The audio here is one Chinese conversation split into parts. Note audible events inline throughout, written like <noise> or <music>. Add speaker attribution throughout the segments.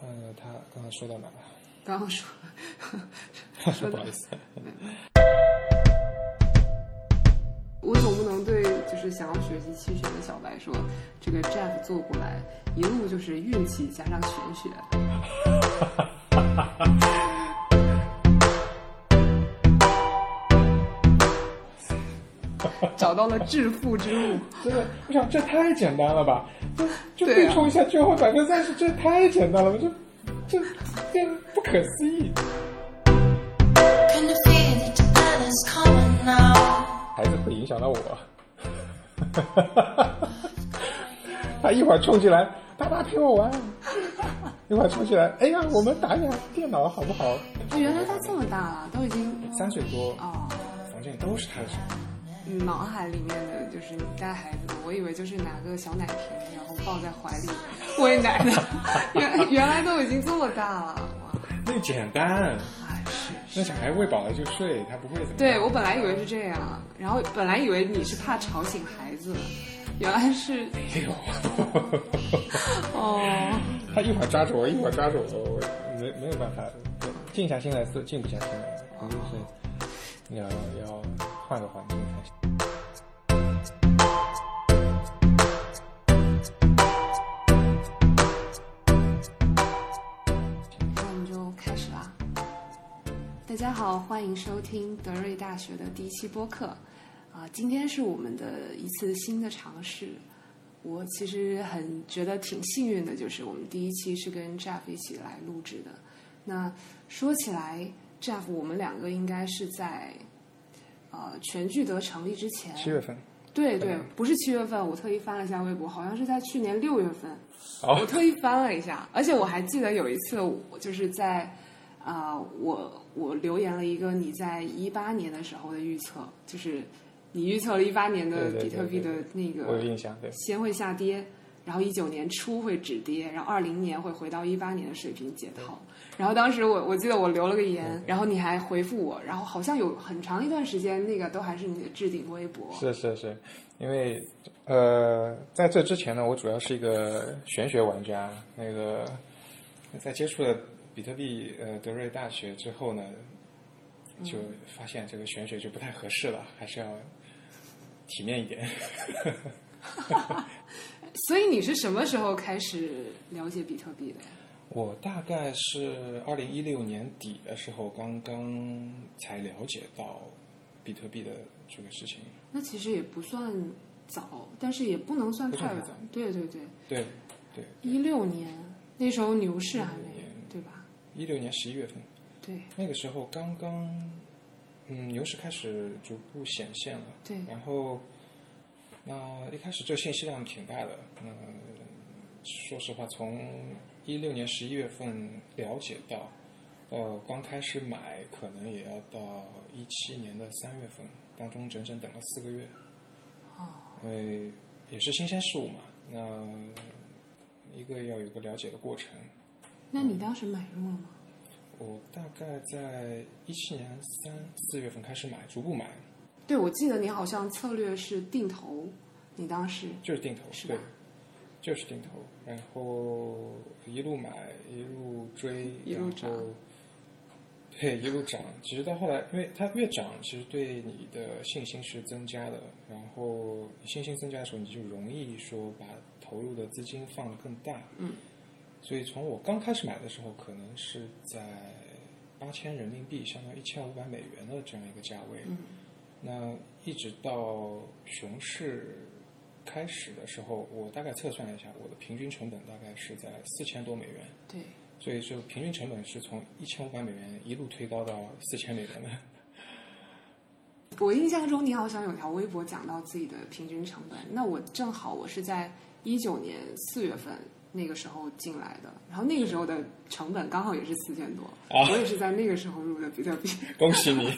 Speaker 1: 呃，他刚刚说到哪了？
Speaker 2: 刚
Speaker 1: <laughs>
Speaker 2: 刚说说
Speaker 1: 不
Speaker 2: 的
Speaker 1: 好意思，
Speaker 2: 我总不能对就是想要学习气学的小白说，这个 Jeff 做过来一路就是运气加上玄
Speaker 1: <laughs>
Speaker 2: 学。找到了致富之路，
Speaker 1: 真的，我想这太简单了吧？这就
Speaker 2: 对啊
Speaker 1: 对冲一下最后百分之三十，这太简单了吧？这这这不可思议。
Speaker 3: Can you feel it? That is coming now.
Speaker 1: 孩子会影响到我。 <laughs> 他一会儿冲进来，爸爸陪我玩；一会儿冲进来，哎呀，我们打一下电脑好不好？
Speaker 2: 哦，原来他这么大了，都已经
Speaker 1: 三岁多，
Speaker 2: 哦，
Speaker 1: 房间都是他的事。
Speaker 2: 嗯脑海里面的就是你带孩子，我以为就是拿个小奶瓶，然后抱在怀里喂奶的，原原来都已经这么大了，哇，
Speaker 1: 那简单，
Speaker 2: 哎是
Speaker 1: 那小孩喂饱了就睡，他不会怎么。
Speaker 2: 对
Speaker 1: <laughs>
Speaker 2: 我本来以为是这样，然后本来以为你是怕吵醒孩子，原来是
Speaker 1: 没有。
Speaker 2: 哦，
Speaker 1: 他一会儿抓住我，一会儿抓住我，我没没有办法，静下心来是静不下心来，就是要要换个环境才行。
Speaker 2: 那我们就开始啦。大家好，欢迎收听德瑞大学的第一期播客。啊、今天是我们的一次新的尝试。我其实很觉得挺幸运的，就是我们第一期是跟 Jeff 一起来录制的。那说起来，Jeff，我们两个应该是在呃全聚德成立之前，
Speaker 1: 七月份，
Speaker 2: 对对，不是七月份，我特意翻了一下微博，好像是在去年六月份，
Speaker 1: 哦
Speaker 2: 我特意翻了一下，而且我还记得有一次，我就是在啊、呃我我留言了一个你在一八年的时候的预测，就是你预测了一八年的
Speaker 1: 对对
Speaker 2: 比特币的
Speaker 1: 对
Speaker 2: 那
Speaker 1: 我有
Speaker 2: 个
Speaker 1: 印象，对，
Speaker 2: 先会下跌，然后一九年初会止跌，然后二零年会回到一八年的水平解套。然后当时我我记得我留了个言，然后你还回复我，然后好像有很长一段时间那个都还是你的置顶微博。
Speaker 1: 是是是，因为呃，在这之前呢，我主要是一个玄学玩家。那个在接触了比特币呃德瑞大学之后呢，就发现这个玄学就不太合适了，还是要体面一点。
Speaker 2: 所以你是什么时候开始了解比特币的呀？
Speaker 1: 我大概是二零一六年底的时候，刚刚才了解到比特币的这个事情。
Speaker 2: 那其实也不算早，但是也不能算太晚
Speaker 1: 不算太早。
Speaker 2: 对对对，
Speaker 1: 对，对，
Speaker 2: 一六年那时候牛市还
Speaker 1: 16
Speaker 2: 没
Speaker 1: 年，
Speaker 2: 对吧？
Speaker 1: 一六年十一月份，
Speaker 2: 对
Speaker 1: 那个时候刚刚，嗯，牛市开始逐步显现了。
Speaker 2: 对，
Speaker 1: 然后，那、一开始这个信息量挺大的。嗯、说实话，从一六年十一月份了解到，呃，光开始买可能也要到一七年的三月份，当中整整等了四个月。
Speaker 2: 哦，
Speaker 1: 因为也是新鲜事物嘛，那一个要有个了解的过程。
Speaker 2: 那你当时买入了吗？
Speaker 1: 我大概在一七年三四月份开始买，逐步买，
Speaker 2: 对，我记得你好像策略是定投，你当时
Speaker 1: 就是定投，
Speaker 2: 是吧
Speaker 1: 对，就是定投，然后一路买，一路追，
Speaker 2: 一路涨
Speaker 1: 然后，对，一路涨。其实到后来，因为它越涨，其实对你的信心是增加的，然后你信心增加的时候，你就容易说把投入的资金放得更大。
Speaker 2: 嗯。
Speaker 1: 所以从我刚开始买的时候，可能是在八千人民币，相当于一千五百美元的这样一个价位。
Speaker 2: 嗯
Speaker 1: 那一直到熊市开始的时候，我大概测算了一下，我的平均成本大概是在四千多美元，
Speaker 2: 对，
Speaker 1: 所以就平均成本是从一千五百美元一路推高到四千美元的。
Speaker 2: 我印象中你好像有条微博讲到自己的平均成本，那我正好我是在一九年四月份那个时候进来的，然后那个时候的成本刚好也是四千多，
Speaker 1: 啊
Speaker 2: 我也是在那个时候入的比特币，
Speaker 1: 恭喜你！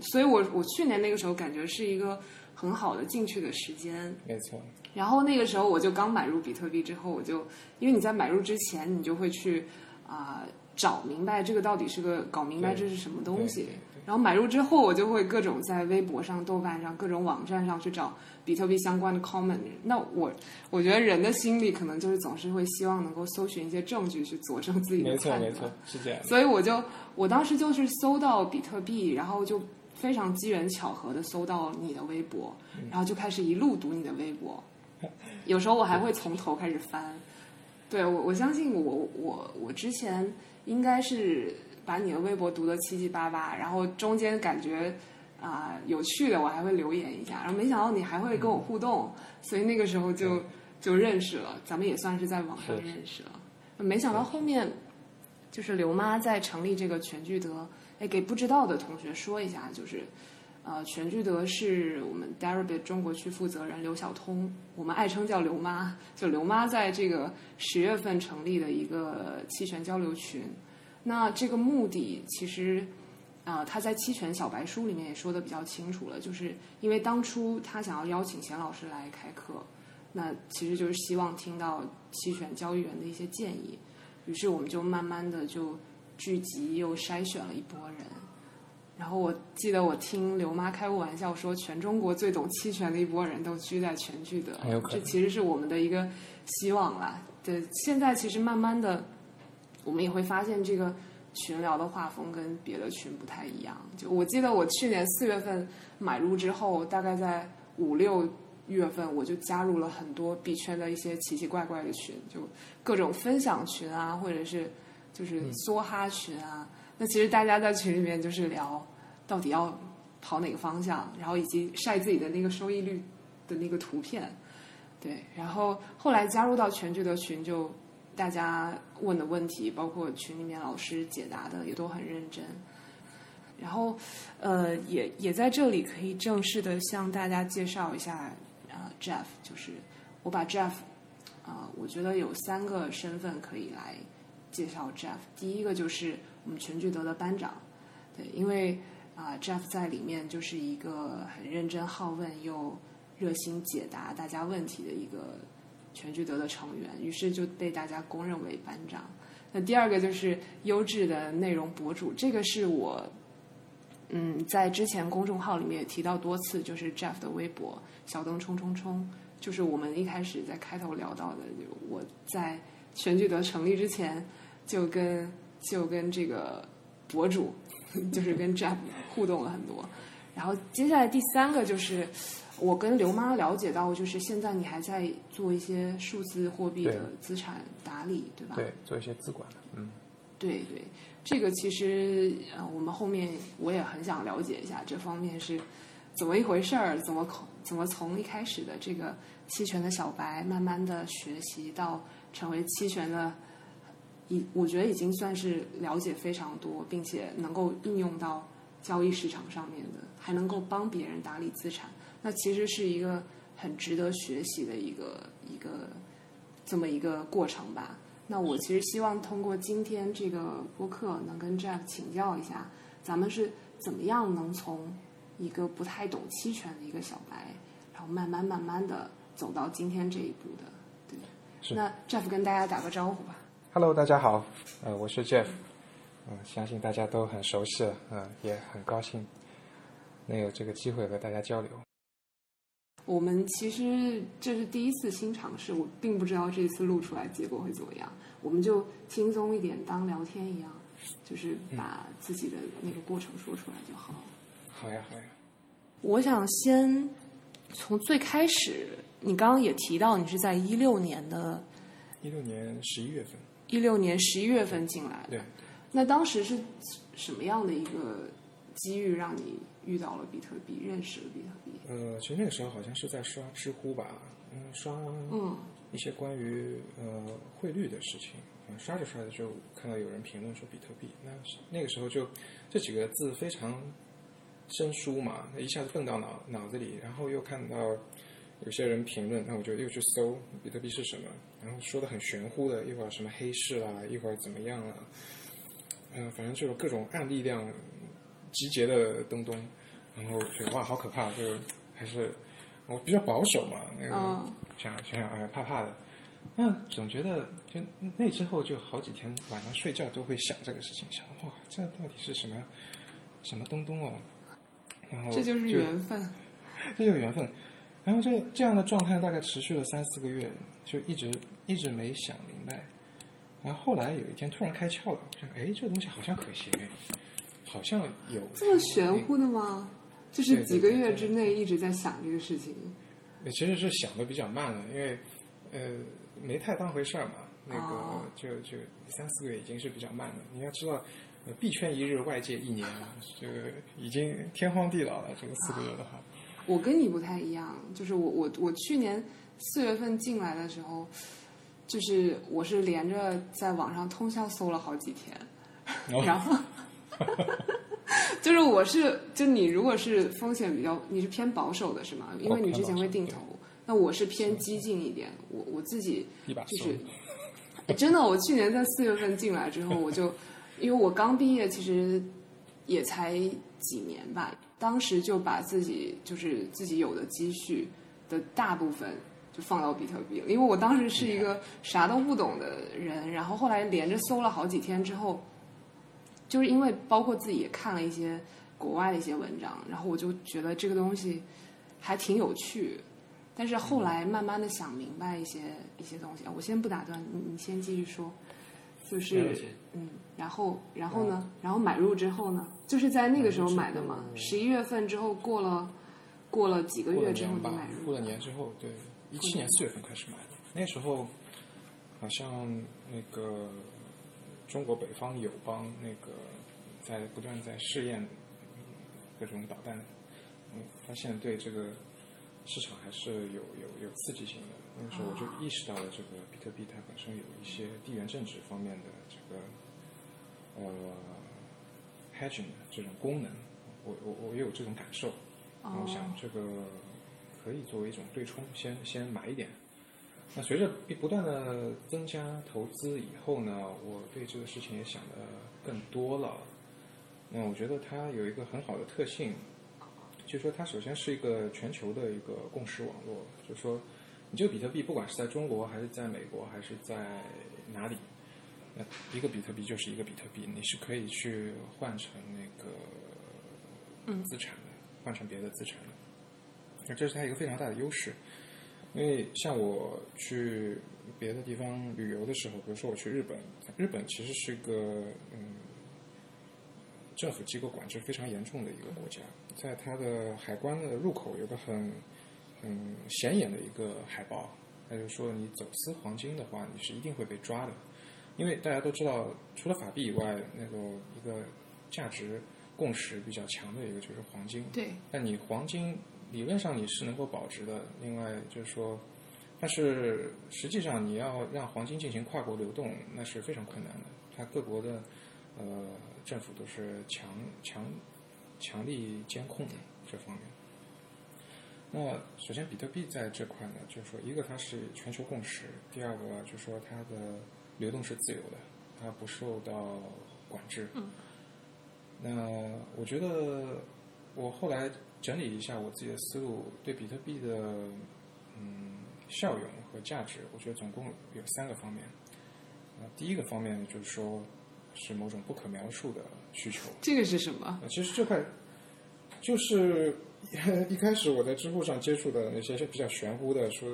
Speaker 2: 所以我我去年那个时候感觉是一个很好的进去的时间，
Speaker 1: <laughs> 没错，
Speaker 2: 然后那个时候我就刚买入比特币之后，我就因为你在买入之前，你就会去啊、找明白这个到底是个搞明白
Speaker 1: 对
Speaker 2: 这是什么东西
Speaker 1: 对对。对
Speaker 2: 然后买入之后，我就会各种在微博上、豆瓣上、各种网站上去找比特币相关的 comment。那我我觉得人的心里可能就是总是会希望能够搜寻一些证据去佐证自己的
Speaker 1: 没错
Speaker 2: 判断。
Speaker 1: 没错，是这样的。
Speaker 2: 所以我就我当时就是搜到比特币，然后就非常机缘巧合的搜到你的微博，然后就开始一路读你的微博，有时候我还会从头开始翻。对我，我相信我我我之前应该是把你的微博读得七七八八，然后中间感觉。啊、有趣的我还会留言一下，然后没想到你还会跟我互动，所以那个时候就就认识了，咱们也算是在网上
Speaker 1: 是
Speaker 2: 认识了。没想到后面就是刘妈在成立这个全聚德，哎，给不知道的同学说一下，就是，呃，全聚德是我们 Deribit 中国区负责人刘晓通，我们爱称叫刘妈，就刘妈在这个十月份成立的一个期权交流群。那这个目的其实，啊、他在期权小白书里面也说的比较清楚了，就是因为当初他想要邀请贤老师来开课，那其实就是希望听到期权交易员的一些建议。于是我们就慢慢的就聚集又筛选了一波人。然后我记得我听刘妈开过玩笑说，全中国最懂期权的一波人都居在全聚德
Speaker 1: 很有，可
Speaker 2: 这
Speaker 1: 能
Speaker 2: 其实是我们的一个希望啦。对，现在其实慢慢的，我们也会发现这个群聊的画风跟别的群不太一样。就我记得我去年四月份买入之后，大概在五六月份我就加入了很多币圈的一些奇奇怪怪的群，就各种分享群啊，或者是就是梭哈群啊。那其实大家在群里面就是聊到底要跑哪个方向，然后以及晒自己的那个收益率的那个图片。对，然后后来加入到全聚德群，就大家问的问题，包括群里面老师解答的，也都很认真。然后，呃，也也在这里可以正式的向大家介绍一下，呃，Jeff，就是我把 Jeff，啊、我觉得有三个身份可以来介绍 Jeff。第一个就是我们全聚德的班长，对，因为啊、j e f f 在里面就是一个很认真、好问又热心解答大家问题的一个全聚德的成员，于是就被大家公认为班长。那第二个就是优质的内容博主，这个是我嗯在之前公众号里面也提到多次，就是 Jeff 的微博“小灯冲冲冲”，就是我们一开始在开头聊到的，就我在全聚德成立之前就跟就跟这个博主， <laughs> 就是跟 Jeff 互动了很多。然后接下来第三个就是我跟刘妈了解到，就是现在你还在做一些数字货币
Speaker 1: 对
Speaker 2: 的资产打理，对吧？
Speaker 1: 对，做一些资管的，嗯，
Speaker 2: 对对，这个其实呃，我们后面我也很想了解一下这方面是怎么一回事儿，怎么从怎么从一开始的这个期权的小白，慢慢的学习到成为期权的，已我觉得已经算是了解非常多，并且能够应用到交易市场上面的，还能够帮别人打理资产，那其实是一个很值得学习的一个一个这么一个过程吧。那我其实希望通过今天这个播客，能跟 Jeff 请教一下，咱们是怎么样能从一个不太懂期权的一个小白，然后慢慢慢慢的走到今天这一步的，对。
Speaker 1: 是
Speaker 2: 那 Jeff 跟大家打个招呼吧。
Speaker 1: Hello，大家好，呃，我是 Jeff，嗯、相信大家都很熟悉了，嗯、也很高兴能有这个机会和大家交流。
Speaker 2: 我们其实这是第一次新尝试，我并不知道这次录出来结果会怎么样，我们就轻松一点，当聊天一样，就是把自己的那个过程说出来就好了。
Speaker 1: 好呀，好呀，
Speaker 2: 我想先从最开始，你刚刚也提到你是在一六年的
Speaker 1: 一六年十一月份，
Speaker 2: 一六年十一月份进来的，
Speaker 1: 对，
Speaker 2: 那当时是什么样的一个机遇让你遇到了比特币，认识了比特币？
Speaker 1: 呃，其实那个时候好像是在刷知乎吧，嗯，刷
Speaker 2: 嗯
Speaker 1: 一些关于呃汇率的事情，嗯，刷着刷着就看到有人评论说比特币，那是那个时候就这几个字非常生疏嘛，一下子蹦到脑脑子里，然后又看到有些人评论，那我就又去搜比特币是什么，然后说的很玄乎的，一会儿什么黑市啦，一会儿怎么样啦，嗯、反正就有各种暗力量集结的东东，然后觉得哇好可哦怕，就还是我比较保守嘛，那个。
Speaker 2: 嗯
Speaker 1: 呃想想想，哎，怕怕的。那总觉得就那之后就好几天晚上睡觉都会想这个事情，想哇，这到底是什么什么东东哦？然后
Speaker 2: 这就是
Speaker 1: 就
Speaker 2: 缘分。
Speaker 1: 这就是缘分。然后这这样的状态大概持续了三四个月，就一直一直没想明白。然后后来有一天突然开窍了，我想，哎，这个东西好像可行，好像有
Speaker 2: 这么玄乎的吗？就是
Speaker 1: 对
Speaker 2: 几个
Speaker 1: 对对
Speaker 2: 月
Speaker 1: 对
Speaker 2: 之内一直在想这个事情。
Speaker 1: 呃其实是想的比较慢了，因为呃没太当回事儿嘛。那个、
Speaker 2: 哦
Speaker 1: 就就三四个月已经是比较慢的。你要知道，呃币圈一日，外界一年啊，这个已经天荒地老了。这个四个月的话，
Speaker 2: 我跟你不太一样，就是我我我去年四月份进来的时候，就是我是连着在网上通宵搜了好几天，
Speaker 1: 然后
Speaker 2: 然后就是我是就你如果是风险比较，你是偏保守的是吗？因为你之前会定投，那我是偏激进一点，我我自己
Speaker 1: 一把
Speaker 2: 就
Speaker 1: 手
Speaker 2: 是，哎真的，我去年在四月份进来之后，我就因为我刚毕业，其实也才几年吧，当时就把自己就是自己有的积蓄的大部分就放到比特币了，因为我当时是一个啥都不懂的人，然后后来连着搜了好几天之后，就是因为包括自己也看了一些国外的一些文章，然后我就觉得这个东西还挺有趣。但是后来慢慢的想明白一些一些东西啊，我先不打断你，你先继续说，就是
Speaker 1: 没问题
Speaker 2: 嗯，然后然后呢，然后买入之后呢，就是在那个时候买的嘛
Speaker 1: 嗯买，入之
Speaker 2: 十一月份之后过了过了几个
Speaker 1: 过了
Speaker 2: 月之后
Speaker 1: 年
Speaker 2: 你
Speaker 1: 吧
Speaker 2: 买，入
Speaker 1: 过了年之后，对，一七年四月份开始买的，那时候好像那个中国北方友邦那个在不断在试验各种导弹，嗯，发现对这个市场还是有有有刺激性的。那个时候我
Speaker 2: 哦
Speaker 1: 就意识到了这个比特币它本身有一些地缘政治方面的这个呃 hedging 的这种功能，我我我也有这种感受。
Speaker 2: 哦
Speaker 1: 我想这个可以作为一种对冲，先先买一点。那随着不断的增加投资以后呢，我对这个事情也想的更多了。那我觉得它有一个很好的特性，就是说它首先是一个全球的一个共识网络，就是说你这个比特币不管是在中国还是在美国还是在哪里，那一个比特币就是一个比特币，你是可以去换成那个
Speaker 2: 嗯
Speaker 1: 资产的，换成别的资产的。那这是它一个非常大的优势，因为像我去别的地方旅游的时候，比如说我去日本，日本其实是一个嗯政府机构管制非常严重的一个国家，在它的海关的入口有个很嗯显眼的一个海报，那就是说你走私黄金的话，你是一定会被抓的，因为大家都知道，除了法币以外，那个一个价值共识比较强的一个就是黄金，
Speaker 2: 对，
Speaker 1: 但你黄金理论上你是能够保值的，另外就是说，但是实际上你要让黄金进行跨国流动，那是非常困难的。它各国的呃政府都是强强强力监控的这方面。那首先，比特币在这块呢，就是说，一个它是全球共识，第二个就是说它的流动是自由的，它不受到管制。嗯。那我觉得我后来整理一下我自己的思路，对比特币的嗯效用和价值，我觉得总共有三个方面。啊，第一个方面就是说是某种不可描述的需求。
Speaker 2: 这个是什么？
Speaker 1: 啊，其实这块就是 <laughs> 一开始我在知乎上接触的那些是比较玄乎的，说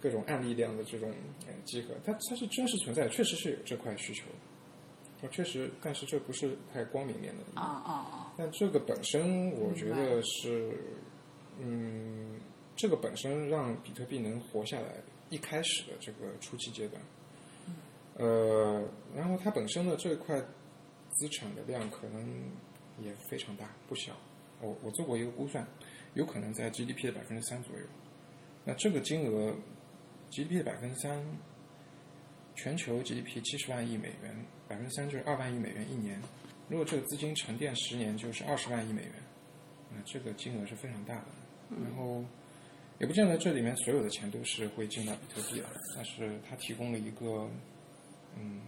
Speaker 1: 各种案例这样的这种呃集合，它它是真实存在的，确实是有这块需求的，我确实，但是这不是太光明面的
Speaker 2: 啊啊啊！
Speaker 1: 但这个本身，我觉得是，嗯，这个本身让比特币能活下来，一开始的这个初期阶段，呃，然后它本身的这块资产的量可能也非常大，不小。我我做过一个估算，有可能在 GDP 的百分之三左右。那这个金额，GDP 的百分之三，全球 GDP 七十万亿美元，百分之三就是二万亿美元一年。如果这个资金沉淀十年，就是二十万亿美元，那这个金额是非常大的。然后，也不见得这里面所有的钱都是会进到比特币啊，但是它提供了一个，嗯，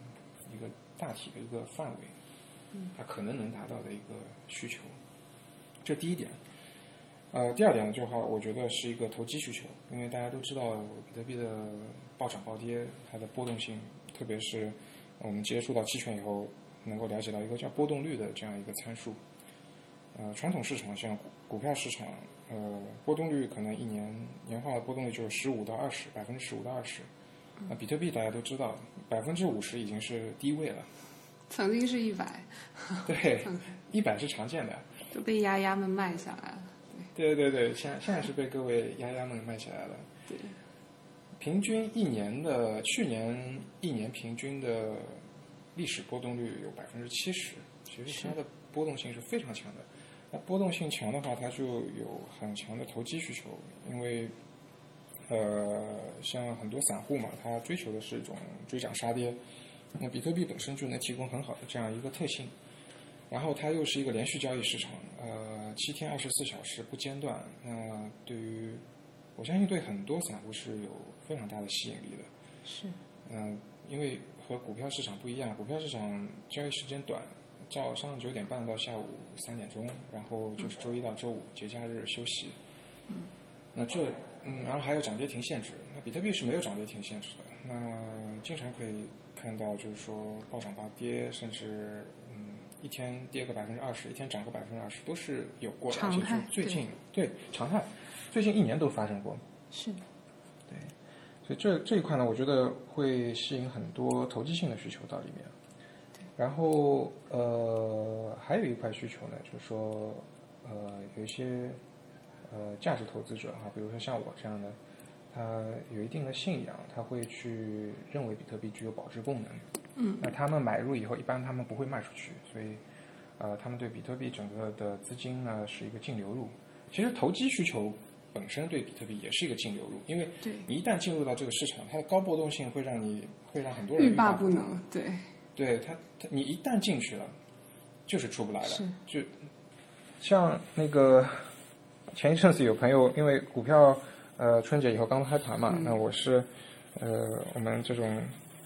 Speaker 1: 一个大体的一个范围，它可能能达到的一个需求，这第一点。呃，第二点就话，我觉得是一个投机需求，因为大家都知道比特币的暴涨暴跌，它的波动性，特别是我们接触到期权以后，能够了解到一个叫波动率的这样一个参数。呃，传统市场像股股票市场，呃，波动率可能一年年化的波动率就是十五到二十，百分之十五到二十。那比特币大家都知道，百分之五十已经是低位了，
Speaker 2: 曾经是一百，
Speaker 1: 对，一百是常见的。
Speaker 2: 都被丫丫们卖下来了。
Speaker 1: 对对对，现在现在是被各位丫丫们卖起来了。
Speaker 2: 对，
Speaker 1: 平均一年的去年一年平均的历史波动率有百分之七十，其实它的波动性是非常强的。那波动性强的话，它就有很强的投机需求，因为呃，像很多散户嘛，他追求的是一种追涨杀跌，那比特币本身就能提供很好的这样一个特性。然后它又是一个连续交易市场，呃，七天二十四小时不间断。那、对于我相信对很多散户是有非常大的吸引力的。
Speaker 2: 是
Speaker 1: 嗯，因为和股票市场不一样，股票市场交易时间短，早上九点半到下午三点钟，然后就是周一到周五节假日休息。那这嗯，然后还有涨跌停限制。那比特币是没有涨跌停限制的。那经常可以看到，就是说暴涨暴跌，甚至嗯一天跌个百分之二十，一天涨个百分之二十，都是有过的。而且
Speaker 2: 常态
Speaker 1: 就最近对常态，最近一年都发生过。
Speaker 2: 是，
Speaker 1: 对，所以这这一块呢，我觉得会吸引很多投机性的需求到里面。然后呃，还有一块需求呢，就是说呃，有一些呃价值投资者哈，比如说像我这样的，他有一定的信仰，他会去认为比特币具有保值功能。
Speaker 2: 嗯，
Speaker 1: 那他们买入以后，一般他们不会卖出去，所以呃，他们对比特币整个的资金呢是一个净流入。其实投机需求本身对比特币也是一个净流入，因为
Speaker 2: 对，
Speaker 1: 你一旦进入到这个市场，它的高波动性会让你会让很多人
Speaker 2: 欲罢不
Speaker 1: 能。
Speaker 2: 能。对，
Speaker 1: 对它，它你一旦进去了，就是出不来了
Speaker 2: 是。
Speaker 1: 就像那个前一阵子有朋友因为股票呃春节以后刚开盘嘛，那我是呃我们这种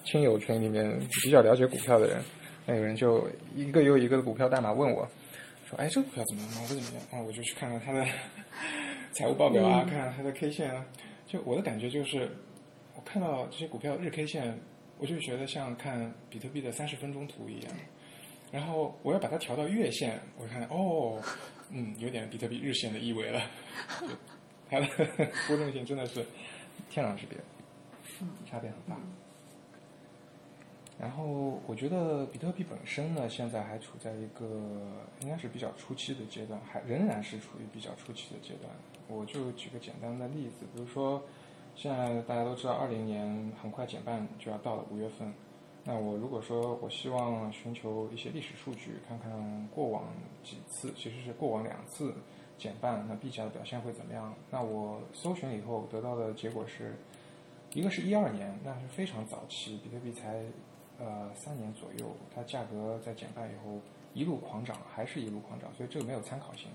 Speaker 1: 亲友群里面比较了解股票的人，那有人就一个又一个的股票代码问我。说哎，这个股票怎么样？哪个怎么样？啊，我就去看看它的 <laughs> 财务报表啊，看看它的 K 线啊。就我的感觉就是，我看到这些股票日 K 线，我就觉得像看比特币的三十分钟图一样。然后我要把它调到月线，我看哦，嗯，有点比特币日线的意味了。它的 <laughs> 波动性真的是天壤之别，差别很大。然后我觉得比特币本身呢，现在还处在一个应该是比较初期的阶段，还仍然是处于比较初期的阶段。我就举个简单的例子，比如说现在大家都知道，二零年很快减半就要到了，五月份。那我如果说我希望寻求一些历史数据，看看过往几次，其实是过往两次减半，那币价的表现会怎么样？那我搜寻以后得到的结果是，一个是一二年，那是非常早期，比特币才呃三年左右，它价格在减半以后一路狂涨，还是一路狂涨，所以这个没有参考性。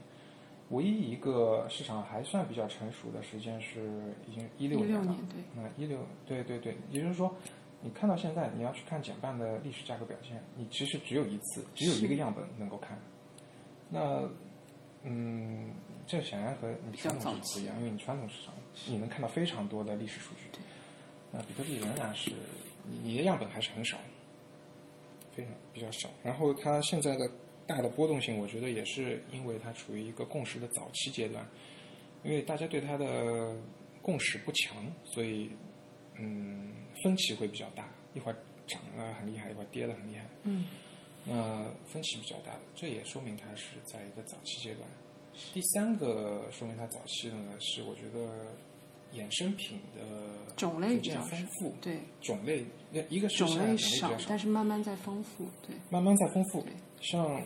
Speaker 1: 唯一一个市场还算比较成熟的时间是已经一
Speaker 2: 一
Speaker 1: 六年了，
Speaker 2: 年对，
Speaker 1: 那一六，对对对，也就是说，你看到现在，你要去看减半的历史价格表现，你其实只有一次，只有一个样本能够看。那，嗯，这显然和你传统市场不一样，因为你传统市场你能看到非常多的历史数据，那比特币仍然是你你的样本还是很少，非常比较少。然后它现在的大的波动性，我觉得也是因为它处于一个共识的早期阶段，因为大家对它的共识不强，所以嗯分歧会比较大，一会儿涨了很厉害，一会儿跌了很厉害，
Speaker 2: 嗯，
Speaker 1: 那分歧比较大，这也说明它是在一个早期阶段。第三个说明它早期的呢，是我觉得衍生品的
Speaker 2: 种类
Speaker 1: 逐
Speaker 2: 比
Speaker 1: 渐
Speaker 2: 较少
Speaker 1: 丰富，
Speaker 2: 对，
Speaker 1: 种类一个是
Speaker 2: 种
Speaker 1: 现在种类
Speaker 2: 类
Speaker 1: 比
Speaker 2: 少
Speaker 1: 较，
Speaker 2: 但是慢慢在丰富。对，
Speaker 1: 慢慢在丰富
Speaker 2: 对。
Speaker 1: 像，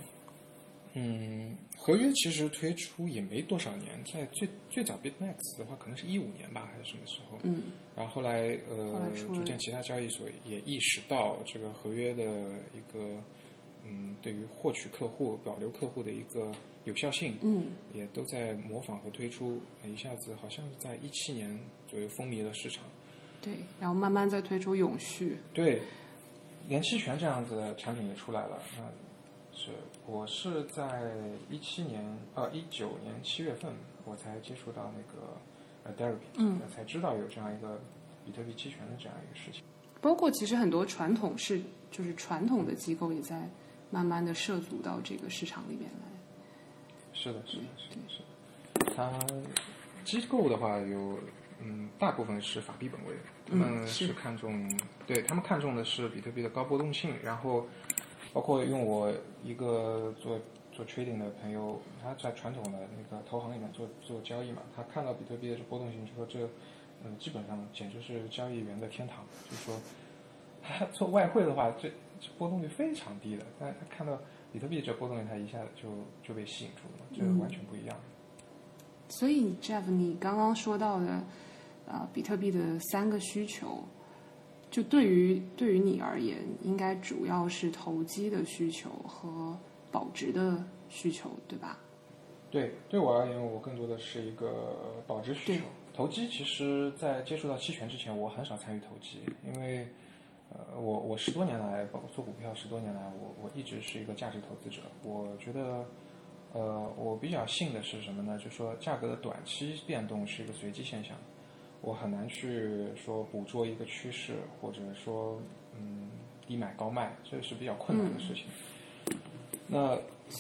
Speaker 1: 嗯，合约其实推出也没多少年，在最最早 BitMax 的话，可能是一五年吧，还是什么时候？
Speaker 2: 嗯，
Speaker 1: 然后后来呃，
Speaker 2: 后来出了
Speaker 1: 逐渐其他交易所也意识到这个合约的一个嗯，对于获取客户、保留客户的一个有效性，
Speaker 2: 嗯，
Speaker 1: 也都在模仿和推出，一下子好像是在一七年左右风靡了市场。
Speaker 2: 对，然后慢慢在推出永续。
Speaker 1: 对，连期权这样子的产品也出来了，那是我是在一七年呃一九年七月份我才接触到那个呃 d e r b y
Speaker 2: 嗯，
Speaker 1: 才知道有这样一个比特币期权的这样一个事情。
Speaker 2: 包括其实很多传统是就是传统的机构也在慢慢的涉足到这个市场里面来。
Speaker 1: 是的，是的，是的，是的。它机构的话有，嗯，大部分是法币本位的，他
Speaker 2: 嗯
Speaker 1: 们
Speaker 2: 是
Speaker 1: 是看重，对他们看重的是比特币的高波动性，然后包括用我一个做做 trading 的朋友，他在传统的那个投行里面做做交易嘛，他看到比特币的波动性之后，这嗯、基本上简直是交易员的天堂，就是说。哎做外汇的话，这这波动率非常低的，但他看到比特币这波动率，他一下子就就被吸引住了，这
Speaker 2: 嗯
Speaker 1: 完全不一样。
Speaker 2: 所以，Jeff，你刚刚说到的，呃，比特币的三个需求，就对于对于你而言，应该主要是投机的需求和保值的需求，对吧？
Speaker 1: 对，对我而言，我更多的是一个保值需
Speaker 2: 对
Speaker 1: 求。投机其实，在接触到期权之前，我很少参与投机，因为，呃，我我十多年来，包括做股票十多年来，我我一直是一个价值投资者。我觉得，呃，我比较信的是什么呢？就说价格的短期变动是一个随机现象，我很难去说捕捉一个趋势，或者说，嗯，低买高卖，这是比较困难的事情。那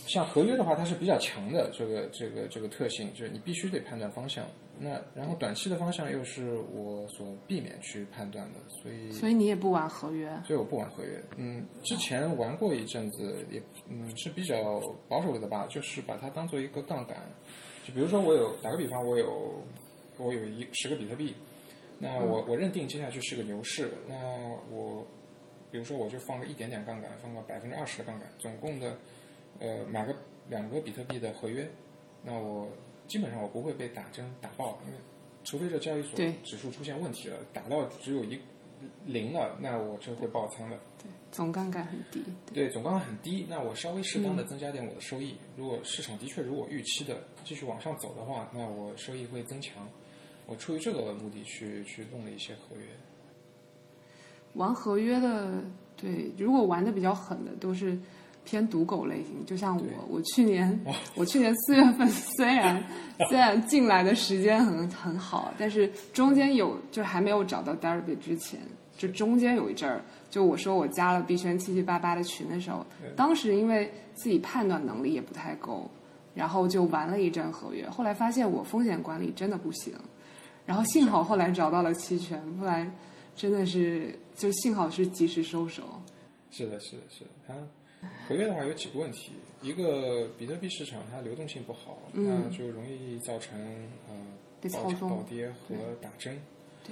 Speaker 1: 像合约的话，它是比较强的这个这个这个特性，就是你必须得判断方向。那然后短期的方向又是我所避免去判断的，所以
Speaker 2: 所以你也不玩合约，
Speaker 1: 所以我不玩合约。嗯，之前玩过一阵子，也嗯是比较保守的吧，就是把它当做一个杠杆。就比如说我有打个比方，我有我有一十个比特币，那我我认定接下去是个牛市，那我比如说我就放个一点点杠杆，放个百分之二十的杠杆，总共的呃买个两个比特币的合约，那我基本上我不会被打针打爆，因为除非这交易所
Speaker 2: 对
Speaker 1: 指数出现问题了，打到只有一零了，那我这会爆仓的。
Speaker 2: 对，总杠杆很低，对，
Speaker 1: 对，总杠杆很低，那我稍微适当的增加点我的收益。如果市场的确如我预期的继续往上走的话，那我收益会增强。我出于这个目的去去弄了一些合约。
Speaker 2: 玩合约的，对，如果玩的比较狠的，都是偏赌狗类型。就像我
Speaker 1: 对，
Speaker 2: 我去年，我去年四月份 <laughs> 虽然虽然进来的时间很很好，但是中间有就是还没有找到 Derby 之前，就中间有一阵儿，就我说我加了币圈七七八八的群的时候，当时因为自己判断能力也不太够，然后就玩了一阵合约，后来发现我风险管理真的不行。然后幸好后来找到了期权，不然真的是就幸好是及时收手。
Speaker 1: 是的，是的，是的。它合约的话有几个问题，一个比特币市场它流动性不好，
Speaker 2: 嗯
Speaker 1: 那就容易造成呃
Speaker 2: 被
Speaker 1: 暴
Speaker 2: 操纵
Speaker 1: 暴跌和
Speaker 2: 对
Speaker 1: 打针。
Speaker 2: 对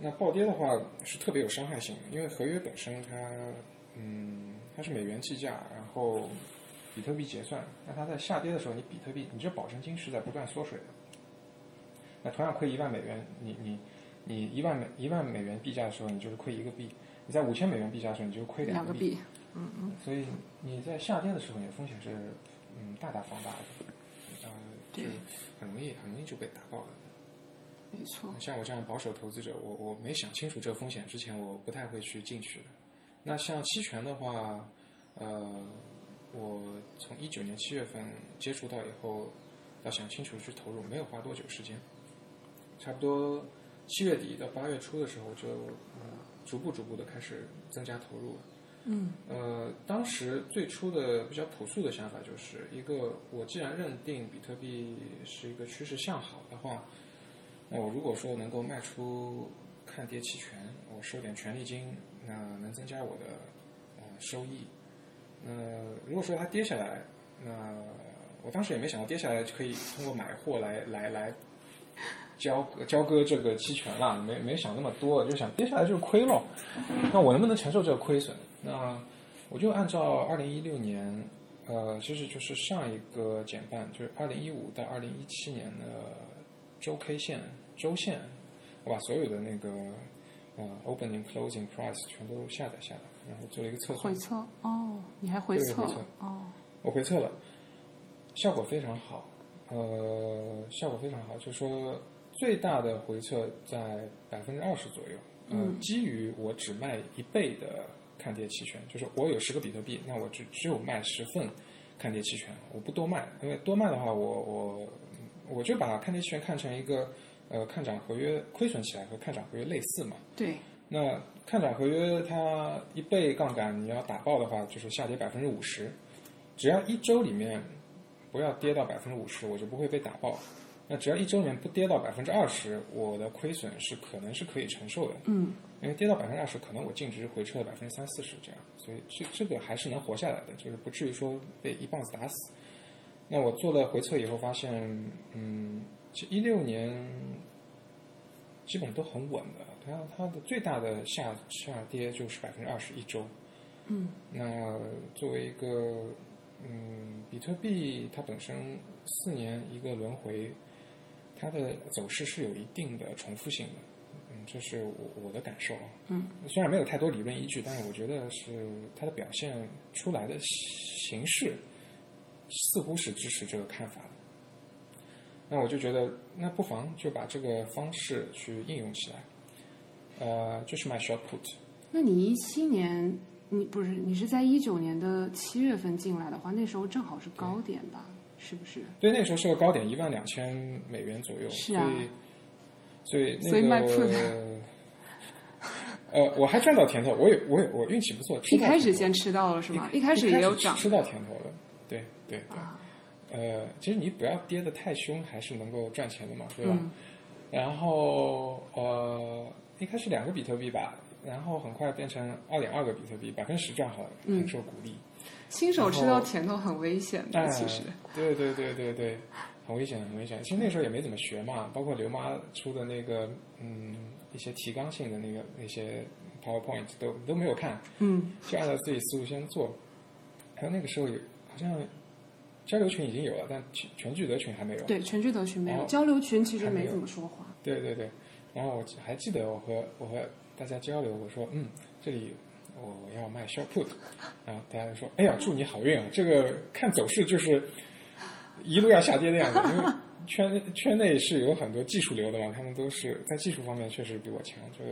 Speaker 1: 那暴跌的话是特别有伤害性的，因为合约本身它，嗯，它是美元计价，然后比特币结算。那它在下跌的时候，你比特币，你这保证金是在不断缩水的。那同样亏一万美元，你你你一万美一万美元币价的时候，你就是亏一个币；你在五千美元币价的时候，你就亏
Speaker 2: 两
Speaker 1: 个
Speaker 2: 个
Speaker 1: 币。
Speaker 2: 币，嗯嗯，
Speaker 1: 所以你在下跌的时候，你的风险是嗯大大放大的，呃，就
Speaker 2: 对
Speaker 1: 很容易很容易就被打爆的。
Speaker 2: 没错。
Speaker 1: 嗯像我这样保守投资者，我我没想清楚这个风险之前，我不太会去进去的。那像期权的话，呃，我从一九年七月份接触到以后，要想清楚去投入，没有花多久时间，差不多七月底到八月初的时候就，嗯逐步逐步的开始增加投入了。
Speaker 2: 嗯
Speaker 1: 呃，当时最初的比较朴素的想法就是一个，我既然认定比特币是一个趋势向好的话，那我如果说能够卖出看跌期权，我收点权利金，那能增加我的呃收益。那呃如果说它跌下来，那我当时也没想到跌下来就可以通过买货来来来交割交割这个期权啦，没没想那么多，就想跌下来就是亏咯。那我能不能承受这个亏损？那我就按照二零一六年，呃，其实就是上一个减半，就是二零一五到二零一七年的周 K 线、周线，我把所有的那个呃 opening、closing price 全都下载下来，然后做了一个测算
Speaker 2: 嗯回。测哦，你还回
Speaker 1: 对
Speaker 2: 测
Speaker 1: 回测
Speaker 2: 哦，
Speaker 1: 我回测了，效果非常好，呃，效果非常好，就说最大的回测在百分之二十左右，呃
Speaker 2: 嗯
Speaker 1: 基于我只卖一倍的看跌期权，就是我有十个比特币，那我就只有卖十份看跌期权，我不多卖，因为多卖的话，我我我就把看跌期权看成一个呃看涨合约亏损起来和看涨合约类似嘛。
Speaker 2: 对，
Speaker 1: 那看涨合约它一倍杠杆，你要打爆的话，就是下跌百分之五十，只要一周里面不要跌到百分之五十，我就不会被打爆。那只要一周里面不跌到百分之二十，我的亏损是可能是可以承受的。
Speaker 2: 嗯，
Speaker 1: 因为跌到百分之二十，可能我净值回撤百分之三四十这样，所以这这个还是能活下来的，就是不至于说被一棒子打死。那我做了回测以后发现，嗯，其一六年基本都很稳的，它它的最大的下下跌就是百分之二十一周。
Speaker 2: 嗯，
Speaker 1: 那作为一个嗯，比特币它本身四年一个轮回，它的走势是有一定的重复性的。嗯，这是我我的感受啊。
Speaker 2: 嗯，
Speaker 1: 虽然没有太多理论依据，但是我觉得是它的表现出来的形式，似乎是支持这个看法的。那我就觉得，那不妨就把这个方式去应用起来。呃，就是买 short put，
Speaker 2: 那你一七年，你不是你是在一九年的七月份进来的话，那时候正好是高点吧？是不是？
Speaker 1: 对，那时候是个高点，一万两千美元左右。
Speaker 2: 是啊
Speaker 1: 所以所
Speaker 2: 所以
Speaker 1: 以那
Speaker 2: 卖
Speaker 1: 个
Speaker 2: 铺的
Speaker 1: <laughs> 呃，我还赚到甜头，我也我也我运气不错，吃
Speaker 2: 一
Speaker 1: 到
Speaker 2: 开
Speaker 1: 甜
Speaker 2: 始
Speaker 1: 头
Speaker 2: 先吃到了是
Speaker 1: 一
Speaker 2: 吗？一开始也有涨
Speaker 1: 吃到甜头了，对对对。
Speaker 2: 啊，
Speaker 1: 呃，其实你不要跌得太凶，还是能够赚钱的嘛，对吧？
Speaker 2: 嗯
Speaker 1: 然后呃，一开始两个比特币吧，然后很快变成二点二个比特币，百分之十赚好了，
Speaker 2: 嗯
Speaker 1: 很受鼓励。
Speaker 2: 新手吃
Speaker 1: 然
Speaker 2: 到
Speaker 1: 后
Speaker 2: 甜头很危险的，
Speaker 1: 哎，
Speaker 2: <laughs> 其实。
Speaker 1: 对对对对对，很危险很危险。其实那时候也没怎么学嘛，包括刘妈出的那个嗯一些提纲性的那个那些 PowerPoint 都都没有看，
Speaker 2: 嗯
Speaker 1: 就按照自己思路先做。还有那个时候有好像交流群已经有了，但全全聚德群还没有。，
Speaker 2: 对，全聚德群没有，
Speaker 1: 哦
Speaker 2: 交流群其实
Speaker 1: 还没
Speaker 2: 没
Speaker 1: 有
Speaker 2: 怎么说话。
Speaker 1: 对对对，然后我还记得我和我和大家交流，我说嗯，这里我要卖 short put，然后大家就说哎呀，祝你好运啊！这个看走势就是一路要下跌的样子，因为圈圈内是有很多技术流的嘛，他们都是在技术方面确实比我强，这个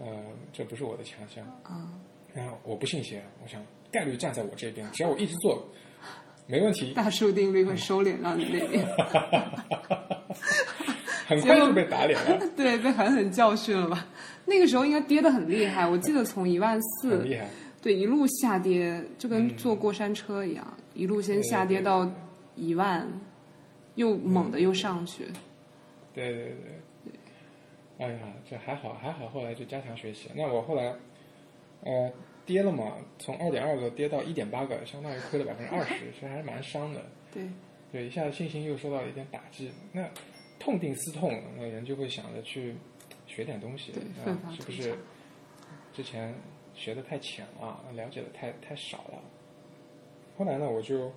Speaker 1: 呃这不是我的强项。
Speaker 2: 嗯，
Speaker 1: 然后我不信邪，我想概率站在我这边，只要我一直做，没问题，
Speaker 2: 大数定律会收敛到你那边，
Speaker 1: 很快就被打脸了。
Speaker 2: <laughs> 对，被狠狠教训了吧？那个时候应该跌得很厉害，我记得从一万
Speaker 1: 很
Speaker 2: 四
Speaker 1: 厉嗯害，
Speaker 2: 对，一路下跌，就跟坐过山车一样，一路先下跌到一万，又
Speaker 1: 嗯
Speaker 2: 猛的又上去。
Speaker 1: 对对对，哎呀，这还好还好，后来就加强学习。那我后来，呃，跌了嘛，从二点二个跌到一点八个，相当于亏了百分之二十，其实还是蛮伤的。
Speaker 2: 对，
Speaker 1: 对，一下子信心又受到了一点打击，那痛定思痛，那人就会想着去学点东西
Speaker 2: 对，奋发
Speaker 1: 啊，是不
Speaker 2: 图
Speaker 1: 是
Speaker 2: 强
Speaker 1: 之前学的太浅了，了解的太太少了？后来呢，我就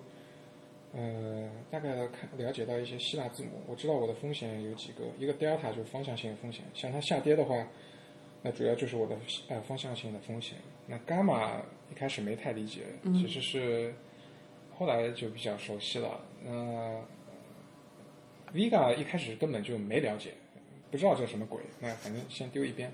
Speaker 1: 呃大概的看了解到一些希腊字母，我知道我的风险有几个，一个 delta 就是方向性的风险，像它下跌的话，那主要就是我的呃方向性的风险。那伽马一开始没太理解，其实是后来就比较熟悉了。那、Vega 一开始根本就没了解，不知道这是什么鬼，那反正先丢一边。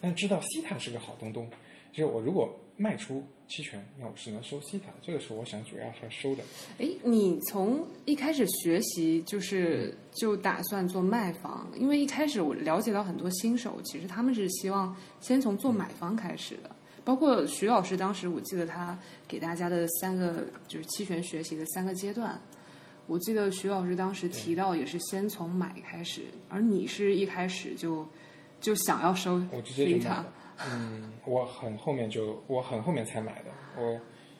Speaker 1: 但知道西塔是个好东东，就是我如果卖出期权，那我是能收西塔的，这个是我想主要是要收的。
Speaker 2: 哎，你从一开始学习就是就打算做卖方，因为一开始我了解到很多新手，其实他们是希望先从做买方开始的。包括徐老师当时，我记得他给大家的三个就是期权学习的三个阶段。我记得徐老师当时提到，也是先从买开始，而你是一开始就就想要收
Speaker 1: 我直接就买
Speaker 2: t 塔
Speaker 1: 了。嗯，我很后面就我很后面才买的，我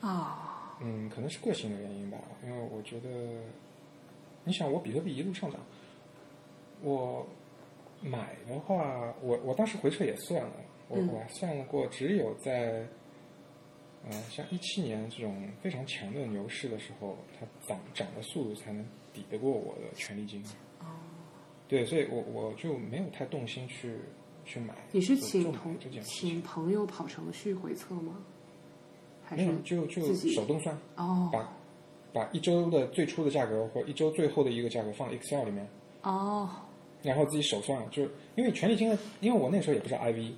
Speaker 2: 啊，
Speaker 1: 嗯，可能是个性的原因吧，因为我觉得，你想我比特币一路上涨，我买的话，我我当时回撤也算了，我、
Speaker 2: 嗯
Speaker 1: 我还算了过，只有在，嗯、像一七年这种非常强的牛市的时候，它涨涨的速度才能抵得过我的权利金。
Speaker 2: 哦
Speaker 1: 对，所以我我就没有太动心去去买。
Speaker 2: 你是
Speaker 1: 就
Speaker 2: 请
Speaker 1: 就买
Speaker 2: 同
Speaker 1: 这件事
Speaker 2: 请
Speaker 1: 情，
Speaker 2: 朋友跑程序回测吗？还
Speaker 1: 没
Speaker 2: 是
Speaker 1: 有就就
Speaker 2: 自己
Speaker 1: 手动算。
Speaker 2: 哦
Speaker 1: 把把一周的最初的价格或一周最后的一个价格放到 Excel 里面，
Speaker 2: 哦，
Speaker 1: 然后自己手算，就因为权利金的，因为我那时候也不知道 IV，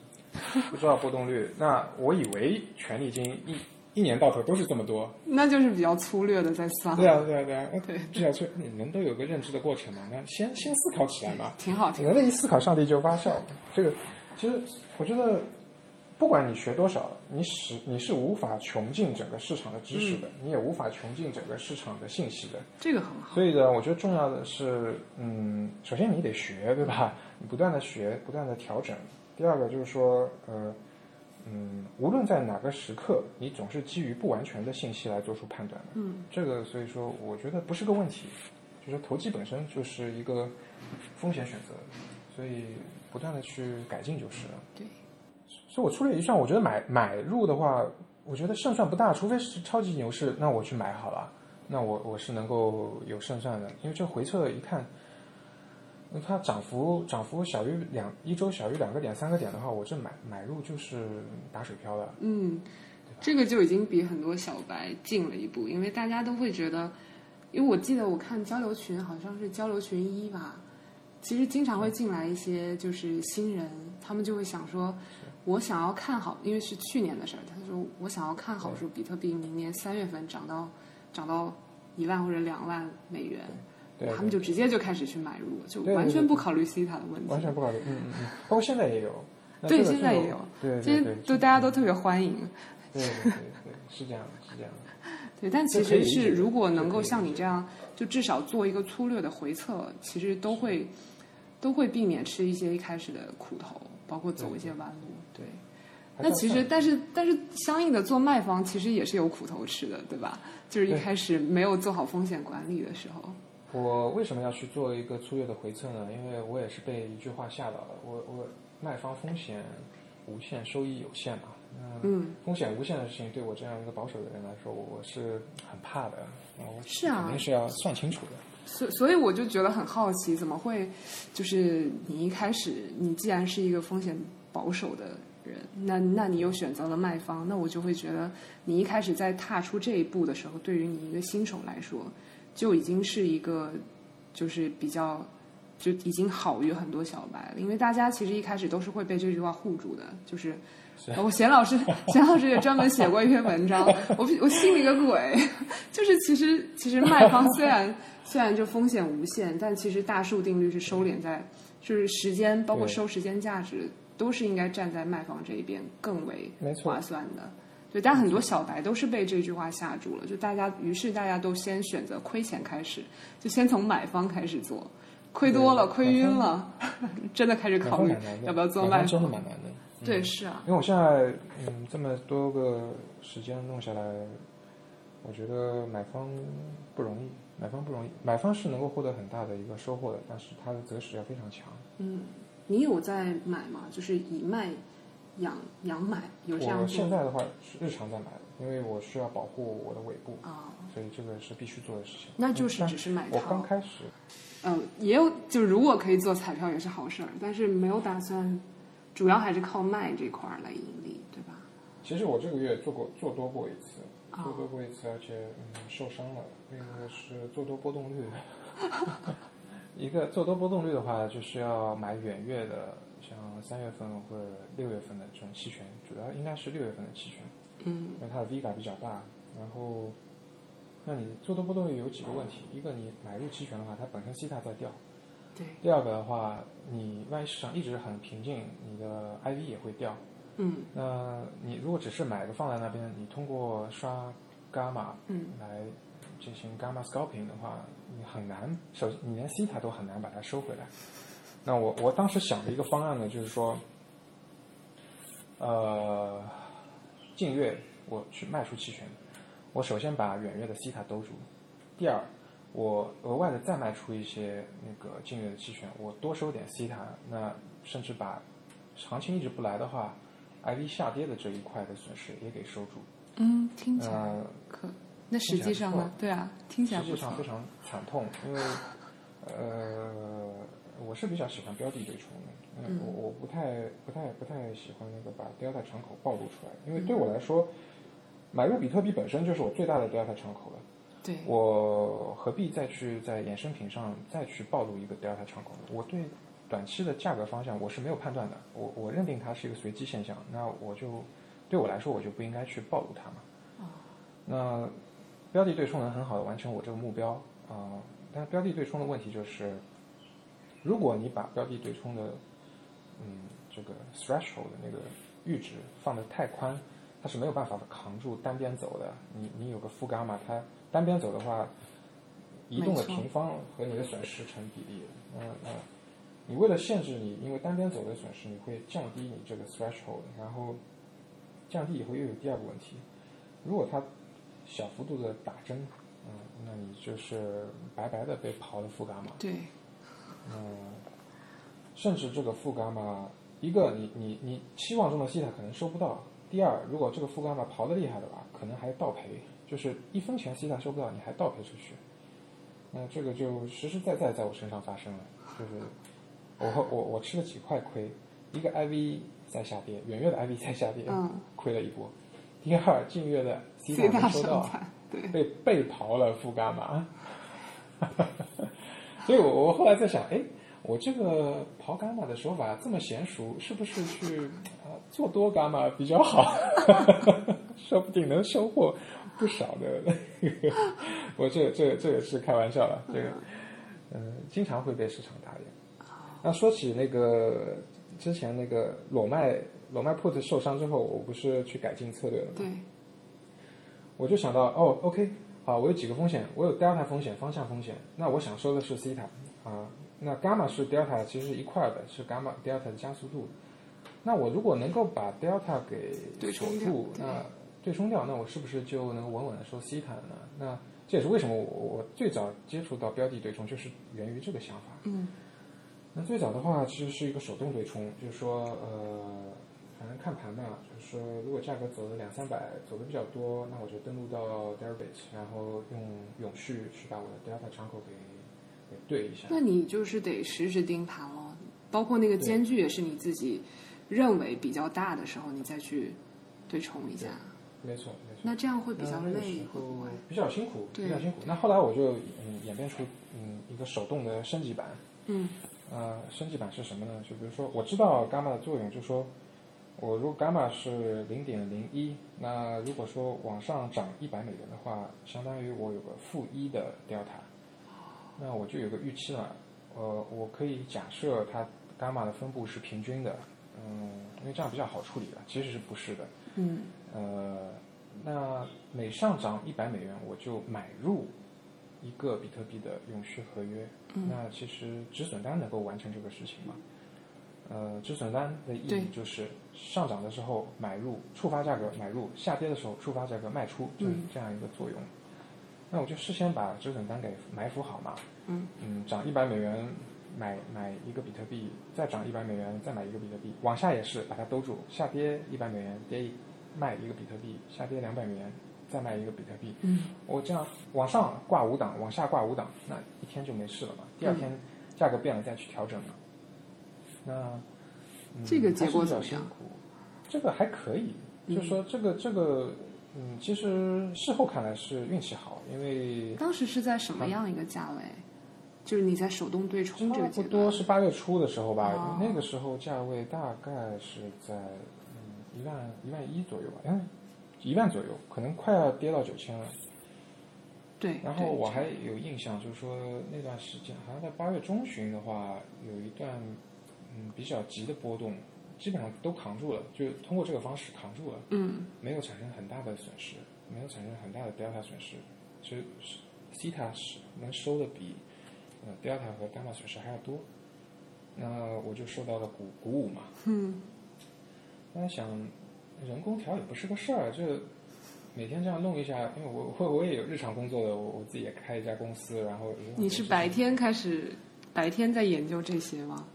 Speaker 1: 不知道波动率。那我以为权利金一一年到头都是这么多。
Speaker 2: 那就是比较粗略的在算，
Speaker 1: 对啊，对啊，对啊。
Speaker 2: 对
Speaker 1: 至少说你们都有个认知的过程嘛，那先先思考起来嘛。
Speaker 2: 挺好
Speaker 1: 你
Speaker 2: 听。
Speaker 1: 人类一思考，上帝就发笑。这个其实我觉得，不管你学多少，你是你是无法穷尽整个市场的知识的，你也无法穷尽整个市场的信息的。
Speaker 2: 这个很好，
Speaker 1: 所以呢，我觉得重要的是，嗯，首先你得学，对吧？ <laughs> 你不断的学，不断的调整。第二个就是说，呃，嗯，无论在哪个时刻，你总是基于不完全的信息来做出判断的。
Speaker 2: 嗯，
Speaker 1: 这个所以说，我觉得不是个问题，就是投机本身就是一个风险选择，所以不断的去改进就是了。
Speaker 2: 对，
Speaker 1: 所以我粗略一算，我觉得买买入的话，我觉得胜算不大，除非是超级牛市，那我去买好了，那我我是能够有胜算的，因为这回撤一看，那它涨幅涨幅小于两一周小于两个点三个点的话，我这买买入就是打水漂了。
Speaker 2: 嗯，这个就已经比很多小白进了一步，因为大家都会觉得，因为我记得我看交流群好像是交流群一吧，其实经常会进来一些就是新人，他们就会想说，我想要看好，因为是去年的事儿，他说我想要看好说比特币明年三月份涨到涨到一万或者两万美元，
Speaker 1: 对，
Speaker 2: 他们就直接就开始去买入，就
Speaker 1: 对
Speaker 2: 完
Speaker 1: 对
Speaker 2: 全
Speaker 1: 对
Speaker 2: 不考虑西塔的问题，
Speaker 1: 完全不考虑，嗯嗯嗯，包括现在也有，那
Speaker 2: 对
Speaker 1: 这个
Speaker 2: 现在
Speaker 1: 这个
Speaker 2: 也有
Speaker 1: 对对
Speaker 2: 这些
Speaker 1: 对，
Speaker 2: 都大家都特别欢迎。
Speaker 1: 对对对对，是这样的，是这样的。
Speaker 2: 对，但其
Speaker 1: 这可以
Speaker 2: 实
Speaker 1: 理
Speaker 2: 是
Speaker 1: 解
Speaker 2: 如果能
Speaker 1: 这可以
Speaker 2: 够
Speaker 1: 理
Speaker 2: 像你这样，就至少做一个粗略的回测，其实都会都会避免吃一些一开始的苦头，包括走一些弯路。对，
Speaker 1: 还
Speaker 2: <laughs>
Speaker 1: 算
Speaker 2: 那其
Speaker 1: 算
Speaker 2: 实但是但是相应的做卖方其实也是有苦头吃的，对吧？就是一
Speaker 1: 对
Speaker 2: 开始没有做好风险管理的时候，
Speaker 1: 我为什么要去做一个粗略的回测呢？因为我也是被一句话吓到了。我我卖方风险无限，收益有限嘛。
Speaker 2: 嗯，
Speaker 1: 风险无限的事情，对我这样一个保守的人来说，我我是很怕的。然后我
Speaker 2: 是啊
Speaker 1: 肯定是要算清楚的。
Speaker 2: 所所以我就觉得很好奇，怎么会就是你一开始你既然是一个风险保守的人，那那你又选择了卖方，那我就会觉得你一开始在踏出这一步的时候，对于你一个新手来说，就已经是一个就是比较就已经好于很多小白了，因为大家其实一开始都是会被这句话护住的，就是。哦我贤老师，贤老师也专门写过一篇文章，我我信了个鬼， <laughs> 就是其实其实卖方虽然虽然就风险无限，但其实大数定律是收敛在，就是时间包括
Speaker 1: 对
Speaker 2: 收时间价值都是应该站在卖方这一边更为
Speaker 1: 没错
Speaker 2: 划算的。对，但很多小白都是被这句话吓住了，就大家，于是大家都先选择亏钱开始，就先从买方开始做，亏多了，
Speaker 1: 对
Speaker 2: 亏晕了， <laughs> 真的开始
Speaker 1: 买
Speaker 2: 考
Speaker 1: 方嗯
Speaker 2: 虑
Speaker 1: 蛮难的，
Speaker 2: 要不要做
Speaker 1: 买
Speaker 2: 卖
Speaker 1: 方真的
Speaker 2: 方。
Speaker 1: 蛮难的。
Speaker 2: 对，是啊，
Speaker 1: 因为我现在嗯这么多个时间弄下来，我觉得买方不容易，买方不容易，买方是能够获得很大的一个收获的，但是它的择时要非常强。
Speaker 2: 嗯，你有在买吗？就是以卖养养买，有这样
Speaker 1: 我
Speaker 2: 做
Speaker 1: 现
Speaker 2: 吗
Speaker 1: 在的话是日常在买的，因为我需要保护我的尾部，
Speaker 2: 啊、
Speaker 1: 所以这个是必须做的事情。嗯
Speaker 2: 那就是
Speaker 1: 但
Speaker 2: 只是买
Speaker 1: 我
Speaker 2: 套
Speaker 1: 刚。开始，
Speaker 2: 嗯、也有，就如果可以做彩票也是好事儿，但是没有打算，主要还是靠卖这块儿来盈利，对吧？
Speaker 1: 其实我这个月做过做多过一次，
Speaker 2: 哦
Speaker 1: 做多过一次，而且嗯受伤了，那个是做多波动率。 <laughs> 一个做多波动率的话，就是要买远月的，像三月份或者六月份的这种期权，主要应该是六月份的期权，
Speaker 2: 嗯
Speaker 1: 因为它的 V 感比较大。然后，那你做多波动率有几个问题？一个，你买入期权的话，它本身西塔在掉，
Speaker 2: 对，
Speaker 1: 第二个的话，你万一市场一直很平静，你的 IV 也会掉。
Speaker 2: 嗯
Speaker 1: 那你如果只是买个放在那边，你通过刷伽马
Speaker 2: 嗯
Speaker 1: 来进行伽马 scalping 的话，你很难，首你连西塔都很难把它收回来。那我我当时想的一个方案呢，就是说，呃，近月我去卖出期权，我首先把远月的西塔兜住，第二，我额外的再卖出一些那个近月的期权，我多收点西塔，那甚至把行情一直不来的话，IV 下跌的这一块的损失也给收住。
Speaker 2: 嗯，听起来
Speaker 1: 呃，
Speaker 2: 可，那实际上呢？对啊，听起来
Speaker 1: 实
Speaker 2: 不
Speaker 1: 际
Speaker 2: 错
Speaker 1: 上。非常惨痛，因为呃，我是比较喜欢标的对冲的，嗯，我我不太不太不太喜欢那个把 delta 敞口暴露出来，因为对我来说，买入比特币本身就是我最大的 delta 敞口了。
Speaker 2: 对，
Speaker 1: 我何必再去在衍生品上再去暴露一个 delta 敞口呢？我对短期的价格方向我是没有判断的，我我认定它是一个随机现象，那我就对我来说我就不应该去暴露它嘛。那标的对冲能很好的完成我这个目标啊、呃但是标的对冲的问题就是，如果你把标的对冲的嗯这个 threshold 的那个阈值放的太宽，它是没有办法扛住单边走的。你你有个负伽马，它单边走的话，移动的
Speaker 2: 没错
Speaker 1: 平方和你的损失成比例，嗯嗯。你为了限制你因为单边走的损失，你会降低你这个 threshold，然后降低以后又有第二个问题，如果它小幅度的打针，嗯，那你就是白白的被刨了负伽马，
Speaker 2: 对，
Speaker 1: 嗯，甚至这个负伽马，一个你你你期望中的西塔可能收不到，第二，如果这个负伽马刨的厉害的话，可能还倒赔，就是一分钱西塔收不到，你还倒赔出去，那这个就实实在在在我身上发生了，就是我我我吃了几块亏，一个 IV 在下跌，远月的 IV 在下跌，
Speaker 2: 嗯
Speaker 1: 亏了一波，第二近月的西
Speaker 2: 最
Speaker 1: 塔
Speaker 2: 大
Speaker 1: 没收
Speaker 2: 手
Speaker 1: 到。
Speaker 2: 段，对，
Speaker 1: 被被刨了副伽马， <laughs> 所以我我后来在想，哎，我这个刨伽马的手法这么娴熟，是不是去呃做多伽马比较好？ <laughs> 说不定能收获不少的。 <laughs> 我这这这也是开玩笑了，这个嗯、呃经常会被市场打脸。那说起那个之前那个裸卖裸卖 put 受伤之后，我不是去改进策略了吗？
Speaker 2: 对，
Speaker 1: 我就想到，哦，OK，好，我有几个风险，我有 delta 风险、方向风险，那我想收的是西塔啊，那伽马是 delta 其实是一块儿的，是伽马 delta 的加速度。那我如果能够把 delta 给
Speaker 2: 对
Speaker 1: 守
Speaker 2: 冲掉
Speaker 1: 住，
Speaker 2: 对
Speaker 1: 那对冲掉，那我是不是就能稳稳的收西塔呢？那这也是为什么我我最早接触到标的对冲，就是源于这个想法。
Speaker 2: 嗯，
Speaker 1: 那最早的话其实是一个手动对冲，就是说呃，反正看盘嘛，就是说如果价格走了两三百，走的比较多，那我就登录到 Deribit，然后用永续去把我的 Delta 敞口给给对一下。
Speaker 2: 那你就是得时时盯盘咯，包括那个
Speaker 1: 对
Speaker 2: 间距也是你自己认为比较大的时候，你再去对冲一下，
Speaker 1: 没错，没错。嗯
Speaker 2: 那这样会比较
Speaker 1: 那那个时
Speaker 2: 累，会
Speaker 1: 候
Speaker 2: 不会？
Speaker 1: 比较辛苦，
Speaker 2: 对
Speaker 1: 比较辛苦。那后来我就嗯演变出嗯一个手动的升级版，
Speaker 2: 嗯，
Speaker 1: 呃，升级版是什么呢？就比如说，我知道伽马的作用，就说我如果伽马是零点零一，那如果说往上涨一百美元的话，相当于我有个负一的 delta，那我就有个预期了。呃，我可以假设它伽马的分布是平均的，嗯，因为这样比较好处理了。其实是不是的？
Speaker 2: 嗯，
Speaker 1: 呃，那每上涨一百美元，我就买入一个比特币的永续合约。
Speaker 2: 嗯
Speaker 1: 那其实止损单能够完成这个事情嘛？呃，止损单的意
Speaker 2: 对
Speaker 1: 义就是上涨的时候买入，触发价格买入；下跌的时候触发价格卖出，就是
Speaker 2: 嗯
Speaker 1: 这样一个作用。那我就事先把止损单给埋伏好嘛。
Speaker 2: 嗯
Speaker 1: 嗯，涨一百美元买买一个比特币，再涨一百美元再买一个比特币，往下也是把它兜住，下跌一百美元跌一卖一个比特币，下跌两百美元再卖一个比特币。
Speaker 2: 嗯，
Speaker 1: 我这样往上挂五档，往下挂五档，那一天就没事了嘛。第
Speaker 2: 嗯
Speaker 1: 二天价格变了再去调整嘛。那、嗯、
Speaker 2: 这个结果
Speaker 1: 还是比较
Speaker 2: 怎么样
Speaker 1: 辛苦？这个还可以，就是说这个这个，嗯，其实事后看来是运气好，因为
Speaker 2: 当时是在什么样一个价位？就是你在手动对冲这
Speaker 1: 差
Speaker 2: 个
Speaker 1: 不
Speaker 2: 阶
Speaker 1: 多
Speaker 2: 段，
Speaker 1: 是八月初的时候吧，
Speaker 2: 哦
Speaker 1: 那个时候价位大概是在嗯一万一万一左右吧，嗯，一万左右，可能快要跌到九千了。
Speaker 2: 对，
Speaker 1: 然后
Speaker 2: 对
Speaker 1: 我还有印象，就是说那段时间好像在八月中旬的话，有一段嗯比较急的波动，基本上都扛住了，就通过这个方式扛住了，
Speaker 2: 嗯，
Speaker 1: 没有产生很大的损失，没有产生很大的 delta 损失，其实是西塔是能收的比呃 delta 和伽马损失还要多，那我就受到了鼓鼓舞嘛。
Speaker 2: 嗯，
Speaker 1: 但是想人工调也不是个事儿，这每天这样弄一下，因为我我我也有日常工作的，我我自己也开一家公司，然后也有很多
Speaker 2: 你是
Speaker 1: 事情
Speaker 2: 白天开始，白天在研究这些吗？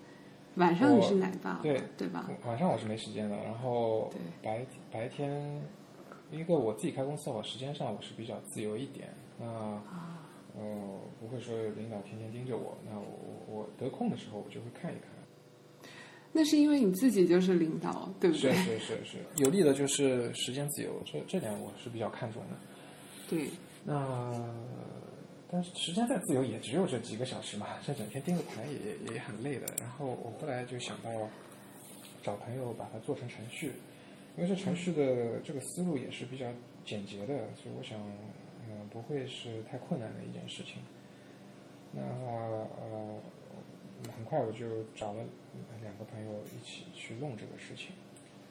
Speaker 2: 晚上你是奶爸了，
Speaker 1: 对
Speaker 2: 对吧？
Speaker 1: 晚上我是没时间的，然后
Speaker 2: 对
Speaker 1: 白白天，一个我自己开公司，我时间上我是比较自由一点，那呃不会说领导天天盯着我，那我我我得空的时候我就会看一看。
Speaker 2: 那是因为你自己就是领导，对不
Speaker 1: 是
Speaker 2: 对？
Speaker 1: 是是是，有利的就是时间自由，这这点我是比较看重的。
Speaker 2: 对，
Speaker 1: 那但是时间再自由也只有这几个小时嘛，这整天盯着盘也也很累的。然后我后来就想到，找朋友把它做成程序，因为这程序的这个思路也是比较简洁的，所以我想，嗯、不会是太困难的一件事情。那呃，很快我就找了两个朋友一起去弄这个事情。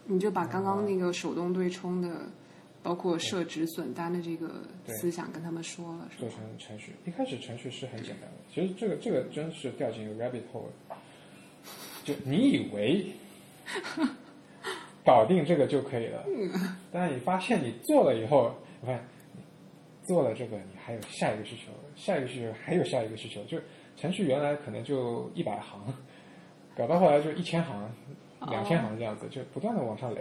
Speaker 2: 你就把刚刚那个手动对冲的，包括设置损单的这个思想跟他们说了，是
Speaker 1: 做
Speaker 2: 吧？
Speaker 1: 成程序。一开始程序是很简单的，其实这个这个真是掉进一个 rabbit hole，就你以为搞定这个就可以了，但是你发现你做了以后，你发现你做了这个，你还有下一个需求，下一个需求还有下一个需求，就程序原来可能就一百行，搞到后来就一千行、
Speaker 2: 哦
Speaker 1: 两千行这样子，就不断的往上垒。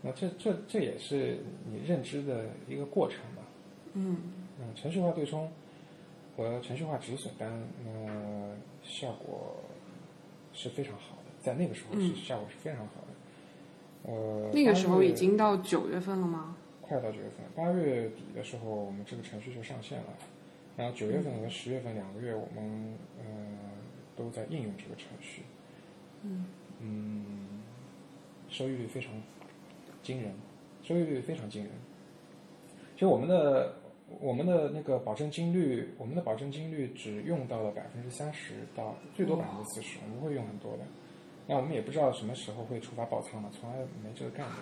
Speaker 1: 那这这这也是你认知的一个过程嘛。
Speaker 2: 嗯，
Speaker 1: 嗯，程序化对冲和程序化止损单，呃，效果是非常好的，在那个时候是、
Speaker 2: 嗯
Speaker 1: 效果是非常好的。呃，
Speaker 2: 那个时候
Speaker 1: 八月
Speaker 2: 已经到九月份了吗？
Speaker 1: 快到九月份，八月底的时候，我们这个程序就上线了。然后九月份和十月份两个月，我们呃都在应用这个程序，
Speaker 2: 嗯
Speaker 1: 嗯，收益率非常惊人，收益率非常惊人。其实我们的我们的那个保证金率，我们的保证金率只用到了百分之三十到最多百分之四十，我们不会用很多的。那我们也不知道什么时候会触发爆仓嘛，从来没这个概念。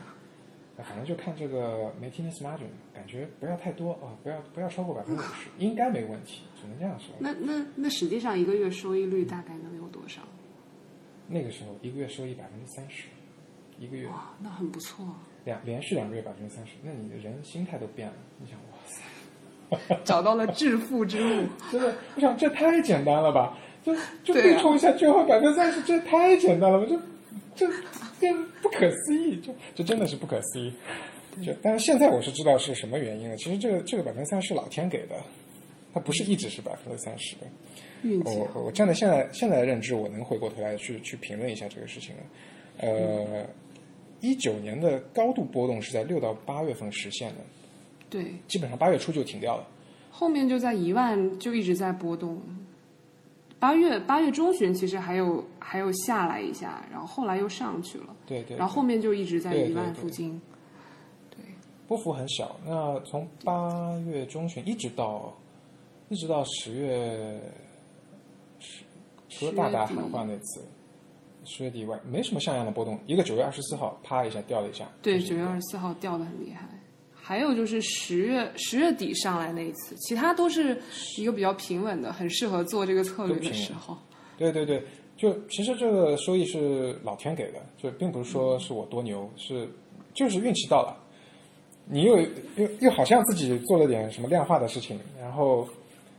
Speaker 1: 那反正就看这个 maintenance margin，感觉不要太多啊、不要不要超过百分之五十，应该没问题，只能这样说。
Speaker 2: 那那那实际上一个月收益率大概能有多少？
Speaker 1: 那个时候一个月收益百分之三十，一个月
Speaker 2: 哇，那很不错
Speaker 1: <laughs>
Speaker 2: 啊，
Speaker 1: 两连续两个月百分之三十，那你的人心态都变了。你想，哇塞，
Speaker 2: 找到了致富之
Speaker 1: <laughs>
Speaker 2: 路。
Speaker 1: 真的，我想这太简单了吧？就就
Speaker 2: 对啊
Speaker 1: 对冲一下就会百分之三十，这太简单了吧？这这这不可思议，这这真的是不可思议。就但是现在我是知道是什么原因了。其实这个这个百分之三十老天给的，它不是一直是百分之三十的。
Speaker 2: 运气
Speaker 1: 我
Speaker 2: 好，
Speaker 1: 我站在现在现在的认知，我能回过头来去去评论一下这个事情了。
Speaker 2: 嗯
Speaker 1: 呃，一九年的高度波动是在六到八月份实现的，
Speaker 2: 对，
Speaker 1: 基本上八月初就停掉了。
Speaker 2: 后面就在一万就一直在波动。八月八月中旬其实还有还有下来一下，然后后来又上去了，
Speaker 1: 对对
Speaker 2: 然后后面就一直在
Speaker 1: 对
Speaker 2: 一万
Speaker 1: 对对
Speaker 2: 附近。对，
Speaker 1: 波幅很小。那从八月中旬一直到一直到十月，十除了大大喊话那次，十月底以外没什么像样的波动。一个九月二十四号啪一下掉了一下，
Speaker 2: 对，
Speaker 1: 就是
Speaker 2: 九月二十四号掉的很厉害。还有就是十月十月底上来那一次，其他都是一个比较平稳的，很适合做这个策略
Speaker 1: 都
Speaker 2: 的
Speaker 1: 平稳
Speaker 2: 时候。
Speaker 1: 对对对，就其实这个收益是老天给的，就并不是说是我多牛，是就是运气到了。你又又又好像自己做了点什么量化的事情，然后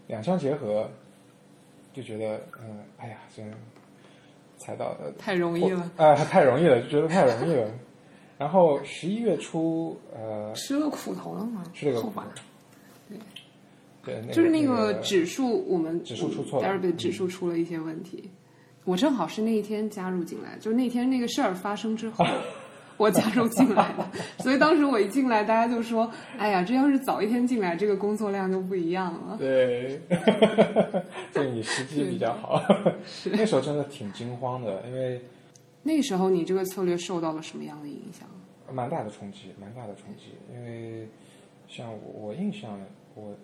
Speaker 1: 两相结合，就觉得嗯，哎呀，真踩到了
Speaker 2: 太容易了，
Speaker 1: 啊、太容易了，就觉得太容易了。然后十一月初，呃，
Speaker 2: 吃了苦头了嘛？
Speaker 1: 是这个
Speaker 2: 后吧，
Speaker 1: 对，那个、
Speaker 2: 就是那
Speaker 1: 个
Speaker 2: 个指数，我们
Speaker 1: 指数出错了嗯
Speaker 2: d e r b 指数出了一些问题。我正好是那一天加入进来，就是那天那个事儿发生
Speaker 1: <laughs>
Speaker 2: 之后，我加入进来的。所以当时我一进来，大家就说：“哎呀，这要是早一天进来，这个工作量就不一样 <laughs> 了。
Speaker 1: 对，所以你时机比较好。 <laughs> 那时候真的挺惊慌的，因为”
Speaker 2: 那时候你这个策略受到了什么样的影响？
Speaker 1: 蛮大的冲击，蛮大的冲击。因为像我，我印象，我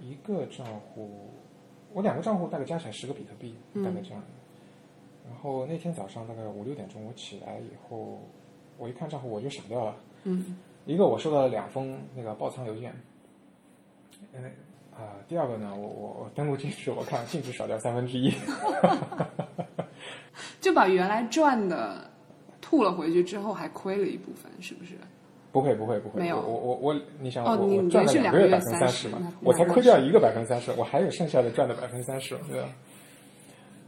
Speaker 1: 一个账户，我两个账户大概加起来十个比特币，
Speaker 2: 嗯
Speaker 1: 大概这样。然后那天早上大概五六点钟，我起来以后，我一看账户我就傻掉了。
Speaker 2: 嗯，
Speaker 1: 一个我收到了两封那个爆仓邮件，嗯啊、第二个呢，我我我登录进去，我看净值少掉三分之一。
Speaker 2: 就把原来赚的吐了回去之后，还亏了一部分，是不是？
Speaker 1: 不会不会不会，
Speaker 2: 没有
Speaker 1: 我我我我，你想
Speaker 2: 哦
Speaker 1: 我
Speaker 2: 你
Speaker 1: 我
Speaker 2: 你
Speaker 1: 赚了
Speaker 2: 是
Speaker 1: 两
Speaker 2: 两个
Speaker 1: 月
Speaker 2: 月
Speaker 1: 百分之三十
Speaker 2: 30%
Speaker 1: 嘛
Speaker 2: 那，
Speaker 1: 我才
Speaker 2: 那
Speaker 1: 亏掉一个百分之三十，我还有剩下的赚的百分之三十，对吧？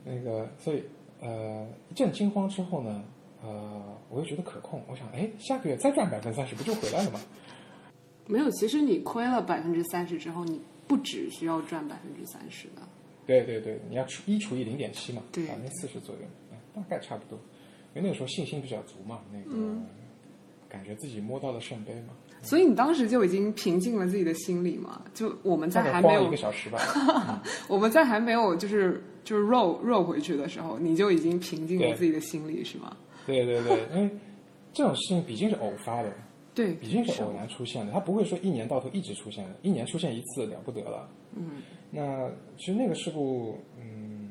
Speaker 1: 那个，所以呃，一阵惊慌之后呢，呃，我又觉得可控，我想，哎，下个月再赚百分之三十，不就回来了吗？
Speaker 2: 没有，其实你亏了百分之三十之后，你不只需要赚百分之三十的。
Speaker 1: 对对对，你要除一除以零点七嘛，啊
Speaker 2: 对
Speaker 1: 百分之四十左右，嗯大概差不多。因为那个时候信心比较足嘛，那个、感觉自己摸到了圣杯嘛。
Speaker 2: 所以你当时就已经平静了自己的心理嘛？就我们在
Speaker 1: 大概
Speaker 2: 还
Speaker 1: 晃
Speaker 2: 没
Speaker 1: 了一
Speaker 2: 有
Speaker 1: 个小时吧。 <laughs>
Speaker 2: 我们在还没有就是就是 roll roll 回去的时候，你就已经平静了
Speaker 1: 对
Speaker 2: 自己的心理是吗？
Speaker 1: 对对对，因为这种事情毕竟是偶发的，
Speaker 2: 对，
Speaker 1: 毕竟是偶然出现的，它不会说一年到头一直出现的，一年出现一次了不得了。
Speaker 2: 嗯，
Speaker 1: 那其实那个事故，嗯，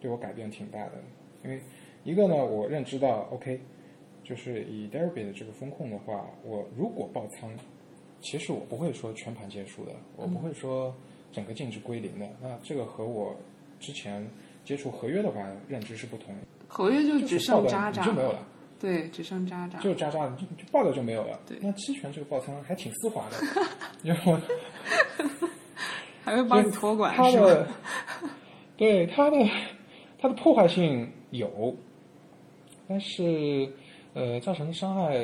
Speaker 1: 对我改变挺大的，因为一个呢，我认知到，OK，就是以 Derby 的这个风控的话，我如果爆仓，其实我不会说全盘结束的，我
Speaker 2: 嗯
Speaker 1: 不会说整个净值归零的。那这个和我之前接触合约的话，认知是不同的，
Speaker 2: 合约就只
Speaker 1: 就是爆
Speaker 2: 剩
Speaker 1: 掉
Speaker 2: 渣
Speaker 1: 你
Speaker 2: 渣
Speaker 1: 就没有了。
Speaker 2: 对，只剩渣渣。
Speaker 1: 就渣渣就就爆掉就没有了。
Speaker 2: 对
Speaker 1: 那期权这个爆仓还挺丝滑
Speaker 2: <laughs>
Speaker 1: 的，然后
Speaker 2: 还会帮你托管
Speaker 1: 它
Speaker 2: 是吧？
Speaker 1: 的 <laughs> 对它的它的破坏性有，但是呃造成的伤害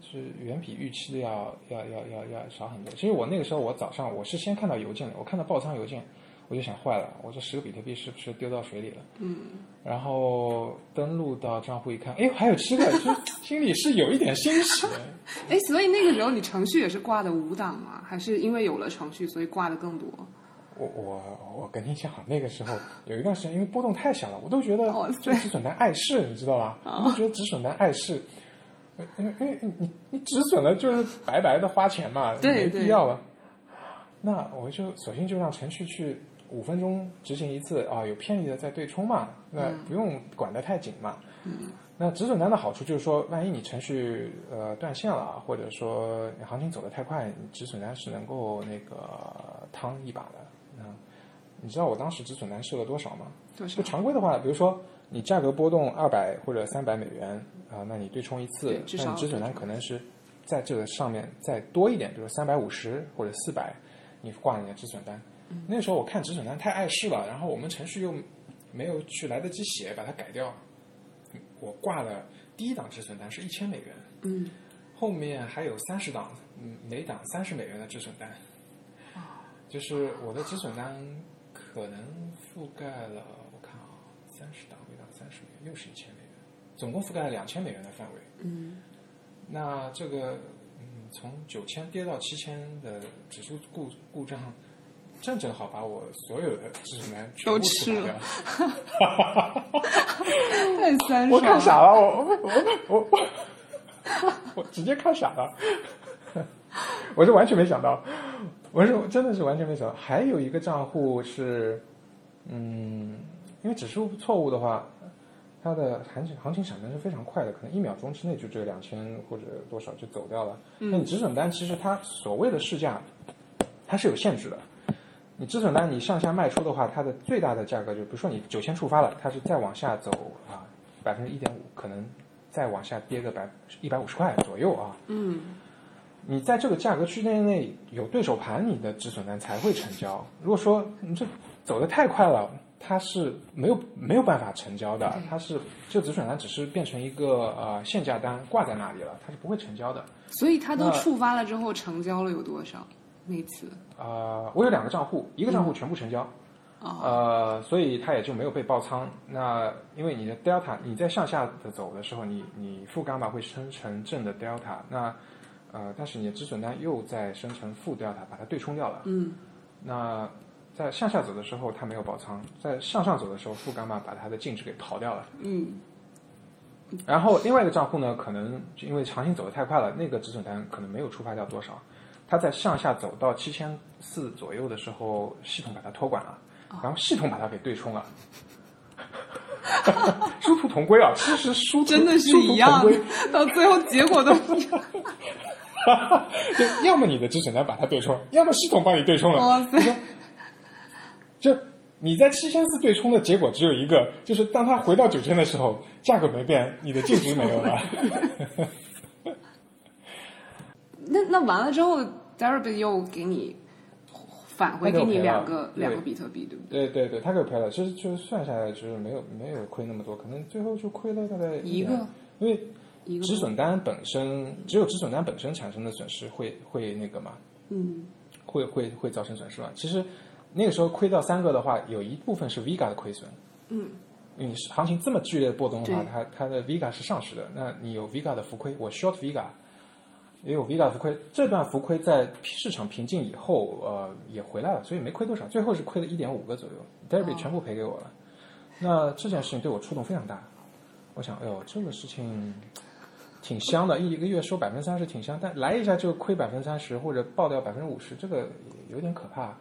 Speaker 1: 是远比预期的要要要要要少很多。其实我那个时候我早上我是先看到邮件的，我看到爆仓邮件。我就想坏了，我这十个比特币是不是丢到水里了？嗯，然后登录到账户一看，哎，还有七个，就心里是有一点欣喜的。
Speaker 2: 哎，所以那个时候你程序也是挂的五档吗？还是因为有了程序，所以挂的更多？
Speaker 1: 我我我跟你讲，那个时候有一段时间，因为波动太小了，我都觉得
Speaker 2: 哇塞
Speaker 1: 就止损单碍事，你知道吧？我就觉得止损单碍事，呃因为因为你你止损了就是白白的花钱嘛，
Speaker 2: <laughs> 对
Speaker 1: 没
Speaker 2: 对
Speaker 1: 必要了。那我就索性就让程序去五分钟执行一次啊，有便宜的再对冲嘛，那不用管得太紧嘛。
Speaker 2: 嗯
Speaker 1: 那止损单的好处就是说，万一你程序呃断线了啊，或者说你行情走得太快，你止损单是能够那个呃趟一把的。嗯，你知道我当时止损单设了多少吗？
Speaker 2: 多
Speaker 1: 就
Speaker 2: 少？
Speaker 1: 常规的话，比如说你价格波动二百或者三百美元啊、那你对冲一次
Speaker 2: 对，至
Speaker 1: 那
Speaker 2: 少
Speaker 1: 你止损单可能是在这个上面再多一点，比如三百五十或者四百，你挂你的止损单。
Speaker 2: 嗯
Speaker 1: 那时候我看止损单太碍事了，然后我们程序又没有去来得及写把它改掉，我挂了第一档止损单是一千美元，
Speaker 2: 嗯，
Speaker 1: 后面还有三十档，嗯，每档三十美元的止损单，就是我的止损单可能覆盖了，我看啊，三十档每档三十美元，又是一千美元，总共覆盖了两千美元的范围。
Speaker 2: 嗯，
Speaker 1: 那这个嗯，从九千跌到七千的指数故故障，正正好把我所有的止损单全部
Speaker 2: 都吃
Speaker 1: 吐
Speaker 2: 了
Speaker 1: 掉。
Speaker 2: 太三
Speaker 1: 我
Speaker 2: 爽
Speaker 1: 看傻
Speaker 2: 了。
Speaker 1: 了，我我我我我我 <laughs> 直接看傻了， <laughs> 我是完全没想到，我是真的是完全没想到。还有一个账户是，嗯，因为指数错误的话，它的行情行情闪灯是非常快的，可能一秒钟之内就这两千或者多少就走掉了。那你止损单其实它所谓的市价，它是有限制的。你止损单你向下卖出的话，它的最大的价格就比如说你九千触发了，它是再往下走啊，百分之一点五，可能再往下跌个百一百五十块左右啊。
Speaker 2: 嗯，
Speaker 1: 你在这个价格区间内有对手盘，你的止损单才会成交。如果说你这走得太快了，它是没有没有办法成交的，它是这个止损单只是变成一个呃限价单挂在那里了，它是不会成交的。
Speaker 2: 所以它都
Speaker 1: 那
Speaker 2: 触发了之后成交了有多少？那次
Speaker 1: 呃，我有两个账户，一个账户全部成交，
Speaker 2: 啊，
Speaker 1: 呃，所以它也就没有被爆仓。那因为你的 delta，你在向下的走的时候，你你负伽马会生成正的 delta，那呃，但是你的止损单又在生成负 delta，把它对冲掉了。
Speaker 2: 嗯，
Speaker 1: 那在向下走的时候，它没有爆仓；在向上走的时候，负伽马把它的净值给刨掉了。
Speaker 2: 嗯，
Speaker 1: 然后另外一个账户呢，可能就因为行情走得太快了，那个止损单可能没有触发掉多少，它在向下走到七千四左右的时候，系统把它托管了，
Speaker 2: 哦
Speaker 1: 然后系统把它给对冲了。 <laughs> 殊途同归啊，其实殊途
Speaker 2: 真的是
Speaker 1: 殊途
Speaker 2: 一样
Speaker 1: 同归
Speaker 2: 的，到最后结果都一样。
Speaker 1: 就要么你的止损单把它对冲，要么系统帮你对冲了。
Speaker 2: 哇塞！
Speaker 1: 就你在七千四对冲的结果只有一个，就是当它回到九千的时候，价格没变，你的净值没有了。
Speaker 2: 那那完了之后 d e r b y 又给你返回给你两个
Speaker 1: 他给我赔了
Speaker 2: 两个比特币，对不对？
Speaker 1: 对对对，他给我赔了，其实就是算下来就是没有没有亏那么多，可能最后就亏了大概
Speaker 2: 一个
Speaker 1: 两，因为
Speaker 2: 一个
Speaker 1: 止损单本身只有止损单本身产生的损失会会那个嘛，
Speaker 2: 嗯
Speaker 1: 会会会造成损失嘛。其实那个时候亏到三个的话，有一部分是 VGA 的亏损，
Speaker 2: 嗯，
Speaker 1: 你行情这么剧烈的波动的话
Speaker 2: 对，
Speaker 1: 它它的 VGA 是上去的，那你有 VGA 的浮亏，我 short VGA，也有 VIDA 浮亏，这段浮亏在市场平静以后，呃，也回来了，所以没亏多少，最后是亏了一点五个左右 d e r b y 全部赔给我了。那这件事情对我触动非常大，我想，哎呦，这个事情挺香的，一个月收百分之三十挺香，但来一下就亏百分之三十或者爆掉百分之五十，这个也有点可怕。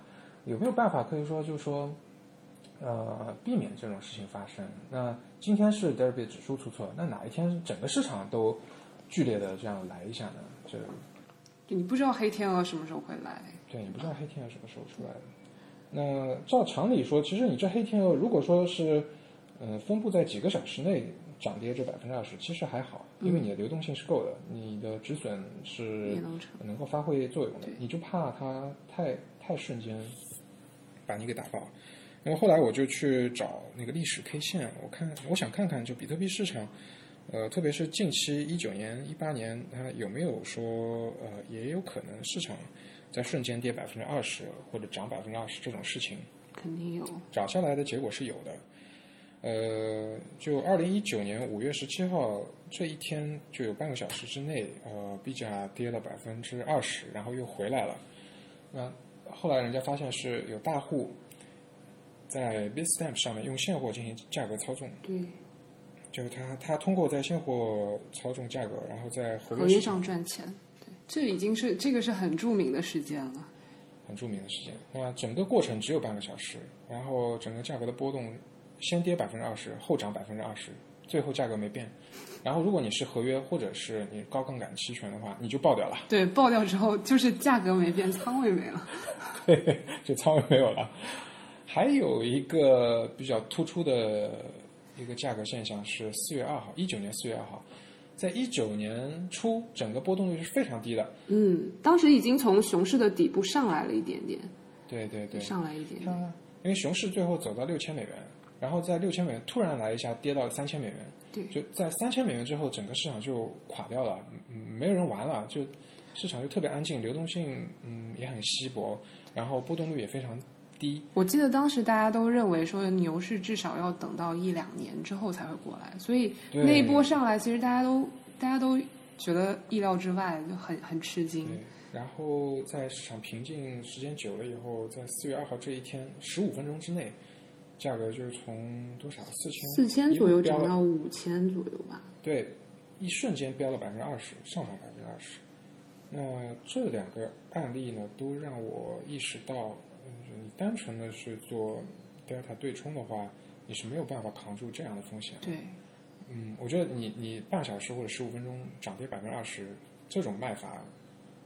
Speaker 1: 有没有办法可以说就是说，呃，避免这种事情发生？那今天是 d e r b y 指数出错，那哪一天整个市场都剧烈的这样来一下呢？这
Speaker 2: 就你不知道黑天鹅什么时候会来，
Speaker 1: 对，你不知道黑天鹅什么时候出来的。那照常理说，其实你这黑天鹅如果说是，呃，分布在几个小时内涨跌这百分之二十，其实还好，因为你的流动性是够的，你的止损
Speaker 2: 也
Speaker 1: 是
Speaker 2: 能成。
Speaker 1: 能够发挥作用的
Speaker 2: 对。
Speaker 1: 你就怕它太太瞬间把你给打爆。那么后来我就去找那个历史 K 线，我看我想看看就比特币市场，呃，特别是近期一九年、一八年，它有没有说呃，也有可能市场在瞬间跌百分之二十或者涨百分之二十这种事情。
Speaker 2: 肯定有，
Speaker 1: 涨下来的结果是有的。呃，就二零一九年五月十七号这一天，就有半个小时之内，呃，币价跌了百分之二十，然后又回来了。那后来人家发现是有大户在 Bitstamp 上面用现货进行价格操纵，
Speaker 2: 对，
Speaker 1: 就是他他通过在现货操纵价格，然后在合
Speaker 2: 合
Speaker 1: 约
Speaker 2: 约
Speaker 1: 市场
Speaker 2: 上赚钱，对，这已经是这个是很著名的事件了。
Speaker 1: 很著名的事件。那整个过程只有半个小时，然后整个价格的波动先跌百分之二十，后涨百分之二十，最后价格没变。然后如果你是合约或者是你高杠杆期权的话，你就爆掉了， <laughs>
Speaker 2: 对，爆掉之后就是价格没变，仓位没了。
Speaker 1: 就仓位没有了。还有一个比较突出的一个价格现象是四月二号，一九年四月二号，在一九年初整个波动率是非常低的。
Speaker 2: 嗯，当时已经从熊市的底部上来了一点点，
Speaker 1: 对对对，
Speaker 2: 上来一点点，
Speaker 1: 它因为熊市最后走到六千美元，然后在六千美元突然来一下跌到三千美元，
Speaker 2: 对
Speaker 1: 就在三千美元之后，整个市场就垮掉了，嗯没有人玩了，就市场就特别安静，流动性嗯也很稀薄，然后波动率也非常低，
Speaker 2: 我记得当时大家都认为说牛市至少要等到一两年之后才会过来，所以
Speaker 1: 对
Speaker 2: 那一波上来，其实大家都大家都觉得意料之外，就很很吃惊
Speaker 1: 对。，然后在市场平静时间久了以后，在四月二号这一天十五分钟之内，价格就是从多少四千
Speaker 2: 四千左右
Speaker 1: 飙
Speaker 2: 涨
Speaker 1: 了
Speaker 2: 到五千左右吧，
Speaker 1: 对，一瞬间飙了百分之二十，上涨百分之二十。那这两个案例呢，都让我意识到，嗯你单纯的是做 delta 对冲的话，你是没有办法扛住这样的风险的。
Speaker 2: 对，
Speaker 1: 嗯，我觉得你你半小时或者十五分钟涨跌百分之二十，这种卖法，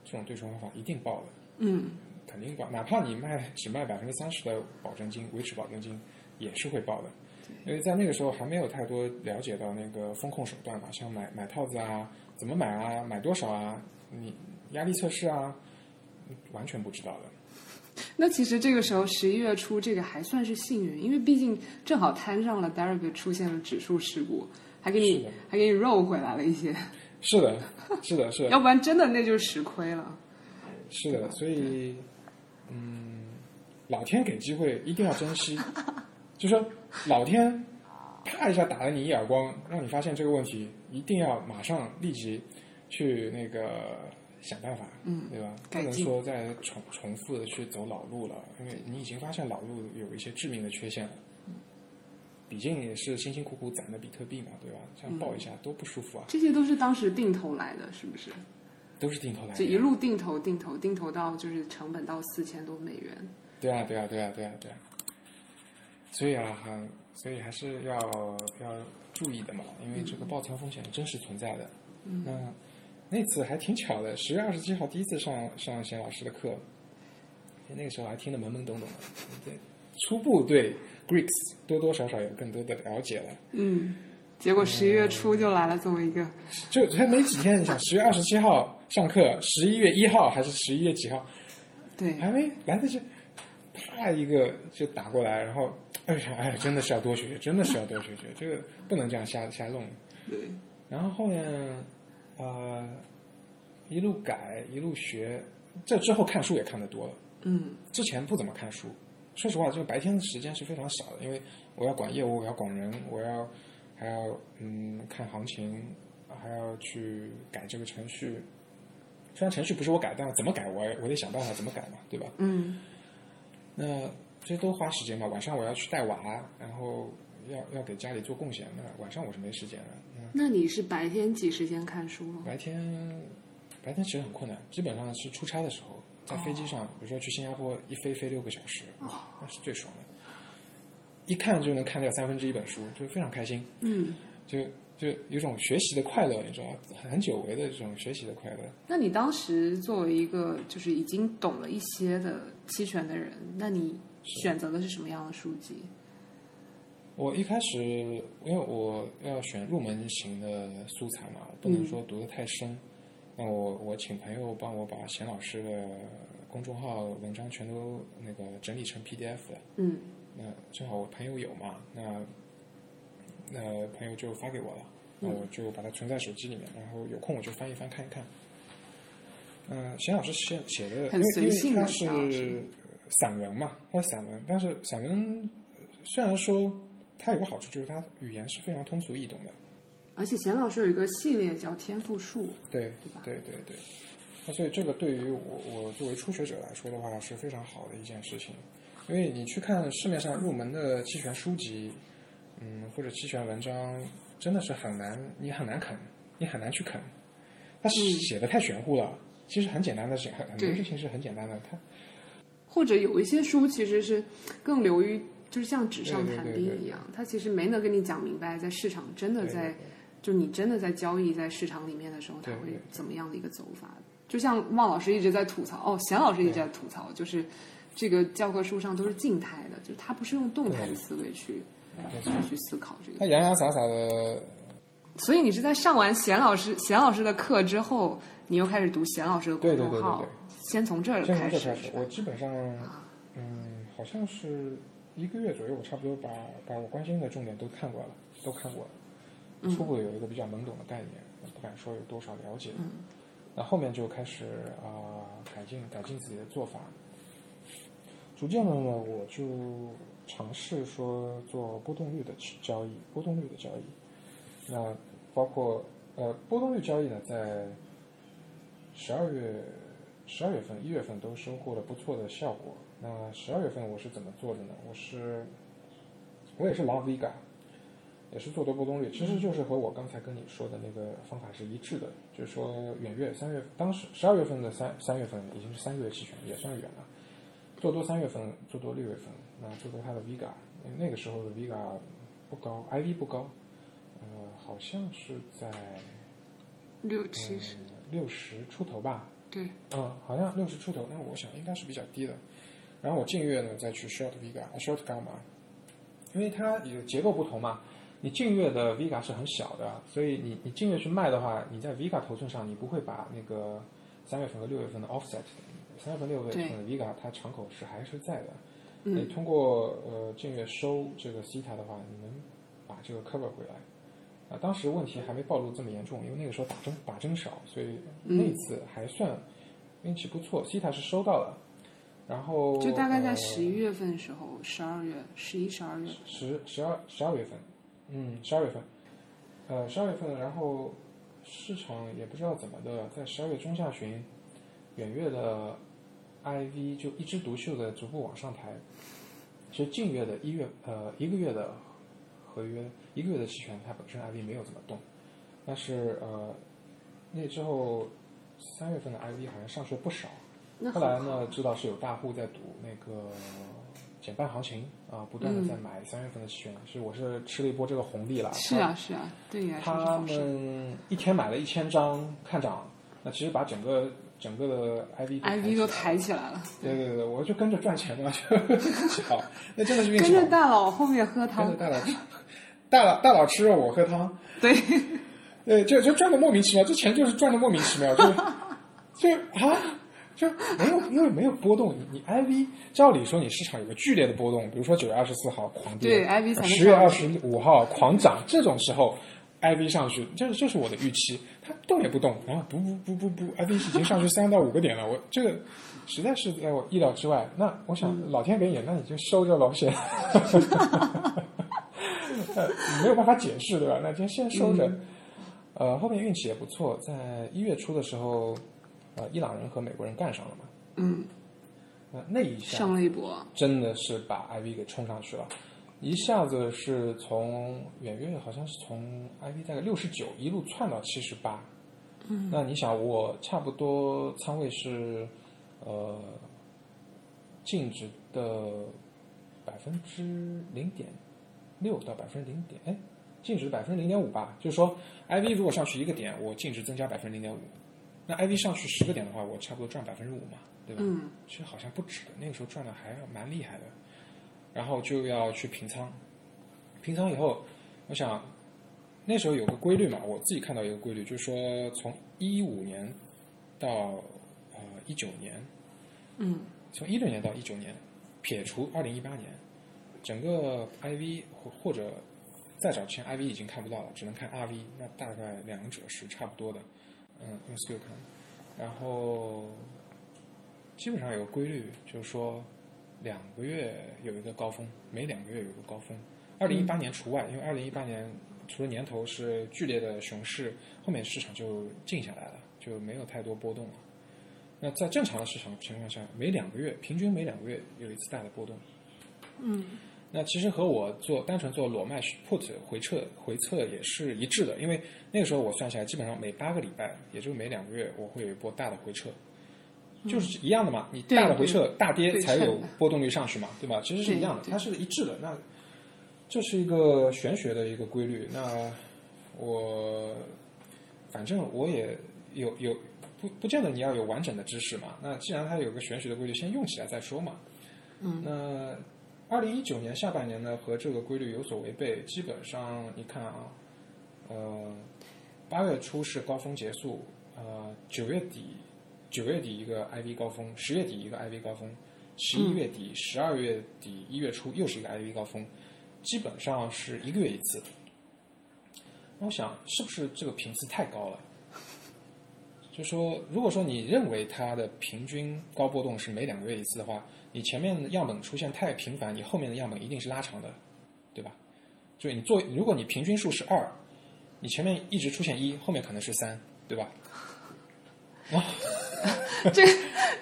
Speaker 1: 这种对冲方法一定爆的。
Speaker 2: 嗯，
Speaker 1: 肯定爆，哪怕你卖只卖百分之三十的保证金，维持保证金也是会爆的，因为在那个时候还没有太多了解到那个风控手段嘛，像买买套子啊，怎么买啊，买多少啊，你压力测试啊，完全不知道的。
Speaker 2: 那其实这个时候十一月初，这个还算是幸运，因为毕竟正好摊上了 Derby 出现了指数事故，还给
Speaker 1: 是
Speaker 2: 你
Speaker 1: 的
Speaker 2: 还给你 roll 回来了一些，
Speaker 1: 是的，是的，是的
Speaker 2: 要，不然真的那就是实亏了。
Speaker 1: 是的，所以，嗯，老天给机会一定要珍
Speaker 2: <laughs>
Speaker 1: 惜，就说老天啪一下打了你一耳光，让你发现这个问题，一定要马上立即去那个想办法，嗯，对吧？不
Speaker 2: 改
Speaker 1: 能
Speaker 2: 进
Speaker 1: 说再重重复的去走老路了，因为你已经发现老路有一些致命的缺陷了。
Speaker 2: 嗯
Speaker 1: 毕竟也是辛辛苦苦攒的比特币嘛，对吧？这
Speaker 2: 嗯
Speaker 1: 样抱一下多不舒服啊！
Speaker 2: 这些都是当时定投来的，是不是？
Speaker 1: 都是定投来
Speaker 2: 就
Speaker 1: 的，
Speaker 2: 一路定投，定投，定投到就是成本到四千多美元。
Speaker 1: 对啊，对啊，对啊，对啊，对啊。所以啊，还所以还是要要注意的嘛，因为这个爆仓风险真实存在的。嗯。那那次还挺巧的，十月二十七号第一次上上贤老师的课，那个时候还听得懵懵懂懂的，对，初步对 Greeks 多多少少有更多的了解了。
Speaker 2: 嗯，结果十一月初就来了这么一个，
Speaker 1: 就还没几天，你想十月二十七号上课，十一月一号还是十一月几号？
Speaker 2: 对，
Speaker 1: 还没来得及，啪一个就打过来，然后哎呀哎呀，真的是要多学学，真的是要多学学，这个不能这样瞎瞎弄。
Speaker 2: 对，
Speaker 1: 然后后面呃一路改一路学，这之后看书也看得多了，
Speaker 2: 嗯，
Speaker 1: 之前不怎么看书。说实话，就白天的时间是非常少的，因为我要管业务，我要管人，我要还要嗯看行情，还要去改这个程序，虽然程序不是我改，但是怎么改我也我得想办法怎么改嘛，对吧？
Speaker 2: 嗯
Speaker 1: 那这都花时间嘛。晚上我要去带娃，然后要要给家里做贡献，那晚上我是没时间的。那
Speaker 2: 那你是白天挤时间看书吗？
Speaker 1: 白天白天其实很困难，基本上是出差的时候，在飞机上，比如说去新加坡一飞飞六个小时，哇，那是最爽的。一看就能看掉三分之一本书，就非常开心，
Speaker 2: 嗯，
Speaker 1: 就就有种学习的快乐，你知道吗？很久违的这种学习的快乐。
Speaker 2: 那你当时作为一个就是已经懂了一些的期权的人，那你选择的是什么样的书籍？
Speaker 1: 我一开始因为我要选入门型的素材嘛，不能说读得太深。那我我请朋友帮我把贤老师的公众号文章全都那个整理成 PDF 了。
Speaker 2: 嗯
Speaker 1: 那正好我朋友有嘛，那那朋友就发给我了，那
Speaker 2: 嗯
Speaker 1: 我就把它存在手机里面，然后有空我就翻一翻看一看。嗯、贤老师写写的，
Speaker 2: 很
Speaker 1: 因为
Speaker 2: 随性
Speaker 1: 因为
Speaker 2: 的
Speaker 1: 他
Speaker 2: 是吧
Speaker 1: 是呃散文嘛，他是散文，但是散文呃虽然说它有个好处就是它语言是非常通俗易懂的，
Speaker 2: 而且贤老师有一个系列叫《天赋树》，
Speaker 1: 对
Speaker 2: 对吧
Speaker 1: 对对对。那所以这个对于我我作为初学者来说的话是非常好的一件事情，因为你去看市面上入门的期权书籍，嗯，或者期权文章，真的是很难，你很难啃，你很难去啃，它写的太玄乎了。其实很简单的事，很很多
Speaker 2: 嗯对
Speaker 1: 事情是很简单的，它
Speaker 2: 或者有一些书其实是更流于，就是像纸上谈
Speaker 1: 对对对
Speaker 2: 兵
Speaker 1: 对
Speaker 2: 一样，它其实没能跟你讲明白，在市场真的在，就你真的在交易在市场里面的时候，它
Speaker 1: 对对
Speaker 2: 会
Speaker 1: 对
Speaker 2: 怎么样的一个走法？就像汪老师一直在吐槽，哦，贤老师一直在吐槽，就是这个教科书上都是静态的，就是他不是用动态的思维去
Speaker 1: 没错
Speaker 2: 去思考这
Speaker 1: 它
Speaker 2: 个。
Speaker 1: 洋洋洒洒的
Speaker 2: 所以你是在上完贤老师贤老师的课之后，你又开始读贤老师的公
Speaker 1: 对对对
Speaker 2: 众
Speaker 1: 对
Speaker 2: 号
Speaker 1: 对，
Speaker 2: 先从这儿
Speaker 1: 先从
Speaker 2: 开
Speaker 1: 这
Speaker 2: 始
Speaker 1: 开始
Speaker 2: 是，吧。啊
Speaker 1: 我基本上，嗯，好像是一个月左右，我差不多把把我关心的重点都看过了，都看过
Speaker 2: 嗯
Speaker 1: 了，初步有一个比较懵懂的概念，不敢说有多少了解。
Speaker 2: 嗯
Speaker 1: 那后面就开始啊、改进改进自己的做法，逐渐的呢，我就尝试说做波动率的交易，波动率的交易。那包括呃波动率交易呢，在十二月、十二月份、一月份都收获了不错的效果。那十二月份我是怎么做的呢？我是我也是拉 Vega，也是做多波动率，其实就是和我刚才跟你说的那个方法是一致的，就是说远月三月，当时十二月份的三三月份已经是三个月期权，也算远了。做多三月份，做多六月份，那做多它的 Vega，因为那个时候的 Vega 不高，IV 不高，呃，好像是在嗯
Speaker 2: 六七十，
Speaker 1: 六十出头吧，
Speaker 2: 对，
Speaker 1: 嗯，好像六十出头，那我想应该是比较低的。然后我近月呢再去 short Vega、short Gamma，因为它有结构不同嘛，你近月的 Vega 是很小的，所以你你近月去卖的话，你在 Vega 头寸上你不会把那个三月份和六月份的 offset，三月份六月份的 Vega 它敞口是还是在的。你
Speaker 2: 嗯，
Speaker 1: 通过呃近月收这个西塔的话，你能把这个 cover 回来。啊，当时问题还没暴露这么严重，因为那个时候打针打针少，所以那
Speaker 2: 嗯
Speaker 1: 一次还算运气不错，西塔是收到了。然后
Speaker 2: 就大概在
Speaker 1: 呃
Speaker 2: 十一月份时候，十二月、十一、十二月，
Speaker 1: 十十二十二月份，嗯，十二月份，呃，十二月份，然后市场也不知道怎么的，在十二月中下旬，远月的 IV 就一枝独秀的逐步往上抬，其实近月的一月呃一个月的合约一个月的期权，它本身 IV 没有怎么动，但是呃那之后三月份的 IV 好像上去了不少，
Speaker 2: 那
Speaker 1: 后
Speaker 2: 很
Speaker 1: 来
Speaker 2: 好啊
Speaker 1: 呢，知道是有大户在赌那个减半行情啊，不
Speaker 2: 嗯
Speaker 1: 断的在买三月份的期权，是我是吃了一波这个红利了。
Speaker 2: 是啊，是啊，对你来说是
Speaker 1: 他
Speaker 2: 好事。
Speaker 1: 们一天买了一千张看涨，那其实把整个整个的 IV 都
Speaker 2: IV 哎都抬
Speaker 1: 起
Speaker 2: 起来了，
Speaker 1: 来了。对对对，我就跟着赚钱嘛，就运
Speaker 2: <laughs>
Speaker 1: 气好，那真的是运
Speaker 2: 跟
Speaker 1: 气好
Speaker 2: 着。大佬后面喝
Speaker 1: 跟
Speaker 2: 汤
Speaker 1: 着，大佬吃，大佬大佬吃肉，我喝汤。
Speaker 2: 对，
Speaker 1: <laughs> 对，哎就就赚的莫名其妙，这钱就是赚的莫名其妙，就
Speaker 2: <laughs>
Speaker 1: 就啊，就没有因为没有波动，你你 IV 照理说你市场有个剧烈的波动，比如说九月二十四号狂跌，
Speaker 2: 对，IV 才能
Speaker 1: 十月二
Speaker 2: 上
Speaker 1: 十
Speaker 2: 去
Speaker 1: 五号狂涨，这种时候 IV 上去，这这是我的预期，它动也不动，然后不不不不不，IV 已经上去三到五个点了，我这个实在是在我意料之外，那我想
Speaker 2: 嗯
Speaker 1: 老天给你，那你就收着老
Speaker 2: <laughs>
Speaker 1: 险。 <laughs> 呃，没有办法解释，对
Speaker 2: 嗯
Speaker 1: 吧？那今天先收着。呃，后面运气也不错，在一月初的时候，呃伊朗人和美国人干上了嘛。呃
Speaker 2: 嗯，
Speaker 1: 那那一下
Speaker 2: 上了一波，
Speaker 1: 真的是把 IB 给冲上去了，一下子是从远月好像是从 IB 大概六十九一路窜到七十八。嗯，那你想我差不多仓位是呃净值的百分之零点六到百分之零点哎。净值百分之零点五吧，就是说，IV 如果上去一个点，我净值增加百分之零点五，那 IV 上去十个点的话，我差不多赚百分之五嘛，对吧？
Speaker 2: 嗯，
Speaker 1: 其实好像不止的，那个时候赚的还蛮厉害的。然后就要去平仓，平仓以后，我想那时候有个规律嘛，我自己看到一个规律，就是说从一五年到呃一九年，
Speaker 2: 嗯，
Speaker 1: 从一六年到一九年，撇除二零一八年，整个 IV 或或者再早之前 IV 已经看不到了，只能看 RV，那大概两者是差不多的，嗯，用 skill 看，然后基本上有个规律，就是说两个月有一个高峰，每两个月有一个高峰。二零一八年除外，因为二零一八年除了年头是剧烈的熊市，后面市场就静下来了，就没有太多波动了。那在正常的市场情况下，每两个月平均每两个月有一次大的波动。
Speaker 2: 嗯
Speaker 1: 那其实和我做单纯做裸卖 put 回撤回撤也是一致的，因为那个时候我算下来，基本上每八个礼拜，也就是每两个月，我会有一波大的回撤，就是一样的嘛。你
Speaker 2: 对
Speaker 1: 大的回撤
Speaker 2: 对
Speaker 1: 大跌才
Speaker 2: 对
Speaker 1: 有
Speaker 2: 称的
Speaker 1: 波动率上去嘛，对吧？其实是一样的
Speaker 2: 对，对
Speaker 1: 它是一致的。那这是一个玄学的一个规律。那我反正我也有有不不见得你要有完整的知识嘛。那既然它有个玄学的规律，先用起来再说嘛。
Speaker 2: 嗯，
Speaker 1: 那二零一九年下半年呢，和这个规律有所违背。基本上你看啊，呃，八月初是高峰结束，呃，九月底九月底一个 IV 高峰，十月底一个 IV 高峰，十一月底、十二月底、一月初又是一个 IV 高峰，基本上是一个月一次。那我想，是不是这个频次太高了？就说，如果说你认为它的平均高波动是每两个月一次的话，你前面的样本出现太频繁，你后面的样本一定是拉长的，对吧？所以你做，如果你平均数是二，你前面一直出现一，后面可能是三，对吧？
Speaker 2: 这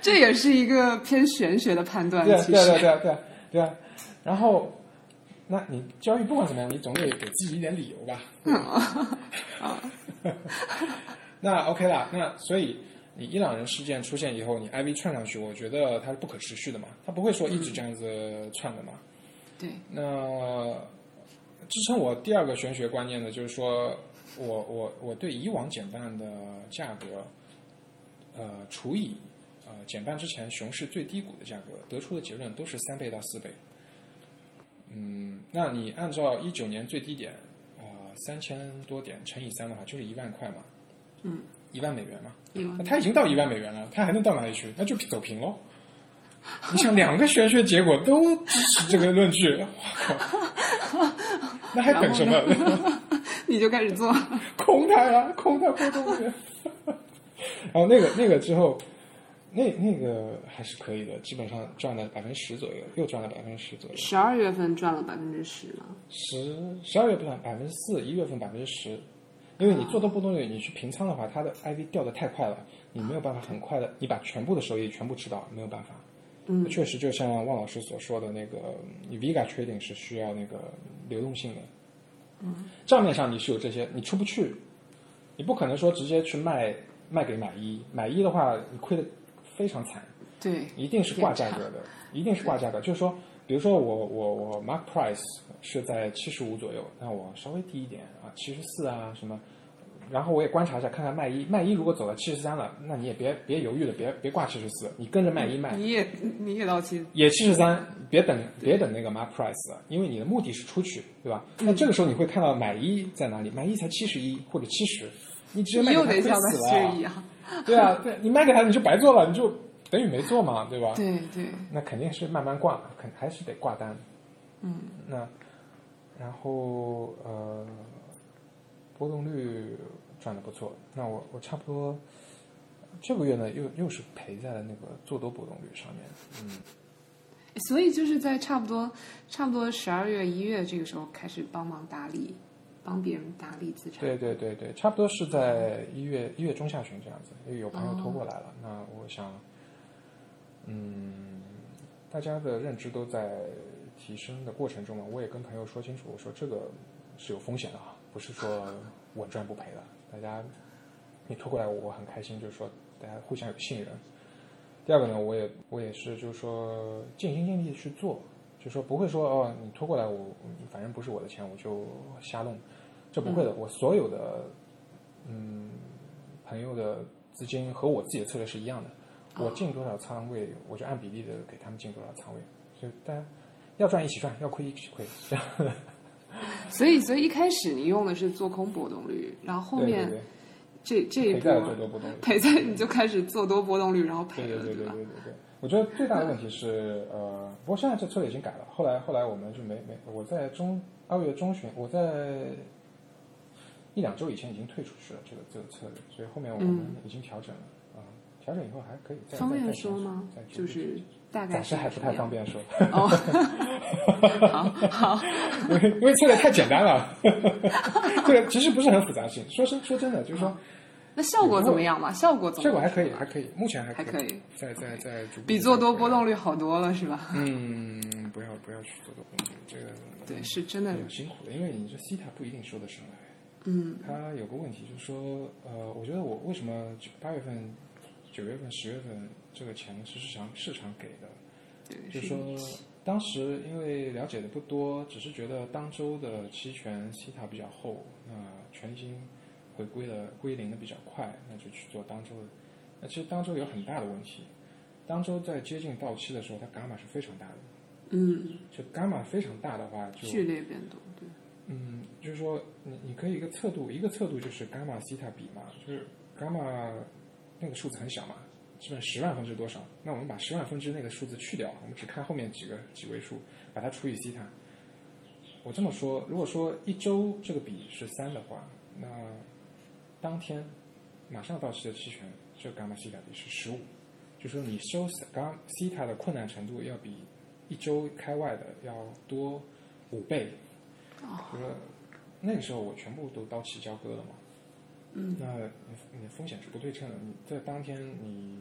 Speaker 2: 这也是一个偏玄学的判断
Speaker 1: 对，啊，
Speaker 2: 其
Speaker 1: 对啊，对啊，
Speaker 2: 实
Speaker 1: 对啊，对啊，对啊。然后，那你交易不管怎么样，你总得给自己一点理由吧？
Speaker 2: 嗯
Speaker 1: <laughs> 那 OK 啦，那所以你伊朗人事件出现以后，你 IV 窜上去，我觉得它是不可持续的嘛，它不会说一
Speaker 2: 嗯
Speaker 1: 直这样子窜的嘛。
Speaker 2: 对，
Speaker 1: 那支撑我第二个玄学观念的，就是说我我我对以往减半的价格，呃，除以呃减半之前熊市最低谷的价格，得出的结论都是三倍到四倍。嗯，那你按照一九年最低点啊三千多点乘以三的话，就是一万块嘛，
Speaker 2: 嗯，
Speaker 1: 一万美元嘛。
Speaker 2: 一万
Speaker 1: 那啊它已经到一万美元了，它还能到哪里去？那就走平喽。你想，两个玄学结果都支持这个论据，我靠，那还等什么？
Speaker 2: 你就开始做，
Speaker 1: 空它呀，空它波动率。然后那个那个之后，那那个还是可以的，基本上赚了百分之十左右，又赚了百分之十左右。
Speaker 2: 十二月份赚了百分之十嘛，
Speaker 1: 十十二月份百分之四，一月份百分之十，因为你做多波动率，你去平仓的话，它的 IV 掉的太快了，你没有办法很快的，你把全部的收益全部吃到，没有办法。
Speaker 2: 嗯
Speaker 1: 确实就像汪老师所说的那个你，Vega Trading 是需要那个流动性的。嗯，账面上你是有这些，你出不去，你不可能说直接去卖卖给买一，买一的话你亏的非常惨。
Speaker 2: 对，
Speaker 1: 一定是挂价格的，一定是挂价格。就是说，比如说我我我 mark price 是在七十五左右，那我稍微低一点啊，七十四啊什么，然后我也观察一下，看看卖一卖一如果走到七十三了，那你也别别犹豫了，别别挂七十四，你跟着卖一卖。
Speaker 2: 你也你也到期，
Speaker 1: 也七十三，别等别等那个 mark price 了，因为你的目的是出去，对吧？
Speaker 2: 嗯
Speaker 1: 那这个时候你会看到买一在哪里，买一才七十一或者七十，你直接卖
Speaker 2: 你
Speaker 1: 给
Speaker 2: 又
Speaker 1: 他
Speaker 2: 得
Speaker 1: 亏
Speaker 2: 像他
Speaker 1: 死啊
Speaker 2: 学一 <laughs>
Speaker 1: 了，
Speaker 2: 样，
Speaker 1: 对啊，对你卖给他你就白做了，你就等于没做嘛，对吧？
Speaker 2: 对对，
Speaker 1: 那肯定是慢慢挂，肯还是得挂单。
Speaker 2: 嗯
Speaker 1: 那然后呃，波动率赚的不错。那我我差不多这个月呢，又又是赔在了那个做多波动率上面。嗯，
Speaker 2: 所以就是在差不多差不多十二月一月这个时候开始帮忙打理帮别人打理资产。
Speaker 1: 对对对对，差不多是在一月一月中下旬这样子，因为有朋友托过来了。那我想，嗯，大家的认知都在提升的过程中嘛，我也跟朋友说清楚，我说这个是有风险的啊，不是说稳赚不赔的。大家你托过来我，我很开心，就是说大家互相有信任。第二个呢，我也我也是就是说尽心尽力去做，就是说不会说哦，你拖过来我反正不是我的钱，我就瞎弄，这不会的。我所有的嗯朋友的资金和我自己的策略是一样的，
Speaker 2: 哦
Speaker 1: 我进多少仓位，我就按比例的给他们进多少仓位，就大家要赚一起赚，要亏一起亏， <laughs> 这样。
Speaker 2: 所以，所以一开始你用的是做空波动率，然后后
Speaker 1: 对对
Speaker 2: 面
Speaker 1: 对，
Speaker 2: 这这一
Speaker 1: 赔
Speaker 2: 波
Speaker 1: 在做多不动。
Speaker 2: 赔在你就开始做多波动率，然后赔
Speaker 1: 对对
Speaker 2: 了，
Speaker 1: 对对
Speaker 2: 吧
Speaker 1: 对？对对。我觉得最大的问题是，呃，不过现在这策略已经改了。后来后来我们就没没，我在中二月中旬，我在一两周以前已经退出去了这个这个策略，所以后面我们
Speaker 2: 嗯
Speaker 1: 已经调整了。啊、调整以后还可以再
Speaker 2: 方
Speaker 1: 再
Speaker 2: 便
Speaker 1: 再
Speaker 2: 说
Speaker 1: 尝试
Speaker 2: 吗
Speaker 1: 再？逐
Speaker 2: 就
Speaker 1: 步去
Speaker 2: 是大概
Speaker 1: 暂时还不太方
Speaker 2: 便。
Speaker 1: 便说， <laughs>
Speaker 2: 哦，好好，
Speaker 1: 因为因为策略太简单了， <laughs> 这个其实不是很复杂性。说真说真的，就是说
Speaker 2: 哦那效果怎么样嘛？效果怎么
Speaker 1: 效
Speaker 2: 样？
Speaker 1: 果还可以，还可以，目前还
Speaker 2: 还可以，
Speaker 1: 再再再逐步
Speaker 2: 比做多波
Speaker 1: 动。
Speaker 2: 动率好多了，是吧？
Speaker 1: 嗯，不要不要去做多工作，这个嗯
Speaker 2: 对，是真的，
Speaker 1: 很辛苦的，因为你这西塔不一定说得上来。
Speaker 2: 嗯
Speaker 1: 它有个问题就是说，呃，我觉得我为什么九八月份、九月份、十月份这个钱是市场市场给的，
Speaker 2: 对，
Speaker 1: 就是说当时因为了解的不多，只是觉得当周的期权西塔比较厚，那全新回归的归零的比较快，那就去做当周的。那其实当周有很大的问题，当周在接近到期的时候，它伽马是非常大的。
Speaker 2: 嗯，
Speaker 1: 就伽马非常大的话，就
Speaker 2: 剧烈变动，对，
Speaker 1: 嗯，就是说你你可以一个测度，一个测度就是伽马西塔比嘛，就是伽马那个数字很小嘛，基本十万分之多少？那我们把十万分之那个数字去掉，我们只看后面几个几位数，把它除以西塔。我这么说，如果说一周这个比是三的话，那当天马上到期的期权，这伽马西塔比是十五，就说你收伽西塔的困难程度要比一周开外的要多五倍。就是那个时候我全部都到期交割了嘛，
Speaker 2: 嗯，
Speaker 1: 那你你风险是不对称的，你在当天你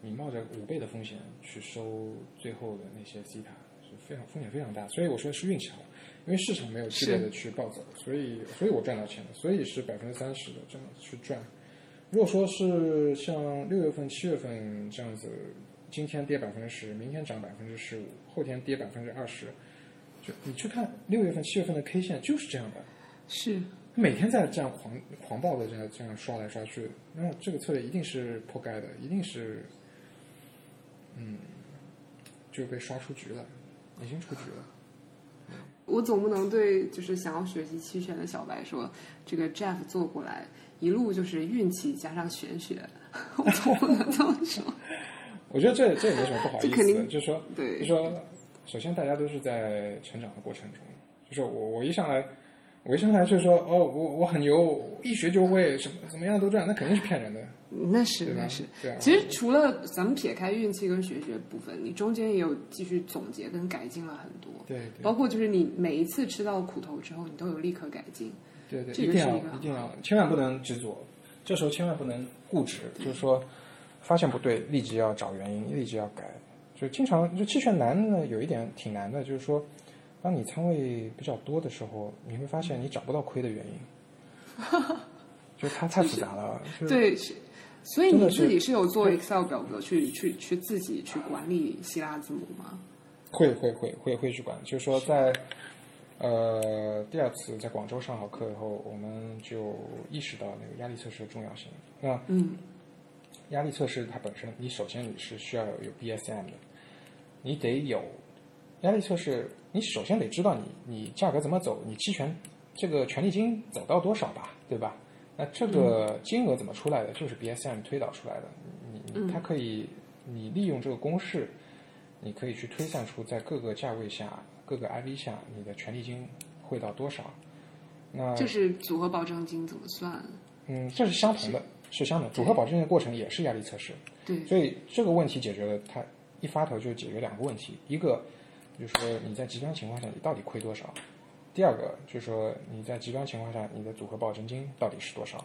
Speaker 1: 你冒着五倍的风险去收最后的那些西塔是非常风险非常大，所以我说是运气好，因为市场没有剧烈的去暴走，所以所以我赚到钱了，所以是百分之三十的这样去赚。如果说是像六月份、七月份这样子，今天跌百分之十，明天涨百分之十五，后天跌百分之二十，就你去看六月份、七月份的 K 线就是这样的，
Speaker 2: 是
Speaker 1: 每天在这样狂狂暴的这样这样刷来刷去，那这个策略一定是破盖的，一定是，嗯，就被刷出局了，已经出局了。
Speaker 2: 我总不能对就是想要学习期权的小白说，这个 Jeff 做过来一路就是运气加上玄学，我总不能这么说。
Speaker 1: 我觉得这这也没什么不好意
Speaker 2: 这肯
Speaker 1: 思的，
Speaker 2: 定
Speaker 1: 就是说，
Speaker 2: 对
Speaker 1: 就说，首先大家都是在成长的过程中，就是我我一上来，我一上来就说哦，我我很牛，我一学就会，什么怎么样都赚，那肯定是骗人的，
Speaker 2: 那是
Speaker 1: 对吧
Speaker 2: 那是，？
Speaker 1: 对啊，
Speaker 2: 其实除了咱们撇开运气跟玄学部分，你中间也有继续总结跟改进了很多，
Speaker 1: 对啊
Speaker 2: 包
Speaker 1: 对
Speaker 2: 括就是你每一次吃到苦头之后，你都有立刻改进。
Speaker 1: 对对，
Speaker 2: 这
Speaker 1: 一
Speaker 2: 个
Speaker 1: 定
Speaker 2: 是
Speaker 1: 要
Speaker 2: 一个
Speaker 1: 一定要，千万不能执着，这时候千万不能固执，就是说发现不对，立即要找原因，立即要改。就经常就期权难呢，有一点挺难的，就是说，当你仓位比较多的时候，你会发现你找不到亏的原因，
Speaker 2: <laughs>
Speaker 1: 就它太复杂了。就是
Speaker 2: 对，是，所以
Speaker 1: 真
Speaker 2: 你
Speaker 1: 的是
Speaker 2: 自己是有做 Excel 表格去去去自己去管理希腊字母吗？
Speaker 1: 会会会会会去管，就是说在呃第二次在广州上好课以后，我们就意识到那个压力测试的重要性。那
Speaker 2: 嗯，
Speaker 1: 压力测试它本身，你首先你是需要有 BSM 的，你得有压力测试，你首先得知道你你价格怎么走，你期权这个权利金走到多少吧，对吧？那这个金额怎么出来的？就是 BSM 推导出来的。你
Speaker 2: 嗯
Speaker 1: 你它可以，你利用这个公式，你可以去推算出在各个价位下、各个 IV 下，你的权利金会到多少。那
Speaker 2: 就是组合保证金怎么算？
Speaker 1: 嗯，这是相同的，是相同的。组合保证金的过程也是压力测试。
Speaker 2: 对，
Speaker 1: 所以这个问题解决了，它一发头就解决两个问题，一个就是说你在极端情况下你到底亏多少，第二个就是说你在极端情况下你的组合保证金到底是多少，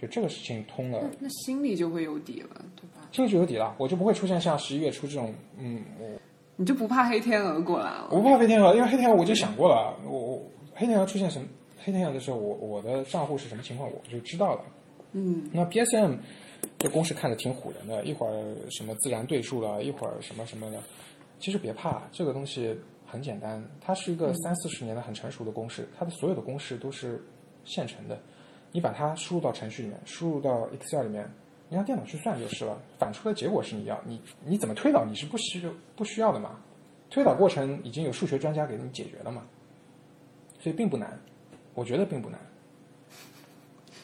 Speaker 1: 就这个事情通了
Speaker 2: 那，那心里就会有底了，对吧？
Speaker 1: 这个就有底了，我就不会出现像十一月初这种，嗯，
Speaker 2: 你就不怕黑天鹅过来了？
Speaker 1: 我不怕黑天鹅，因为黑天鹅我已经想过了，我我黑天鹅出现什么黑天鹅的时候，我我的账户是什么情况我就知道了。
Speaker 2: 嗯
Speaker 1: 那 PSM 这公式看着挺唬人的，一会儿什么自然对数了，一会儿什么什么的，其实别怕，这个东西很简单，它是一个三四十年的很成熟的公式，它的所有的公式都是现成的，你把它输入到程序里面，输入到 Excel 里面。你让电脑去算就是了，反出的结果是你要你你怎么推导你是不需不需要的嘛？推导过程已经有数学专家给你解决了嘛，所以并不难，我觉得并不难。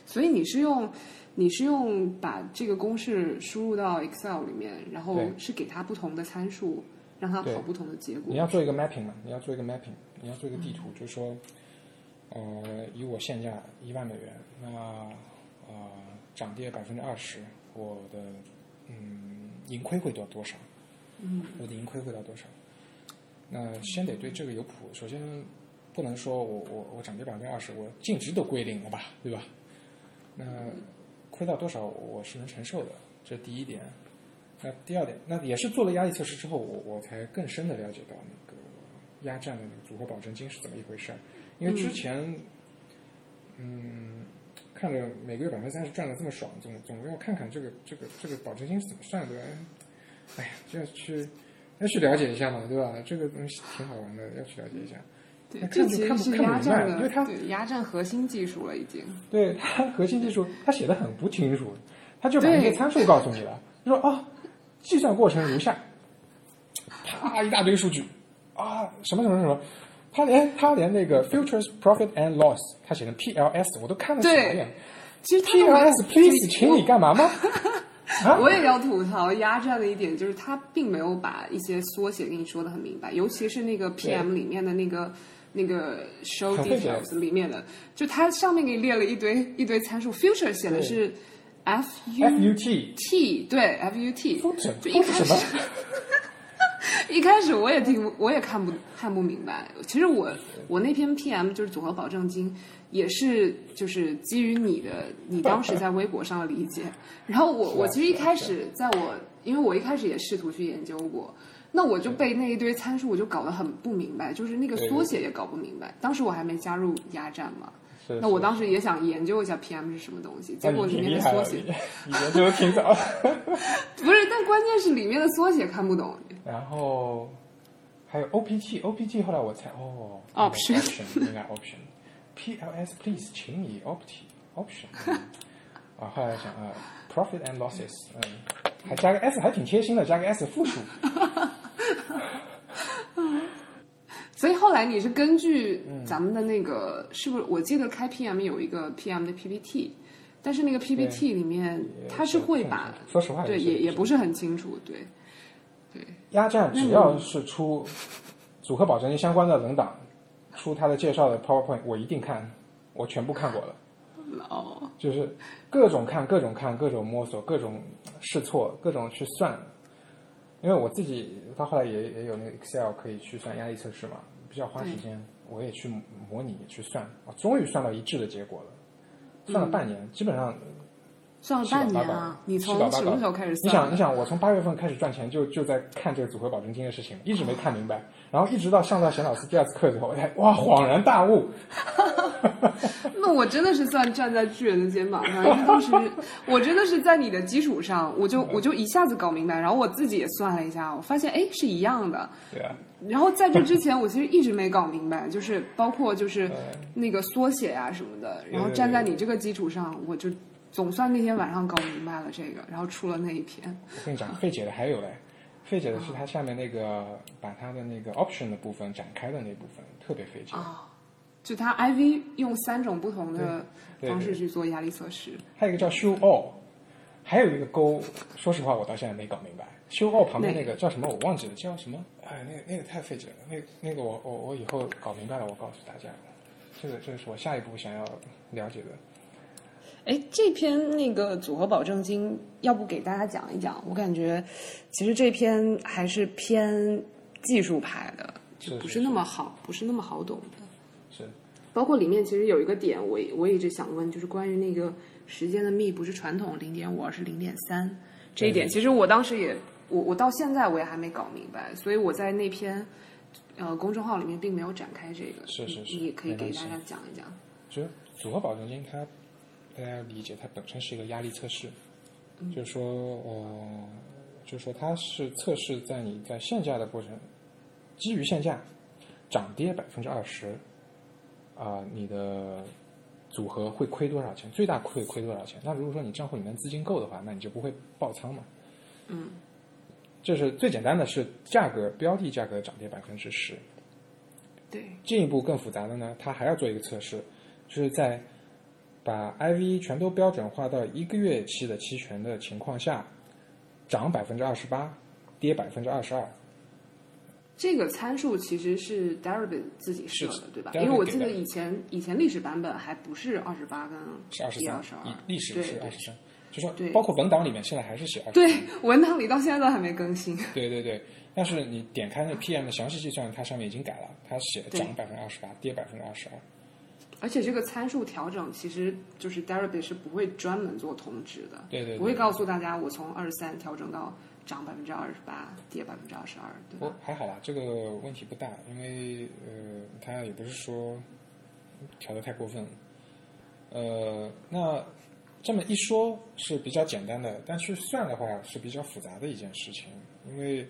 Speaker 2: 所以你是用你是用把这个公式输入到 Excel 里面，然后
Speaker 1: 对
Speaker 2: 是给它不同的参数，让它
Speaker 1: 对
Speaker 2: 跑不同的结果嗯
Speaker 1: 你。要做一个 mapping 嘛，你要做一个 mapping，你要做一个地图，就是说，呃，以我现价一万美元，那呃涨跌百分之二十，我的嗯盈亏会到多少？
Speaker 2: 嗯，
Speaker 1: 我的盈亏会到多少？那先得对这个有谱，首先不能说我我我涨跌百分之二十，我净值都归零了吧，对吧？那亏到多少我是能承受的，这是第一点。那第二点，那也是做了压力测试之后，我我才更深的了解到那个压站的那个组合保证金是怎么一回事儿。因为之前，嗯，看着每个月百分之三十赚的这么爽，总总要看看这个这个这个保证金是怎么算的。哎呀，就要去要去了解一下嘛，对吧？这个东西挺好玩的，要去了解一下。
Speaker 2: 对
Speaker 1: 那，
Speaker 2: 这
Speaker 1: 看不
Speaker 2: 其实
Speaker 1: 看不看不明
Speaker 2: 是压
Speaker 1: 白
Speaker 2: 站的，
Speaker 1: 因为它
Speaker 2: 对压站核心技术了已经。
Speaker 1: 对 <laughs> 它核心技术，它写的很不清楚，它就把一个参数告诉你了，就说啊，计算过程如下，啪一大堆数据，啊什么什么什么，他连他连那个 futures profit and loss，他写成 PLS，我都看得傻
Speaker 2: 对
Speaker 1: 眼
Speaker 2: 其实它用来
Speaker 1: ，PLS please，请你干嘛吗？啊，
Speaker 2: 我也要吐槽压站的一点，就是它并没有把一些缩写跟你说的很明白，尤其是那个 PM 里面的那个那个 show
Speaker 1: 很费解
Speaker 2: details 里面的，就它上面给你列了一堆一堆参数，future 写的是 F
Speaker 1: F
Speaker 2: U
Speaker 1: U T，
Speaker 2: T，对 F U T，
Speaker 1: 都整
Speaker 2: 就一
Speaker 1: 都
Speaker 2: 开
Speaker 1: 是什
Speaker 2: 始
Speaker 1: 么？
Speaker 2: 一开始我也听不，我也看不看不明白。其实我我那篇 PM 就是组合保证金，也是就是基于你的你当时在微博上的理解。然后我
Speaker 1: 是啊
Speaker 2: 我其实一
Speaker 1: 是啊
Speaker 2: 开
Speaker 1: 是
Speaker 2: 始在我，因为我一开始也试图去研究过，那我就被那一堆参数我就搞得很不明白，就是那个
Speaker 1: 对对
Speaker 2: 缩写也搞不明白。当时我还没加入压站嘛，
Speaker 1: 是
Speaker 2: 那我当时也想研究一下 PM 是什么东西，结
Speaker 1: 那
Speaker 2: 果
Speaker 1: 你
Speaker 2: 里
Speaker 1: 挺
Speaker 2: 面
Speaker 1: 厉
Speaker 2: 的
Speaker 1: 害
Speaker 2: 缩
Speaker 1: 了，
Speaker 2: 写
Speaker 1: 你你研究的挺早。
Speaker 2: 不是，但关键是里面的缩写看不懂。
Speaker 1: 然后还有 OPT，OPT 后来我才哦
Speaker 2: Option
Speaker 1: 应该 option，PLS please，请你 opt option 嗯。啊，后来想啊，profit and losses，嗯，还加个 s，还挺贴心的，加个 s 复数。
Speaker 2: 所以后来你是根据
Speaker 1: 嗯
Speaker 2: 咱们的那个，是不是？我记得开 PM 有一个 PM 的 PPT，但是那个 PPT 里面它是会把，
Speaker 1: 说实话
Speaker 2: 对，
Speaker 1: 是
Speaker 2: 也也不是很清楚，对，对，
Speaker 1: 压站只要是出组合保证金相关的文档，出它的介绍的 PowerPoint，我一定看，我全部看过了。
Speaker 2: 哦，
Speaker 1: 就是各种看，各种看，各种摸索，各种试错，各种去算。因为我自己，他后来也也有那个 Excel 可以去算压力测试嘛，比较花时间，我也去模拟去算，我终于算到一致的结果了。算了半年，基本上
Speaker 2: 上了
Speaker 1: 七
Speaker 2: 半
Speaker 1: 老
Speaker 2: 年
Speaker 1: 八
Speaker 2: 啊
Speaker 1: 百，，
Speaker 2: 你
Speaker 1: 七老
Speaker 2: 从
Speaker 1: 八
Speaker 2: 什么
Speaker 1: 百
Speaker 2: 时候开始
Speaker 1: 你
Speaker 2: 算
Speaker 1: 想，你
Speaker 2: 的？
Speaker 1: 想，我从八月份开始赚钱就，就在看这个组合保证金的事情，一直没看明白，然后一直到上到贤老师第二次课之后，哎，哇，恍然大悟，
Speaker 2: <laughs> 那我真的是算站在巨人的肩膀上，因为当时我真的是在你的基础上，我就我就一下子搞明白，然后我自己也算了一下，我发现哎是一样的，
Speaker 1: 对啊，
Speaker 2: 然后在这之前，我其实一直没搞明白，就是包括就是那个缩写啊什么的。然后站在你这个基础上，我就总算那天晚上搞明白了这个，然后出了那一篇。
Speaker 1: 我跟你讲，费解的还有嘞，费解的是它下面那个把它的那个 option 的部分展开的那部分特别费解。
Speaker 2: 哦就他 IV 用三种不同的
Speaker 1: 对对
Speaker 2: 方式去做压力测试，
Speaker 1: 还有一个叫 show all，还有一个勾，说实话我到现在没搞明白。show all 旁边那个叫什么我忘记了，叫什么？哎，那个那个太费解了，那个那个我我我以后搞明白了我告诉大家。这个这个是我下一步想要了解的。
Speaker 2: 哎，这篇那个组合保证金，要不给大家讲一讲？我感觉其实这篇还是偏技术派的，就是不
Speaker 1: 是
Speaker 2: 是那么好，不是那么好懂的。
Speaker 1: 是
Speaker 2: 包括里面其实有一个点我，我一直想问，就是关于那个时间的幂不是传统零点五，而是零点三这一点，其实我当时也我我到现在我也还没搞明白，所以我在那篇呃公众号里面并没有展开这个，
Speaker 1: 是是是
Speaker 2: 你也可以
Speaker 1: 没
Speaker 2: 给
Speaker 1: 关
Speaker 2: 大
Speaker 1: 系
Speaker 2: 家讲一讲。
Speaker 1: 觉得组合保证金它，大家要理解它本身是一个压力测试，就是说呃，就是说它是测试在你在限价的过程，基于限价涨跌百分之二十，啊、你的组合会亏多少钱？最大会亏多少钱？那如果说你账户里面资金够的话，那你就不会爆仓嘛。
Speaker 2: 嗯，
Speaker 1: 这是最简单的是价格标的价格涨跌百分之十，
Speaker 2: 对，
Speaker 1: 进一步更复杂的呢，它还要做一个测试，就是在把 IV 全都标准化到一个月期的期权的情况下，涨百分之二十八，跌百分之二十二，
Speaker 2: 这个参数其实是 Darabin 自己设
Speaker 1: 是
Speaker 2: 的，对吧？因
Speaker 1: Darabin
Speaker 2: 为我记
Speaker 1: 给
Speaker 2: 得
Speaker 1: 的
Speaker 2: 以前以前历史版本还不是二十八跟啊
Speaker 1: 是二十
Speaker 2: 一
Speaker 1: 三
Speaker 2: 二十二，，
Speaker 1: 历史是
Speaker 2: 对
Speaker 1: 二十三，就说
Speaker 2: 对
Speaker 1: 包括文档里面现在还是写二十，
Speaker 2: 对，文档里到现在都还没更新。
Speaker 1: 对对对，但是你点开那 PM 的详细计算，它上面已经改了，它写
Speaker 2: 对
Speaker 1: 涨百分之二十八，跌百分之二十二，
Speaker 2: 而且这个参数调整，其实就是 Deribit 是不会专门做通知的，
Speaker 1: 对对对
Speaker 2: 不会告诉大家我从二十三调整到涨百分之二十八，跌百分之二十二，对
Speaker 1: 我
Speaker 2: 吧？
Speaker 1: 还好啦，这个问题不大，因为呃，它也不是说调的太过分了。呃，那这么一说是比较简单的，但去算的话是比较复杂的一件事情，因为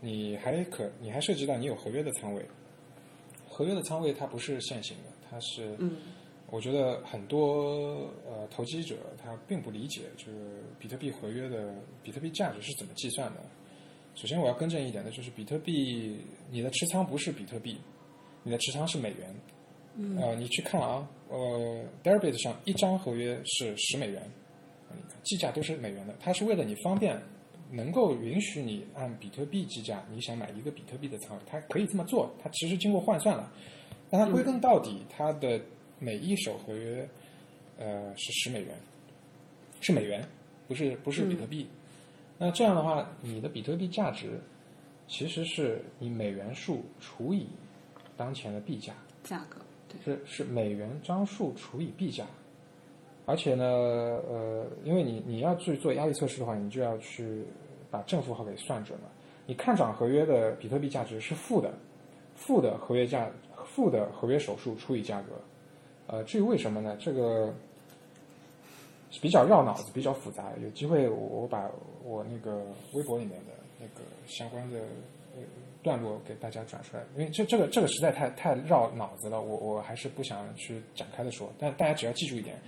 Speaker 1: 你还可你还涉及到你有合约的仓位，合约的仓位它不是线性的，它是
Speaker 2: 嗯，
Speaker 1: 我觉得很多呃投机者他并不理解，就是比特币合约的比特币价值是怎么计算的。首先我要更正一点的就是，比特币你的持仓不是比特币，你的持仓是美元。嗯、呃，你去看啊，呃，Deribit 上一张合约是十美元，你看计价都是美元的，它是为了你方便，能够允许你按比特币计价，你想买一个比特币的仓位，它可以这么做，它其实经过换算了，但它归根到底，它的每一手合约，呃，是十美元，是美元，不是不是比特币。那这样的话，你的比特币价值其实是以美元数除以当前的币价，
Speaker 2: 价格对，
Speaker 1: 是是美元张数除以币价，而且呢，呃，因为你你要去做压力测试的话，你就要去把正负号给算准了。你看涨合约的比特币价值是负的，负的合约价负的合约手数除以价格。呃，至于为什么呢？这个是比较绕脑子，比较复杂。有机会我我把我那个微博里面的那个相关的呃段落给大家转出来，因为这这个这个实在太太绕脑子了，我我还是不想去展开的说。但大家只要记住一点，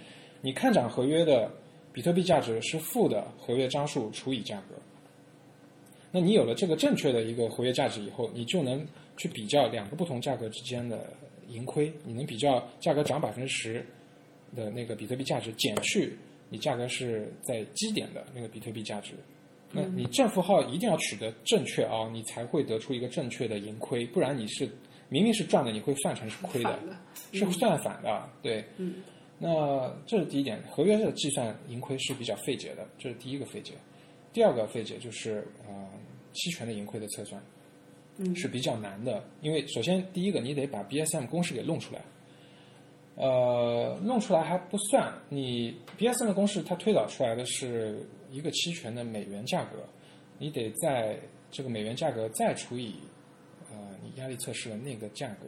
Speaker 1: 你看涨合约的比特币价值是负的合约张数除以价格。那你有了这个正确的一个合约价值以后，你就能去比较两个不同价格之间的盈亏，你能比较价格涨百分之十的那个比特币价值减去你价格是在基点的那个比特币价值。那你正负号一定要取得正确啊、你才会得出一个正确的盈亏，不然你是明明是赚的，你会算成是亏的
Speaker 2: 反，的，
Speaker 1: 是算反的。对，
Speaker 2: 嗯
Speaker 1: 那这是第一点，合约的计算盈亏是比较费解的，这是第一个费解。第二个费解就是呃，期权的盈亏的测算
Speaker 2: 嗯，
Speaker 1: 是比较难的，因为首先第一个你得把 BSM 公式给弄出来，呃，弄出来还不算，你 BSM 的公式它推导出来的是一个期权的美元价格，你得在这个美元价格再除以呃你压力测试的那个价格，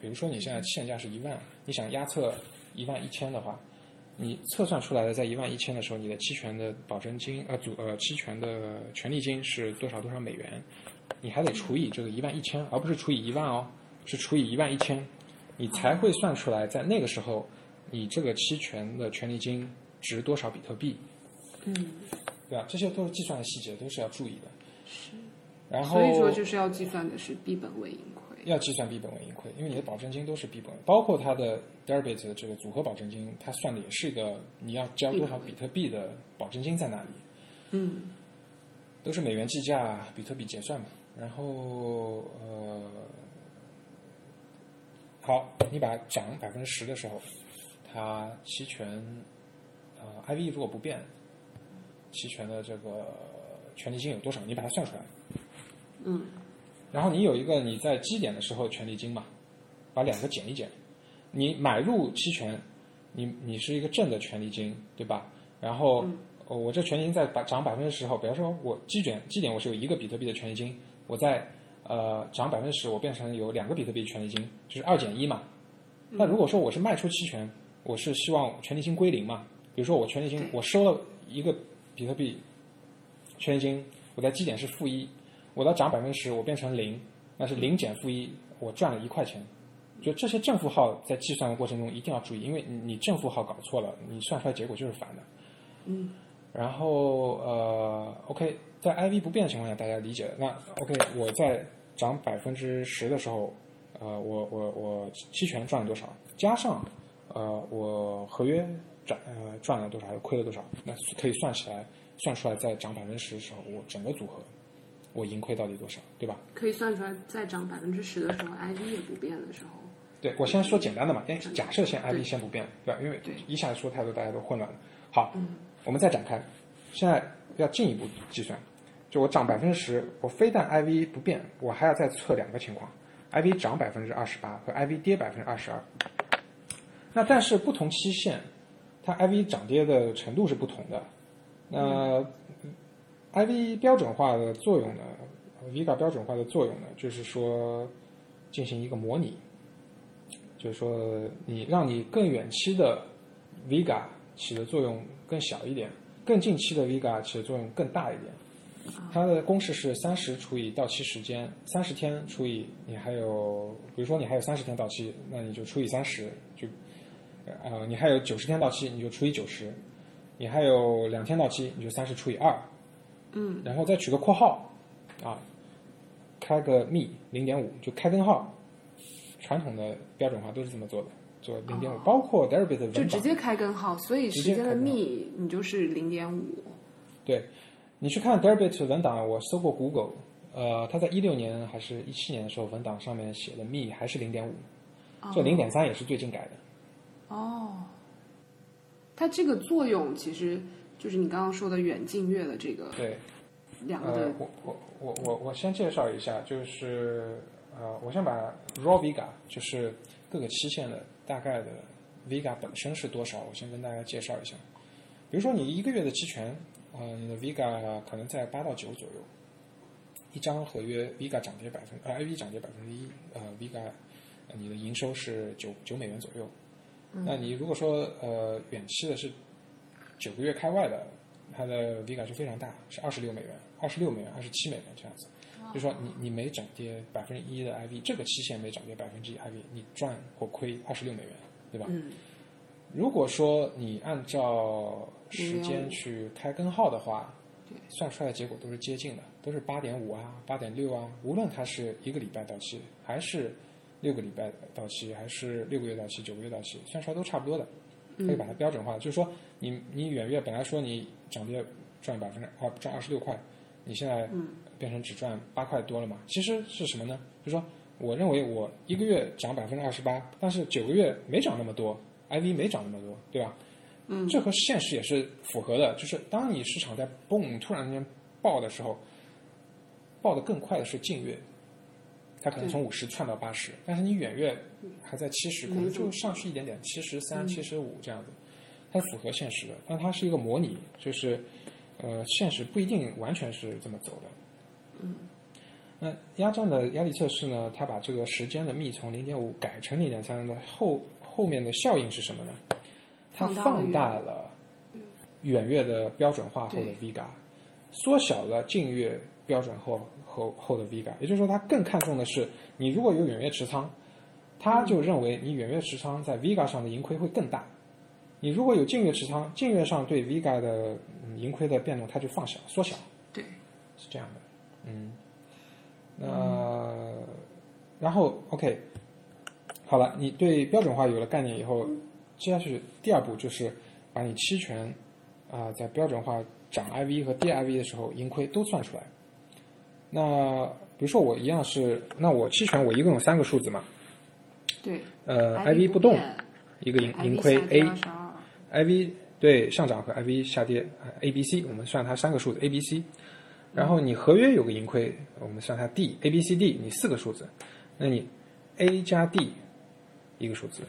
Speaker 1: 比如说你
Speaker 2: 嗯
Speaker 1: 现在限价是一万，你想压测一万一千的话，你测算出来的在一万一千的时候，你的期权的保证金呃组呃期权的权利金是多少多少美元，你还得除以这个一万一千，而不是除以一万哦，是除以一万一千，你才会算出来在那个时候你这个期权的权利金值多少比特币，
Speaker 2: 嗯，
Speaker 1: 对吧？这些都是计算的细节，都是要注意的。
Speaker 2: 是，
Speaker 1: 然后
Speaker 2: 所以说就是要计算的是币本位盈亏，
Speaker 1: 要计算币本位盈亏，因为你的保证金都是币本位，包括它的 Deribit 的这个组合保证金，它算的也是一个你要交多少比特币的保证金在那里，
Speaker 2: 嗯
Speaker 1: 都是美元计价，比特币结算嘛。然后呃，好，你把涨百分之十的时候，它期权呃 IV 如果不变，期权的这个权利金有多少，你把它算出来。
Speaker 2: 嗯
Speaker 1: 然后你有一个你在基点的时候权利金嘛，把两个减一减，你买入期权，你你是一个正的权利金，对吧？然后、呃我这权利金在百涨百分之十后，比方说我基点基点我是有一个比特币的权利金，我在呃涨百分之十，我变成有两个比特币权利金，就是二减一嘛。
Speaker 2: 嗯
Speaker 1: 那如果说我是卖出期权，我是希望权利金归零嘛？比如说我权利金
Speaker 2: 对
Speaker 1: 我收了一个比特币权利金，我在基点是负一，我到涨百分之十，我变成零，那是零减负一，我赚了一块钱。就这些正负号在计算的过程中一定要注意，因为你你正负号搞错了，你算出来结果就是反的。
Speaker 2: 嗯，
Speaker 1: 然后呃，OK，在 IV 不变的情况下，大家理解了。那 OK，我在涨百分之十的时候，呃，我我我期权赚了多少？加上呃，我合约赚呃赚了多少，还是亏了多少？那可以算起来，算出来在涨百分之十的时候，我整个组合我盈亏到底多少，对吧？
Speaker 2: 可以算出来，在涨百分之十的时候，IV 也不变的时候，
Speaker 1: 对，我先说简单的嘛，因为
Speaker 2: 嗯
Speaker 1: 假设先 IV
Speaker 2: 对
Speaker 1: 先不变，对吧？因为
Speaker 2: 对嗯
Speaker 1: 一下子说太多，大家都混乱了。好，我们再展开，现在要进一步计算，就我涨百分之十，我非但 IV 不变，我还要再测两个情况：IV 涨百分之二十八和 IV 跌百分之二十二。那但是不同期限，它 IV 涨跌的程度是不同的。那
Speaker 2: 嗯
Speaker 1: IV 标准化的作用呢，Vega 标准化的作用呢，就是说进行一个模拟，就是说你让你更远期的 Vega 起的作用更小一点，更近期的 Vega 起的作用更大一点。
Speaker 2: 啊
Speaker 1: 它的公式是三十除以到期时间，三十天除以你还有，比如说你还有三十天到期，那你就除以三十，就呃，你还有九十天到期，你就除以九十，你还有两天到期，你就三十除以二，
Speaker 2: 嗯，
Speaker 1: 然后再取个括号，啊，开个幂零点五，就开根号，传统的标准化都是这么做的，做零点五，包括 Deribit 的文
Speaker 2: 哦就
Speaker 1: 档，
Speaker 2: 直接开根号，所以时间的幂你就是零点五，
Speaker 1: 对，你去看 Deribit 的文档，我搜过 Google，呃，他在一六年还是一七年的时候，文档上面写的幂还是零点五，这零点三也是最近改的。
Speaker 2: 哦，它这个作用其实就是你刚刚说的远近月的这个
Speaker 1: 对，
Speaker 2: 两个
Speaker 1: 呃
Speaker 2: 的，
Speaker 1: 我我我我我先介绍一下，就是呃，我先把 raw Vega 就是各个期限的大概的 Vega 本身是多少，我先跟大家介绍一下。比如说你一个月的期权，呃，你的 Vega 可能在八到九左右，一张合约 Vega 涨跌百分呃 IV 涨跌百分之一，呃 Vega 呃你的营收是九九美元左右。那你如果说呃远期的是九个月开外的，它的 Vega 就非常大，是二十六美元、二十六美元、二十七美元这样子。就说你你每涨跌百分之一的 IV，这个期限每涨跌百分之一 IV，你赚或亏二十六美元，对吧？
Speaker 2: 嗯
Speaker 1: 如果说你按照时间
Speaker 2: 0.5
Speaker 1: 去开根号的话
Speaker 2: 对，
Speaker 1: 算出来的结果都是接近的，都是八点五啊、八点六啊，无论它是一个礼拜到期，还是六个礼拜到期，还是六个月到期、九个月到期，算出来都差不多的。
Speaker 2: 嗯
Speaker 1: 可以把它标准化，就是说你你远月本来说你涨跌赚百分之二赚二十六块，你现在
Speaker 2: 嗯
Speaker 1: 变成只赚八块多了嘛？其实是什么呢？就是说我认为我一个月涨百分之二十八，但是九个月没涨那么多，IV 没涨那么多，对吧？
Speaker 2: 嗯
Speaker 1: 这和现实也是符合的，就是当你市场在蹦突然间爆的时候，爆得更快的是近月，它可能从五十窜到八十，但是你远月还在七十，可能就上去一点点，七十三、七十五这样子，它是符合现实的，但它是一个模拟，就是呃，现实不一定完全是这么走的。嗯，那压站的压力测试呢，它把这个时间的幂从零点五改成零点三的后后面的效应是什么呢？它
Speaker 2: 放大了
Speaker 1: 放大了
Speaker 2: 嗯
Speaker 1: 远月的标准化后的 Vega，缩小了近月标准后后后的 Vega，也就是说，它更看重的是你如果有远月持仓，他就认为你远月持仓在 Vega 上的盈亏会更大。你如果有近月持仓，近月上对 Vega 的嗯盈亏的变动，它就放小缩小。
Speaker 2: 对，
Speaker 1: 是这样的，嗯，那、然后 OK，好了，你对标准化有了概念以后，
Speaker 2: 嗯
Speaker 1: 接下去第二步就是把你期权啊、在标准化涨 IV 和跌 IV 的时候盈亏都算出来。那比如说我一样是，那我期权我一共有三个数字嘛，
Speaker 2: 对
Speaker 1: 呃
Speaker 2: ，IV
Speaker 1: 不动，
Speaker 2: 变
Speaker 1: 一个盈
Speaker 2: IV
Speaker 1: 盈亏
Speaker 2: 下跌
Speaker 1: A
Speaker 2: 二十二
Speaker 1: IV 对上涨和 IV 下跌呃 A、B、C，我们算它三个数字 A、B、C。然后你合约有个盈亏，我们算它 D A、B、C、D，你四个数字，那你 A 加 D 一个数字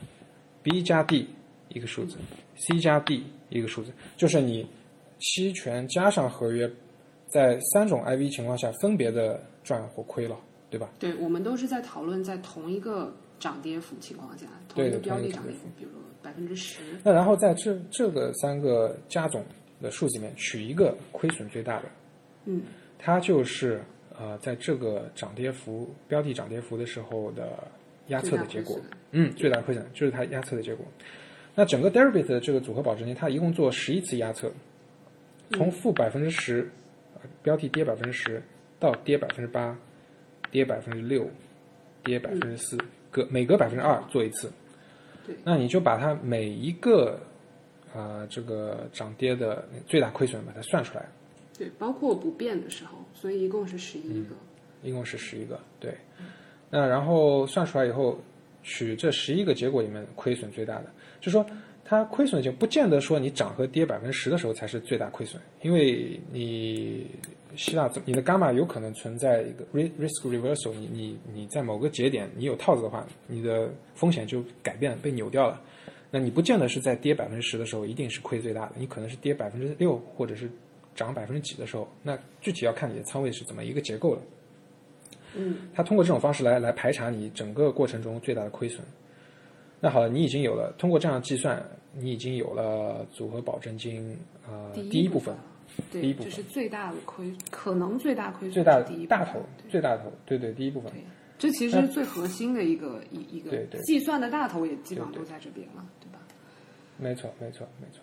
Speaker 1: b 加 d 一个数字，c 加 d 一个数字，就是你期权加上合约，在三种 IV 情况下分别的赚或亏了，对吧？
Speaker 2: 对，我们都是在讨论在同一个涨跌幅情况下，同
Speaker 1: 对
Speaker 2: 一
Speaker 1: 的
Speaker 2: 个标
Speaker 1: 同一个
Speaker 2: 的涨
Speaker 1: 涨
Speaker 2: 跌
Speaker 1: 跌
Speaker 2: 幅，比如百分之十。
Speaker 1: 那然后在这这个三个加总的数字里面取一个亏损最大的，
Speaker 2: 嗯，
Speaker 1: 它就是呃在这个涨跌幅标的涨跌幅的时候的压测的结果
Speaker 2: 最大亏损，
Speaker 1: 嗯，最大亏损就是它压测的结果。那整个 Deribit 的这个组合保证金，它一共做十一次压测，
Speaker 2: 嗯
Speaker 1: 从负百分之十，呃标的跌百分之十到跌百分之八，跌百分之六，跌百分之四，隔每隔百分之二做一次。
Speaker 2: 对
Speaker 1: 那你就把它每一个啊、呃这个涨跌的最大亏损把它算出来，
Speaker 2: 对，包括不变的时候，所以一共是十
Speaker 1: 嗯
Speaker 2: 一个。
Speaker 1: 一共是十一个，对。那然后算出来以后，取这十一个结果里面亏损最大的，就说它亏损就不见得说你涨和跌百分之十的时候才是最大亏损，因为你希腊你的伽马有可能存在一个 ri- risk reversal，你你你在某个节点你有套子的话，你的风险就改变被扭掉了。那你不见得是在跌百分之十的时候一定是亏最大的，你可能是跌百分之六或者是涨百分之几的时候，那具体要看你的仓位是怎么一个结构了。
Speaker 2: 嗯，
Speaker 1: 它通过这种方式来来排查你整个过程中最大的亏损。那好了，你已经有了通过这样的计算，你已经有了组合保证金呃第
Speaker 2: 一
Speaker 1: 部分，
Speaker 2: 对，
Speaker 1: 第一部分
Speaker 2: 就是最大的亏，可能最大亏损
Speaker 1: 最大
Speaker 2: 是第一部分
Speaker 1: 大头
Speaker 2: 对
Speaker 1: 最大头对对第一部分
Speaker 2: 对，这其实是最核心的一个一一个
Speaker 1: 对对
Speaker 2: 计算的大头也基本上
Speaker 1: 对
Speaker 2: 都
Speaker 1: 对
Speaker 2: 在这边了，对吧？
Speaker 1: 没错没错没错。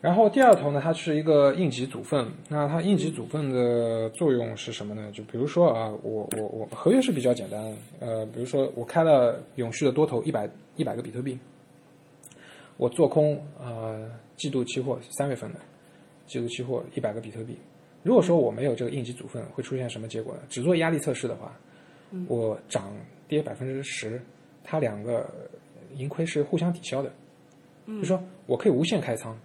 Speaker 1: 然后第二头呢，它是一个应急组分。那它应急组分的作用是什么呢？就比如说啊，我我我合约是比较简单的，呃，比如说我开了永续的多头一百一百个比特币，我做空呃季度期货三月份的季度期货一百个比特币。如果说我没有这个应急组分，会出现什么结果呢？只做压力测试的话，我涨跌百分之十，它两个盈亏是互相抵消的。就说我可以无限开仓，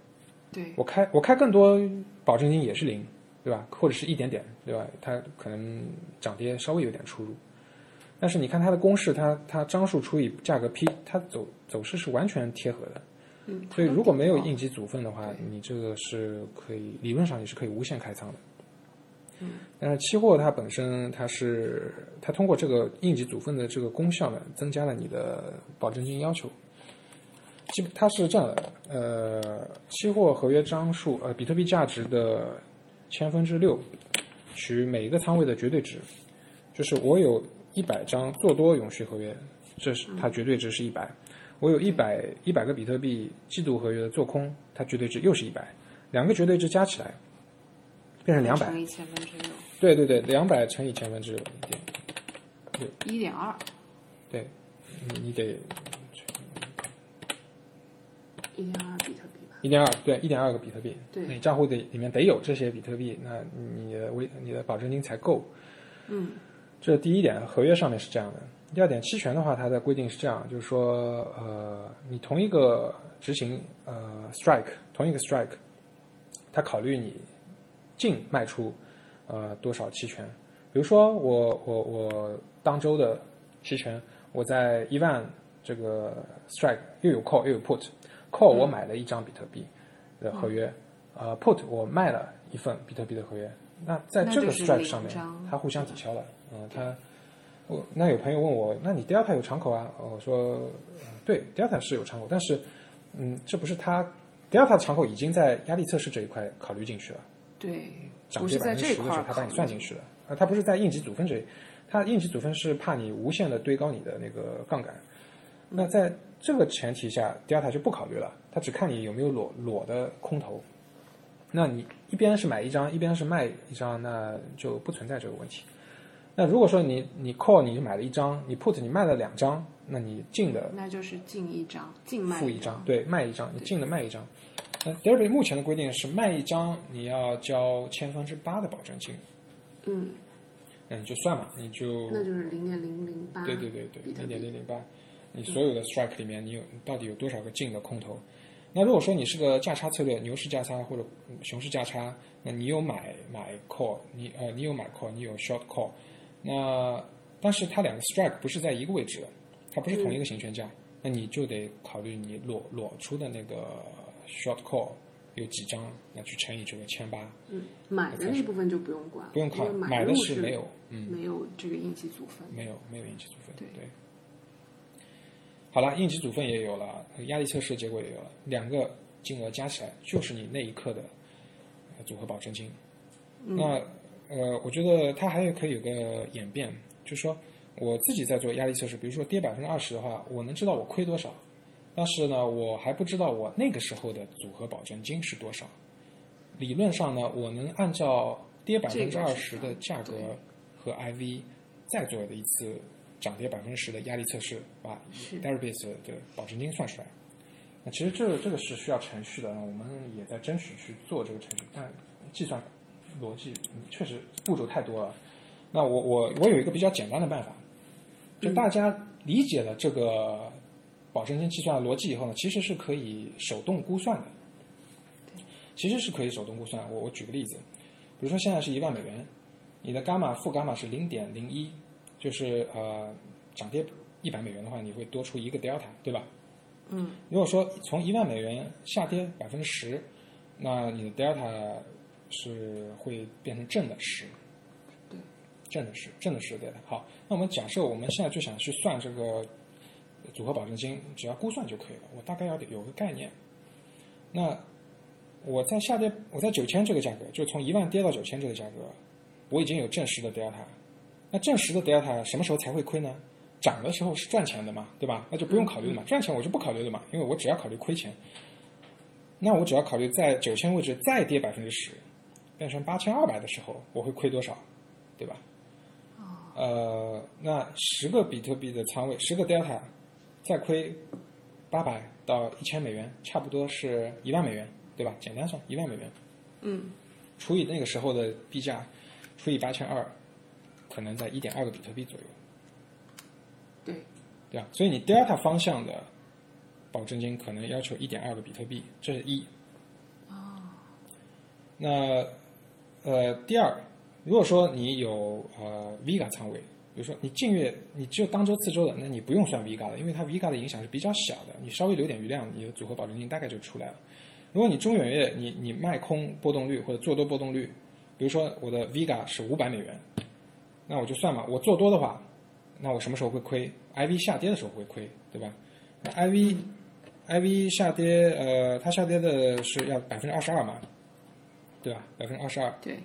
Speaker 2: 对
Speaker 1: 我开我开更多保证金也是零，对吧？或者是一点点，对吧？它可能涨跌稍微有点出入，但是你看它的公式，它它张数除以价格 P，它走走势是完全贴合的。
Speaker 2: 嗯，
Speaker 1: 所以如果没有
Speaker 2: 它的
Speaker 1: 应急组分的话，你这个是可以理论上你是可以无限开仓的。但是期货它本身它是它通过这个应急组分的这个功效呢，增加了你的保证金要求。基本它是这样的，呃，期货合约张数呃比特币价值的千分之六取每一个仓位的绝对值，就是我有一百张做多永续合约，这是它绝对值是一百、我有一百一百个比特币季度合约的做空，它绝对值又是一百，两个绝对值加起来变成两百
Speaker 2: 乘，以千分之六，
Speaker 1: 对对对，两百乘以千分之六，
Speaker 2: 一点二，
Speaker 1: 对，你你得
Speaker 2: 一点二比特币吧。
Speaker 1: 一点二，对，一点二个比特币，
Speaker 2: 对
Speaker 1: 你账户得里面得有这些比特币，那你的微你的保证金才够。
Speaker 2: 嗯，
Speaker 1: 这是第一点，合约上面是这样的。第二点，期权的话，它的规定是这样，就是说，呃，你同一个执行呃 strike，同一个 strike，它考虑你净卖出呃多少期权。比如说我我我当周的期权，我在一万这个 strike 又有 call 又有 put，call
Speaker 2: 嗯
Speaker 1: 我买了一张比特币的合约，呃 put 我卖了一份比特币的合约。那在
Speaker 2: 那
Speaker 1: 这
Speaker 2: 就
Speaker 1: 个
Speaker 2: 是
Speaker 1: strike
Speaker 2: 零
Speaker 1: 上面
Speaker 2: 张，
Speaker 1: 它互相抵消了。嗯，它我那有朋友问我，那你 delta 有敞口啊？我说呃对，delta 是有敞口，但是嗯，这不是它 delta 的敞口已经在压力测试这一块考虑进去了。
Speaker 2: 对，
Speaker 1: 涨
Speaker 2: 不
Speaker 1: 跌
Speaker 2: 是
Speaker 1: 百
Speaker 2: 在
Speaker 1: 分之
Speaker 2: 这
Speaker 1: 十的时
Speaker 2: 块
Speaker 1: 候
Speaker 2: 儿，
Speaker 1: 它把
Speaker 2: 考
Speaker 1: 你
Speaker 2: 虑
Speaker 1: 算进去的。啊，它不是在应急组分这里，它应急组分是怕你无限的堆高你的那个杠杆。那在这个前提下，delta 就不考虑了，它只看你有没有裸裸的空头。那你一边是买一张，一边是卖一张，那就不存在这个问题。那如果说你你 call 你买了一张，你 put 你卖了两张，那你进的
Speaker 2: 那就是净一张，净卖
Speaker 1: 付
Speaker 2: 一
Speaker 1: 一张，，对，卖一张，你进了卖一张。那 Derby 目前的规定是卖一张你要交千分之八的保证金，
Speaker 2: 嗯，
Speaker 1: 那你就算嘛，你就
Speaker 2: 那就是零点零零八，
Speaker 1: 嗯对对对对，
Speaker 2: 比嗯特
Speaker 1: 零点
Speaker 2: 币
Speaker 1: 零零八，你所有的 strike 里面，你有你到底有多少个进的空头？那如果说你是个价差策略，牛市价差或者嗯熊市价差，那你有买买 call，你呃你有买 call，你有 short call，那但是它两个
Speaker 2: 嗯
Speaker 1: strike 不是在一个位置的，它不是同一个行权价，那你就得考虑你裸裸出的那个 short call 有几张，那去乘以这个千八，
Speaker 2: 嗯，买的那部分就不用管，
Speaker 1: 不用看
Speaker 2: 因为
Speaker 1: 买
Speaker 2: 入
Speaker 1: 的是
Speaker 2: 是
Speaker 1: 没有，嗯，
Speaker 2: 没有这个应急组分，
Speaker 1: 没有没有应急组分，
Speaker 2: 对
Speaker 1: 好了，应急组分也有了，压力测试结果也有了，两个金额加起来就是你那一刻的呃组合保证金。那呃，我觉得它还有可以有个演变，就是说我自己在做压力测试，比如说跌百分之二十的话，我能知道我亏多少，但是呢，我还不知道我那个时候的组合保证金是多少。理论上呢，我能按照跌百分之二十的价格和 IV 再做一次涨跌百分之十的压力测试，把
Speaker 2: 是
Speaker 1: d e r i b a s e 的保证金算出来。那其实这这个是需要程序的，我们也在争取去做这个程序，但计算逻辑嗯确实步骤太多了。那我我我有一个比较简单的办法，就大家理解了这个保证金计算的逻辑以后呢，其实是可以手动估算的，其实是可以手动估算。我我举个例子，比如说现在是一万美元，你的伽马负伽马是零点零一，就是呃涨跌一百美元的话，你会多出一个 delta，对吧？
Speaker 2: 嗯，
Speaker 1: 如果说从一万美元下跌百分之十，那你的 delta 是会变成正的十。
Speaker 2: 对，
Speaker 1: 正的十，正的十 delta。好，那我们假设我们现在就想去算这个组合保证金，只要估算就可以了。我大概要有个概念。那我在下跌，我在九千这个价格，就从一万跌到九千这个价格，我已经有正十的 delta。那正十的 delta 什么时候才会亏呢？涨的时候是赚钱的嘛，对吧？那就不用考虑了嘛，赚钱我就不考虑了嘛，因为我只要考虑亏钱。那我只要考虑在九千位置再跌百分之十，变成八千二百的时候，我会亏多少，对吧？呃，那十个比特币的仓位，十个 delta，再亏八百到一千美元，差不多是一万美元，对吧？简单算一万美元，
Speaker 2: 嗯，
Speaker 1: 除以那个时候的币价，除以八千二，可能在一点二个比特币左右。
Speaker 2: 对，
Speaker 1: 对啊吧？所以你 delta 方向的保证金可能要求一点二个比特币，这是一。那呃，第二，如果说你有呃 Vega 仓位，比如说你近月你只有当周、次周的，那你不用算 Vega 了，因为它 Vega 的影响是比较小的，你稍微留点余量，你的组合保证金大概就出来了。如果你中远月你你卖空波动率或者做多波动率，比如说我的 Vega 是五百美元，那我就算嘛，我做多的话，那我什么时候会亏？IV 下跌的时候会亏，对吧？那 IV IV 下跌，呃，它下跌的是要百分之二十二嘛，对吧？百分之二十二。
Speaker 2: 对，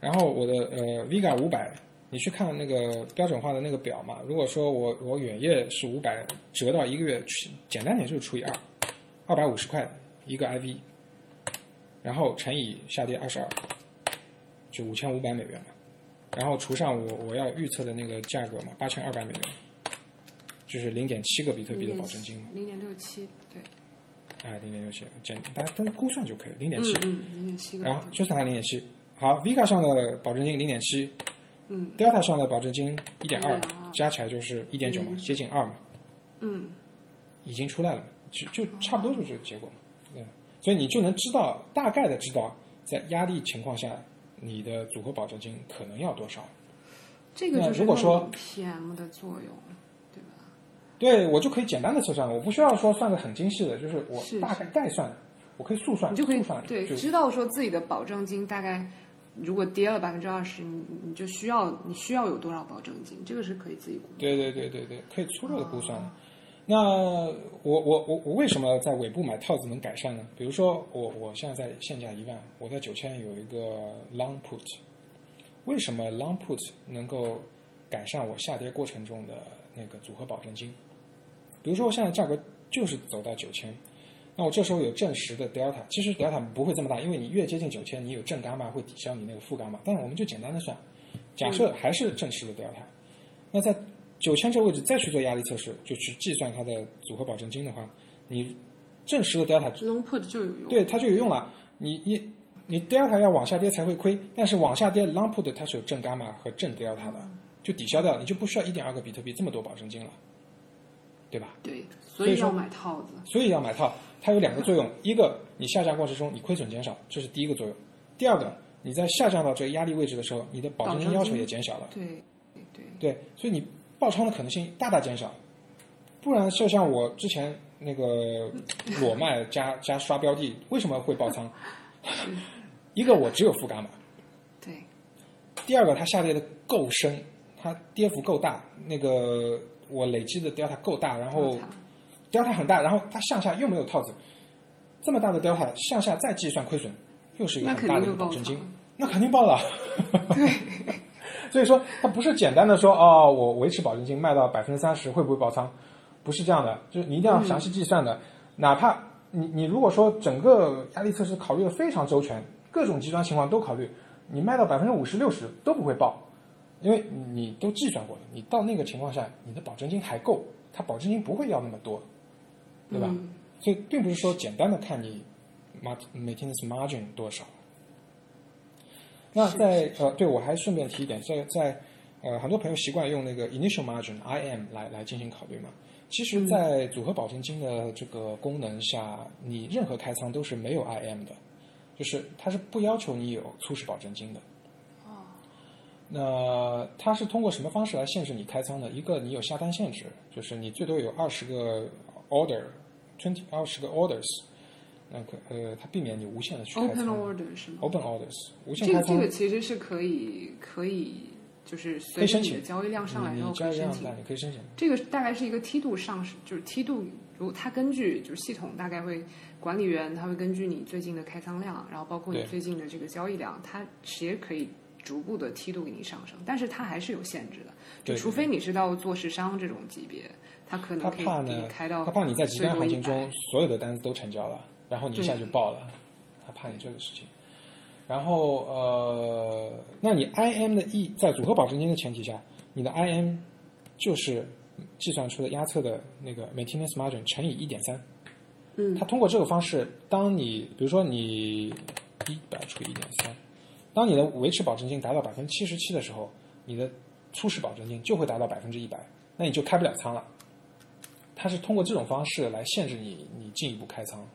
Speaker 1: 然后我的呃 Vega 五百，你去看那个标准化的那个表嘛。如果说我我远夜是五百折到一个月，去简单点就是除以二，二百五十块一个 IV，然后乘以下跌二十二，就五千五百美元嘛。然后除上我我要预测的那个价格嘛，八千二百美元，就是零点七个比特币的保证金嘛，
Speaker 2: 零点六七，对，
Speaker 1: 哎，零点六七，简大家都估算就可以，零点
Speaker 2: 嗯
Speaker 1: 七。
Speaker 2: 嗯，零点七个
Speaker 1: 然
Speaker 2: 百
Speaker 1: 后
Speaker 2: 分比，
Speaker 1: 就算它零点七，好，Vega 上的保证金零点七，
Speaker 2: 嗯
Speaker 1: ，Delta 上的保证金一点二，
Speaker 2: 1.2
Speaker 1: 加起来就是一点九嘛，
Speaker 2: 嗯
Speaker 1: 接近二嘛，
Speaker 2: 嗯，
Speaker 1: 已经出来了嘛，就就差不多就是这个结果嘛，对，所以你就能知道大概的知道在压力情况下你的组合保证金可能要多少。
Speaker 2: 这个
Speaker 1: 那
Speaker 2: 就是
Speaker 1: 如果
Speaker 2: 那
Speaker 1: 说
Speaker 2: 种 PM 的作用，对吧？
Speaker 1: 对我就可以简单的测算了，我不需要说算的很精细的，就是我
Speaker 2: 是
Speaker 1: 大概概算，我可以速算，
Speaker 2: 你就可以
Speaker 1: 速算
Speaker 2: 对
Speaker 1: 就
Speaker 2: 知道说自己的保证金大概如果跌了百分之二十，你你就需要你需要有多少保证金，这个是可以自己估。
Speaker 1: 对对对对对，可以粗略的估算。那我我我我为什么在尾部买套子能改善呢？比如说我我现在在现价一万，我在九千有一个 long put，为什么 long put 能够改善我下跌过程中的那个组合保证金？比如说我现在价格就是走到九千，那我这时候有正十的 delta，其实 delta 不会这么大，因为你越接近九千，你有正伽马会抵消你那个负伽马。但是我们就简单的算，假设还是正十的 delta，那在九千这个位置再去做压力测试，就去计算它的组合保证金的话，你正十的 delta
Speaker 2: long put 就有用，
Speaker 1: 对它就有用了。你你你 delta 要往下跌才会亏，但是往下跌 long put 它是有正伽马和正 delta 的，就抵消掉，你就不需要一点二个比特币这么多保证金了，对吧？
Speaker 2: 对，
Speaker 1: 所
Speaker 2: 所
Speaker 1: 以
Speaker 2: 以
Speaker 1: 说
Speaker 2: 要买套子。
Speaker 1: 所以要买套，它有两个作用：一个，你下降过程中你亏损减少，这是第一个作用；第二个，你在下降到这个压力位置的时候，你的保证金要求也减小了。
Speaker 2: 对对
Speaker 1: 对，所以你爆仓的可能性大大减少。不然就像我之前那
Speaker 2: <laughs>
Speaker 1: 个裸卖加加刷标的，为什么会爆仓？一个我只有负伽马，
Speaker 2: 对，
Speaker 1: 第二个它下跌的够深，它跌幅够大，那个我累积的 delta 够大，然后
Speaker 2: 调查
Speaker 1: delta 很大，然后它向下又没有套子，这么大的 delta 向下再计算亏损，又是一个
Speaker 2: 那
Speaker 1: 很
Speaker 2: 肯
Speaker 1: 大
Speaker 2: 定
Speaker 1: 的一
Speaker 2: 就
Speaker 1: 个保
Speaker 2: 爆
Speaker 1: 证
Speaker 2: 仓
Speaker 1: 金
Speaker 2: 了。。
Speaker 1: 那肯定爆了。所以说，它不是简单的说哦，我维持保证金卖到百分之三十会不会爆仓，不是这样的，就是你一定要详细计算的。哪怕你你如果说整个压力测试考虑的非常周全，各种极端情况都考虑，你卖到百分之五十六十都不会爆，因为你都计算过了，你到那个情况下，你的保证金还够，它保证金不会要那么多，对吧？
Speaker 2: 嗯
Speaker 1: 所以并不是说简单的看你 mar maintenance margin 多少。那在呃，对我还顺便提一点，在在呃，很多朋友习惯用那个 initial margin (IM) 来来进行考虑嘛。其实，在组合保证金的这个功能下，你任何开仓都是没有 IM 的，就是它是不要求你有初始保证金的。
Speaker 2: 哦，
Speaker 1: 那它是通过什么方式来限制你开仓的？一个，你有下单限制，就是你最多有二十个 order twenty 二十个 orders，那可呃，它避免你无限的去开
Speaker 2: Open
Speaker 1: 仓。
Speaker 2: order 是吗
Speaker 1: open orders 无限
Speaker 2: 这
Speaker 1: 开
Speaker 2: 个
Speaker 1: 仓，
Speaker 2: 这个其实是可以可以，就是
Speaker 1: 可以
Speaker 2: 随着
Speaker 1: 申
Speaker 2: 你
Speaker 1: 请嗯
Speaker 2: 的交易量上来
Speaker 1: 你
Speaker 2: 之后
Speaker 1: 你交
Speaker 2: 可
Speaker 1: 易
Speaker 2: 以
Speaker 1: 量
Speaker 2: 申
Speaker 1: 大，
Speaker 2: 请。
Speaker 1: 你可以申请。
Speaker 2: 这个大概是一个梯度上升，就是梯度，如果它根据就是系统大概会管理员他会根据你最近的开仓量，然后包括你
Speaker 1: 对
Speaker 2: 最近的这个交易量，它其实可以逐步的梯度给你上升，但是它还是有限制的，
Speaker 1: 对
Speaker 2: 就除非你是到做市商这种级别，它可
Speaker 1: 他
Speaker 2: 能可以
Speaker 1: 怕
Speaker 2: 给你
Speaker 1: 呢，
Speaker 2: 开到
Speaker 1: 他怕你在极端
Speaker 2: 最多
Speaker 1: 行情
Speaker 2: 100
Speaker 1: 中所有的单子都成交了，然后你一下就爆了，他怕你这个事情。然后呃，那你 IM 的 E 在组合保证金的前提下，你的 IM 就是计算出的压测的那个 maintenance margin 乘以一点三。
Speaker 2: 嗯
Speaker 1: 它通过这个方式，当你比如说你一百除以一点三，当你的维持保证金达到百分之七十七的时候，你的初始保证金就会达到百分之一百，那你就开不了仓了。它是通过这种方式来限制你你进一步开仓，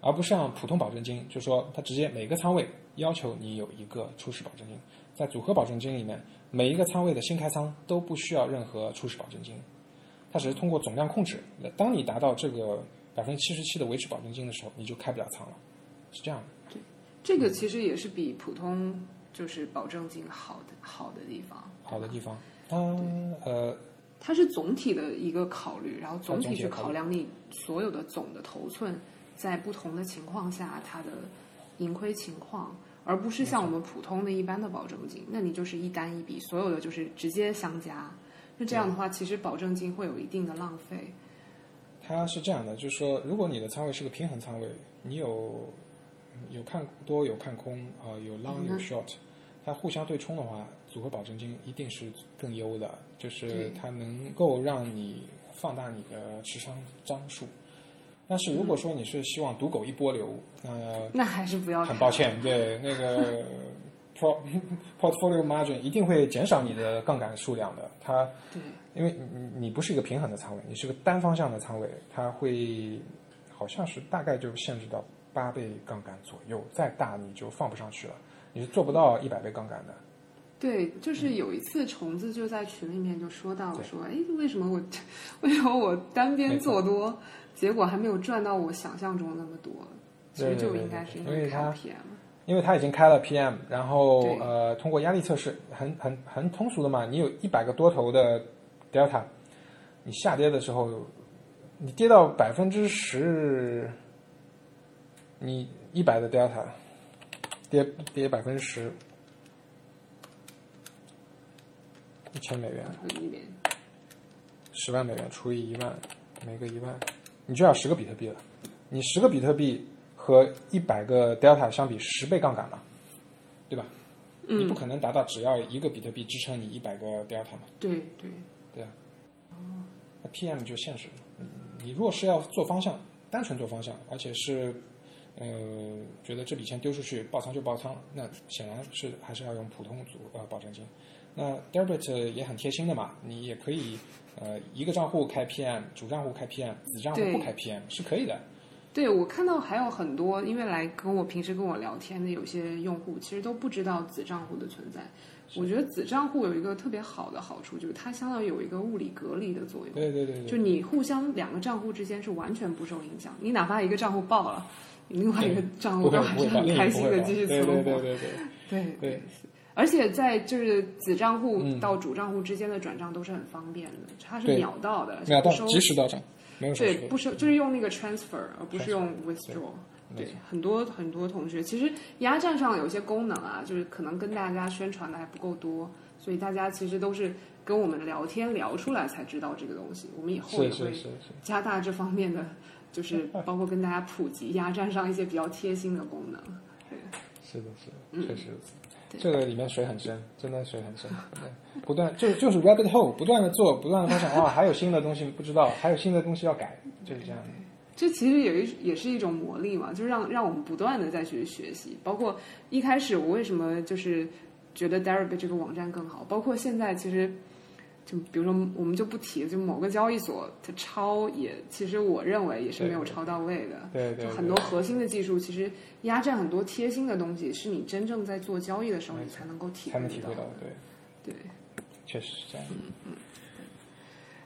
Speaker 1: 而不是像普通保证金，就是说它直接每个仓位要求你有一个初始保证金。在组合保证金里面，每一个仓位的新开仓都不需要任何初始保证金，它只是通过总量控制。当你达到这个百分之七十七的维持保证金的时候，你就开不了仓了，是这样的。
Speaker 2: 这
Speaker 1: 嗯
Speaker 2: 个其实也是比普通就是保证金好的好的地方。
Speaker 1: 好的地方，它呃
Speaker 2: 它是总体的一个考虑，然后总体去
Speaker 1: 它总体的考虑
Speaker 2: 考量你所有的总的头寸，在不同的情况下它的盈亏情况，而不是像我们普通的一般的保证金，那你就是一单一笔，所有的就是直接相加。那这样的话，其实保证金会有一定的浪费。
Speaker 1: 它是这样的，就是说，如果你的仓位是个平衡仓位，你有有看多有看空啊、呃有 long
Speaker 2: 嗯
Speaker 1: 有 short，它互相对冲的话，组合保证金一定是更优的，就是
Speaker 2: 对
Speaker 1: 它能够让你放大你的持仓张数。但是如果说你是希望赌狗一波流，那、
Speaker 2: 那还嗯是不要
Speaker 1: 呃很
Speaker 2: 看
Speaker 1: 抱歉，对那个 <laughs> pro portfolio margin 一定会减少你的杠杆数量的。它
Speaker 2: 对，
Speaker 1: 因为你你你不是一个平衡的仓位，你是个单方向的仓位，它会好像是大概就限制到八倍杠杆左右，再大你就放不上去了，你是做不到一百倍杠杆的。
Speaker 2: 对，就是有一次虫子就在群里面就说到
Speaker 1: 嗯对
Speaker 2: 了，说，哎，为什么我，为什么我单
Speaker 1: 没
Speaker 2: 边
Speaker 1: 错
Speaker 2: 做多，结果还没有赚到我想象中那么多？其
Speaker 1: 对
Speaker 2: 实
Speaker 1: 对
Speaker 2: 就
Speaker 1: 对
Speaker 2: 应
Speaker 1: 对
Speaker 2: 该
Speaker 1: 对
Speaker 2: 是
Speaker 1: 因为
Speaker 2: 为
Speaker 1: 它
Speaker 2: 看 PM。
Speaker 1: 因为它已经开了 PM，然后
Speaker 2: 对
Speaker 1: 呃，通过压力测试，很很很通俗的嘛，你有一百个多头的 delta，你下跌的时候，你跌到百分之十，你一百的 delta 跌跌百分之十，一千美元，
Speaker 2: 会一点，
Speaker 1: 十万美元除以一万，每个一万，你就要十个比特币了。你十个比特币和一百个 delta 相比，十倍杠杆嘛，对吧？你
Speaker 2: 嗯
Speaker 1: 不可能达到只要一个比特币支撑你一百个 delta 嘛，
Speaker 2: 对对，
Speaker 1: 对啊。
Speaker 2: 哦
Speaker 1: 那 PM 就限制了。嗯你若是要做方向，单纯做方向，而且是呃觉得这笔钱丢出去爆仓就爆仓，那显然是还是要用普通组呃保证金。那 Derbit 也很贴心的嘛，你也可以呃一个账户开 PM，主账户开 PM，子账户
Speaker 2: 对
Speaker 1: 不开 PM 是可以的。
Speaker 2: 对我看到还有很多，因为来跟我平时跟我聊天的有些用户，其实都不知道子账户的存在，我觉得子账户有一个特别好的好处，就是它相当于有一个物理隔离的作用。
Speaker 1: 对对对对，
Speaker 2: 就你互相两个账户之间是完全不受影响，你哪怕一个账户爆了，你另外一个账
Speaker 1: 不
Speaker 2: 户
Speaker 1: 会
Speaker 2: 都
Speaker 1: 不
Speaker 2: 还
Speaker 1: 会
Speaker 2: 是
Speaker 1: 吧
Speaker 2: 很
Speaker 1: 另一
Speaker 2: 开
Speaker 1: 个
Speaker 2: 心
Speaker 1: 不会
Speaker 2: 的
Speaker 1: 吧
Speaker 2: 继续
Speaker 1: 对
Speaker 2: 存
Speaker 1: 对
Speaker 2: 活
Speaker 1: 对。对对。
Speaker 2: 对
Speaker 1: 对
Speaker 2: 是而且在就是子账户
Speaker 1: 嗯
Speaker 2: 到主账户之间的转账都是很方便的，它是
Speaker 1: 对
Speaker 2: 秒到的，
Speaker 1: 秒到
Speaker 2: 不收
Speaker 1: 及时到账，没有手
Speaker 2: 对
Speaker 1: 续，费。
Speaker 2: 不收就是用那个 transfer，而不是
Speaker 1: Transfer，
Speaker 2: 用 withdraw。对，很多很多同学，其实压站上有些功能啊，就是可能跟大家宣传的还不够多，所以大家其实都是跟我们聊天聊出来才知道这个东西。我们以后也
Speaker 1: 是
Speaker 2: 会
Speaker 1: 是是是，
Speaker 2: 加大这方面的，就是 <laughs> 包括跟大家普及压站上一些比较贴心的功能。
Speaker 1: 是的，是
Speaker 2: 嗯
Speaker 1: 的，确实如此。
Speaker 2: 对
Speaker 1: 这个里面水很深，真的水很深，对不断就就是 rabbit hole，不断的做，不断的发现，哇，还有新的东西不知道，还有新的东西要改，就是这样的。
Speaker 2: 这其实也是也是一种魔力嘛，就让让我们不断的再去学习。包括一开始我为什么就是觉得 Deribit 这个网站更好，包括现在其实就比如说我们就不提，就某个交易所它抄也，其实我认为也是没有抄到位的。
Speaker 1: 对对
Speaker 2: 就
Speaker 1: 对，
Speaker 2: 很多核心的技术，其实压榨很多贴心的东西，是你真正在做交易的时候，你才能够体
Speaker 1: 才
Speaker 2: 会
Speaker 1: 能体会到
Speaker 2: 到。，
Speaker 1: 对，
Speaker 2: 对，
Speaker 1: 确实是这样。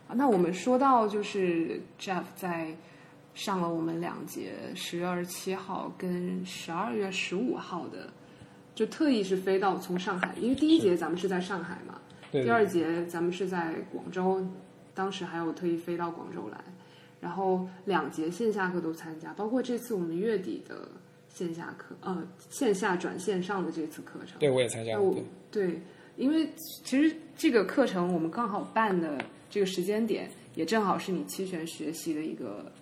Speaker 2: 啊，那我们说到就是 Jeff 在上了我们两节十月二十七号跟十二月十五号的，就特意是飞到从上海，因为第一节咱们是在上海嘛，
Speaker 1: 对，
Speaker 2: 第二节咱们是在广州，当时还有特意飞到广州来，然后两节线下课都参加，包括这次我们月底的线下课，呃，线下转线上的这次课程，
Speaker 1: 对我也参加
Speaker 2: 那
Speaker 1: 了，
Speaker 2: 我
Speaker 1: 对
Speaker 2: 对，因为其实这个课程我们刚好办的这个时间点，也正好是你期权学习的一个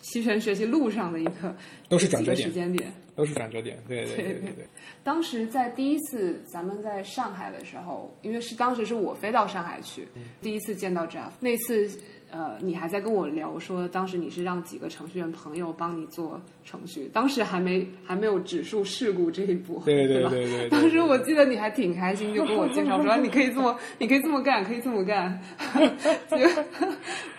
Speaker 2: 期权学习路上的一个
Speaker 1: 都是转折
Speaker 2: 几
Speaker 1: 点
Speaker 2: 个时，间点。
Speaker 1: 都是转折点，对对对
Speaker 2: 对
Speaker 1: 对对，
Speaker 2: 当时在第一次咱们在上海的时候，因为是当时是我飞到上海去，
Speaker 1: 嗯
Speaker 2: 第一次见到 Jeff，那次呃你还在跟我聊说，当时你是让几个程序员朋友帮你做程序，当时还没还没有指数事故这一步，
Speaker 1: 对对
Speaker 2: 对吧
Speaker 1: 对对对
Speaker 2: 当时我记得你还挺开心，就跟我介绍说啊你可以这
Speaker 1: <laughs>
Speaker 2: 么，你可以这么干，可以这么干。结果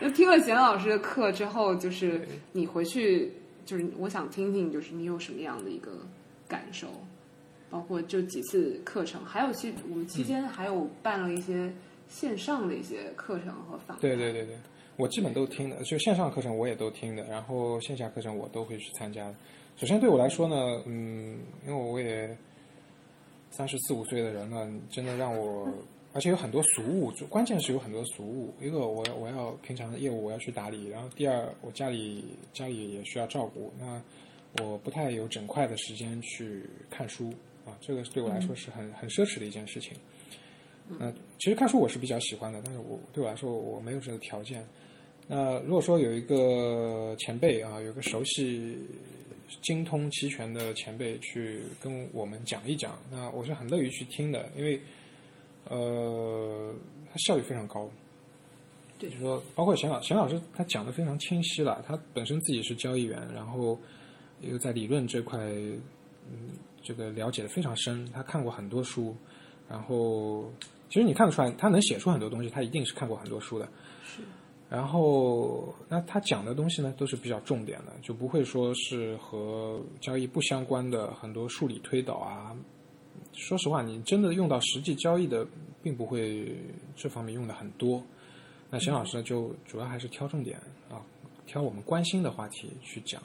Speaker 2: 就听了简老师的课之后，就是你回去，就是我想听听，就是你有什么样的一个感受，包括就几次课程，还有期我们期间还有办了一些线上的一些课程和访谈。
Speaker 1: 对对对对，我基本都听的，就线上课程我也都听的，然后线下课程我都会去参加的。首先对我来说呢，嗯，因为我也三十四五岁的人了，真的让我，而且有很多俗务，就关键是有很多俗务。一个我我要平常的业务我要去打理，然后第二我家里家里也需要照顾，那我不太有整块的时间去看书啊，这个对我来说是很、很奢侈的一件事情。那其实看书我是比较喜欢的，但是我对我来说我没有这个条件。那如果说有一个前辈啊，有一个熟悉、精通期权的前辈去跟我们讲一讲，那我是很乐于去听的，因为呃，它效率非常高。
Speaker 2: 对
Speaker 1: 就是说，包括沈老沈老师他讲的非常清晰了，他本身自己是交易员，然后又在理论这块，嗯，这个了解的非常深，他看过很多书，然后其实你看得出来，他能写出很多东西，他一定是看过很多书的。然后，那他讲的东西呢，都是比较重点的，就不会说是和交易不相关的很多数理推导啊。说实话，你真的用到实际交易的，并不会这方面用的很多。那沈老师呢，就主要还是挑重点啊，挑我们关心的话题去讲。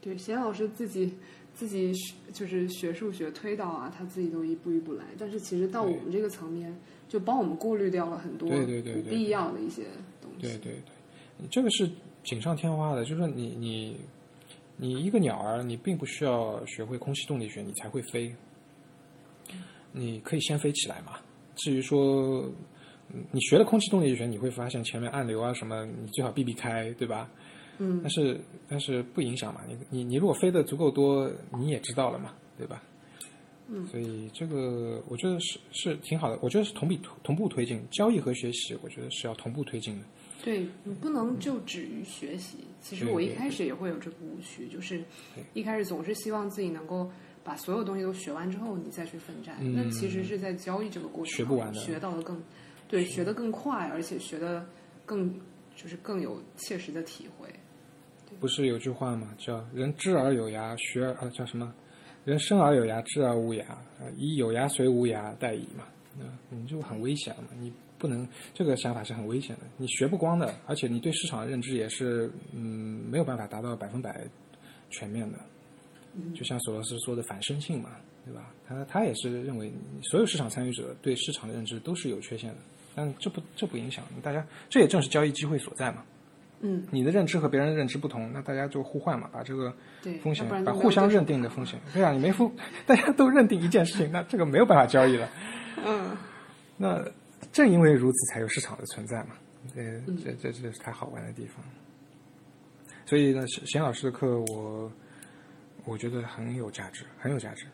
Speaker 2: 对，贤老师自己自己学就是学数学推导啊，他自己都一步一步来。但是其实到我
Speaker 1: 对
Speaker 2: 们这个层面，就帮我们过滤掉了很多
Speaker 1: 对对对对
Speaker 2: 不必要的一些东西。
Speaker 1: 对对对，你这个是锦上添花的，就是说你你你一个鸟儿，你并不需要学会空气动力学，你才会飞，你可以先飞起来嘛。至于说嗯你学了空气动力学，你会发现前面暗流啊什么，你最好避避开，对吧？
Speaker 2: 嗯
Speaker 1: 但是但是不影响嘛，你你你如果飞得足够多，你也知道了嘛，对吧？
Speaker 2: 嗯
Speaker 1: 所以这个我觉得是是挺好的，我觉得是同比同步推进交易和学习，我觉得是要同步推进的。
Speaker 2: 对你不能就止于学习。其实
Speaker 1: 对
Speaker 2: 我一
Speaker 1: 对
Speaker 2: 开始也会有这个误区，就是
Speaker 1: 对
Speaker 2: 一开始总是希望自己能够把所有东西都学完之后，你再去奋战。
Speaker 1: 嗯
Speaker 2: 那其实是在交易这个过程
Speaker 1: 学不完的
Speaker 2: 学到的更对，学得更快，而且学得更就是更有切实的体会。
Speaker 1: 不是有句话吗？叫“人知而有涯，呃学而啊叫什么？人生而有涯，知而无涯，啊以有涯随无涯殆矣嘛。对吧？你就很危险嘛，你不能这个想法是很危险的，你学不光的，而且你对市场的认知也是嗯没有办法达到百分百全面的。就像索罗斯说的反身性嘛，对吧？他他也是认为所有市场参与者对市场的认知都是有缺陷的，但这不这不影响大家，这也正是交易机会所在嘛。
Speaker 2: 嗯，
Speaker 1: 你的认知和别人的认知不同，那大家就互换嘛，把这个
Speaker 2: 对，
Speaker 1: 风险
Speaker 2: 要不然就
Speaker 1: 把
Speaker 2: 没有
Speaker 1: 互相
Speaker 2: 对手
Speaker 1: 认定的风险，对啊，你没付，大家都认定一件事情，那这个没有办法交易了。
Speaker 2: 嗯，
Speaker 1: <laughs> 那正因为如此，才有市场的存在嘛。这
Speaker 2: 嗯
Speaker 1: 这这这是它好玩的地方。所以呢，贤贤老师的课我我觉得很有价值，很有价值。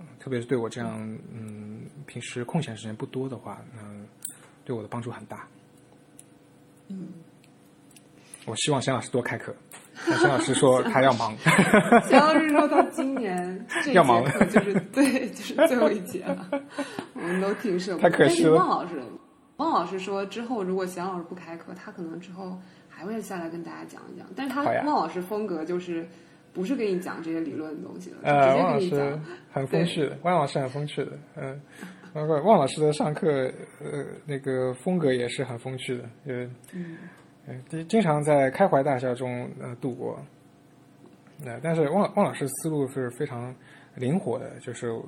Speaker 1: 嗯特别是对我这样嗯平时空闲时间不多的话，嗯，对我的帮助很大。嗯，我希望贤老师多开课。但贤老师
Speaker 2: <laughs>
Speaker 1: 说他要忙，
Speaker 2: 想到是说到今
Speaker 1: <laughs>
Speaker 2: 年这一节
Speaker 1: 要忙
Speaker 2: 课就是对，就是最后一节
Speaker 1: <laughs>
Speaker 2: 了，我们都挺舍不
Speaker 1: 太
Speaker 2: 得。
Speaker 1: 可
Speaker 2: 但
Speaker 1: 惜
Speaker 2: 是
Speaker 1: 了
Speaker 2: 汪老师，汪老师说之后如果贤老师不开课，他可能之后还会下来跟大家讲一讲。但是他
Speaker 1: 好呀
Speaker 2: 汪老师风格就是不是跟你讲这些理论的东西了，
Speaker 1: 呃，
Speaker 2: 就
Speaker 1: 汪老
Speaker 2: 直接跟你
Speaker 1: 师
Speaker 2: <laughs> 讲。
Speaker 1: 很风趣的，汪老师很风趣的，嗯，包括汪老师的上课，呃，那个风格也是很风趣的，呃，嗯，经经常在开怀大笑中呃度过。那、但是汪汪老师思路是非常灵活的，就是、呃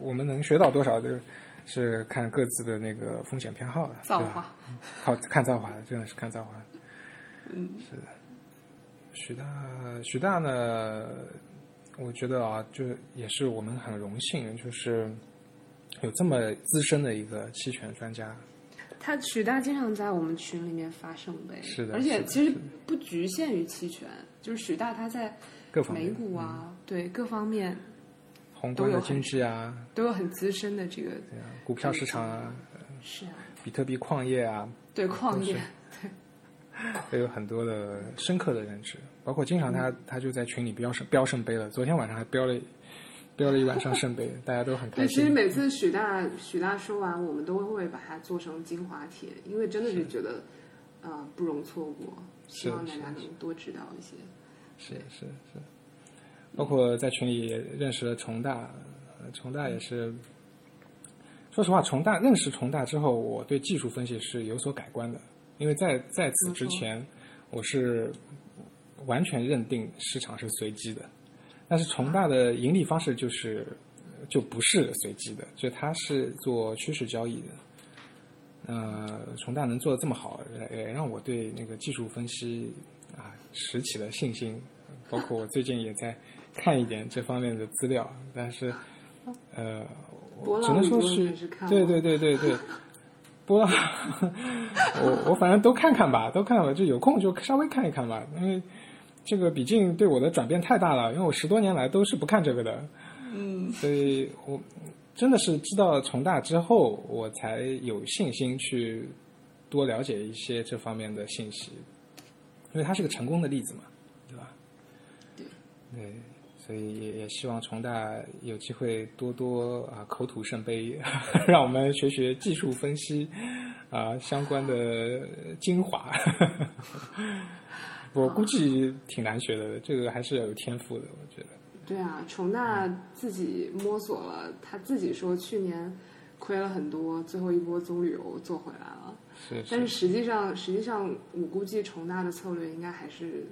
Speaker 1: 我们能学到多少，就是是看各自的那个风险偏好的，
Speaker 2: 造
Speaker 1: 对吧
Speaker 2: 化，
Speaker 1: 靠看造化的，真的是看造化。嗯，是的。徐大，徐大呢，我觉得啊，就也是我们很荣幸，就是有这么资深的一个期权专家。
Speaker 2: 他许大经常在我们群里面发圣杯，
Speaker 1: 是的
Speaker 2: 而
Speaker 1: 是
Speaker 2: 且
Speaker 1: 的
Speaker 2: 其实
Speaker 1: 是的
Speaker 2: 不局限于期权，就是许大他在
Speaker 1: 各方面嗯
Speaker 2: 美股啊，对各方面
Speaker 1: 宏观的经济啊，
Speaker 2: 都有很资深的这个，
Speaker 1: 对啊股票市场啊，
Speaker 2: 是啊，
Speaker 1: 比特币矿业啊，
Speaker 2: 对矿业
Speaker 1: 是，都有很多的深刻的认知。包括经常他、
Speaker 2: 嗯
Speaker 1: 他就在群里标圣标圣杯了，昨天晚上还标了标了一晚上圣杯，大家都很
Speaker 2: 对，
Speaker 1: 开
Speaker 2: 其
Speaker 1: 心。
Speaker 2: 实每次许大许大说完，我们都会把它做成精华帖，因为真的是觉得，呃，不容错过，希
Speaker 1: 是
Speaker 2: 望大
Speaker 1: 是
Speaker 2: 家能多知道一些。
Speaker 1: 是是是，包括在群里也认识了重大，呃重大也是，说实话，重大认识重大之后，我对技术分析是有所改观的，因为在在此之前，我是完全认定市场是随机的，但是重大的盈利方式就是就不是随机的，就它是做趋势交易的。呃，重大能做的这么好，也也让我对那个技术分析啊拾起了信心。包括我最近也在看一点这方面的资料，但是呃，我
Speaker 2: 波
Speaker 1: 只
Speaker 2: 浪
Speaker 1: 能
Speaker 2: 理
Speaker 1: 说
Speaker 2: 论
Speaker 1: 是
Speaker 2: 还是看
Speaker 1: 对
Speaker 2: 吗
Speaker 1: 对对对对，波浪， <laughs> 我我反正都看看吧，都看吧，就有空就稍微看一看吧，因为这个毕竟对我的转变太大了，因为我十多年来都是不看这个的，嗯，所以我真的是知道重大之后，我才有信心去多了解一些这方面的信息，因为它是个成功的例子嘛，对吧？
Speaker 2: 对
Speaker 1: 对，所以也也希望重大有机会多多啊口吐圣杯， <laughs> 让我们学学技术分析啊相关的精华。 <laughs> 我估计挺难学的，这个还是要有天赋的，我觉得。
Speaker 2: 对啊，重大自己摸索了，他自己说去年亏了很多，最后一波棕榈油做回来了。
Speaker 1: 是
Speaker 2: 但是实际上，实际上我估计重大的策略应该还是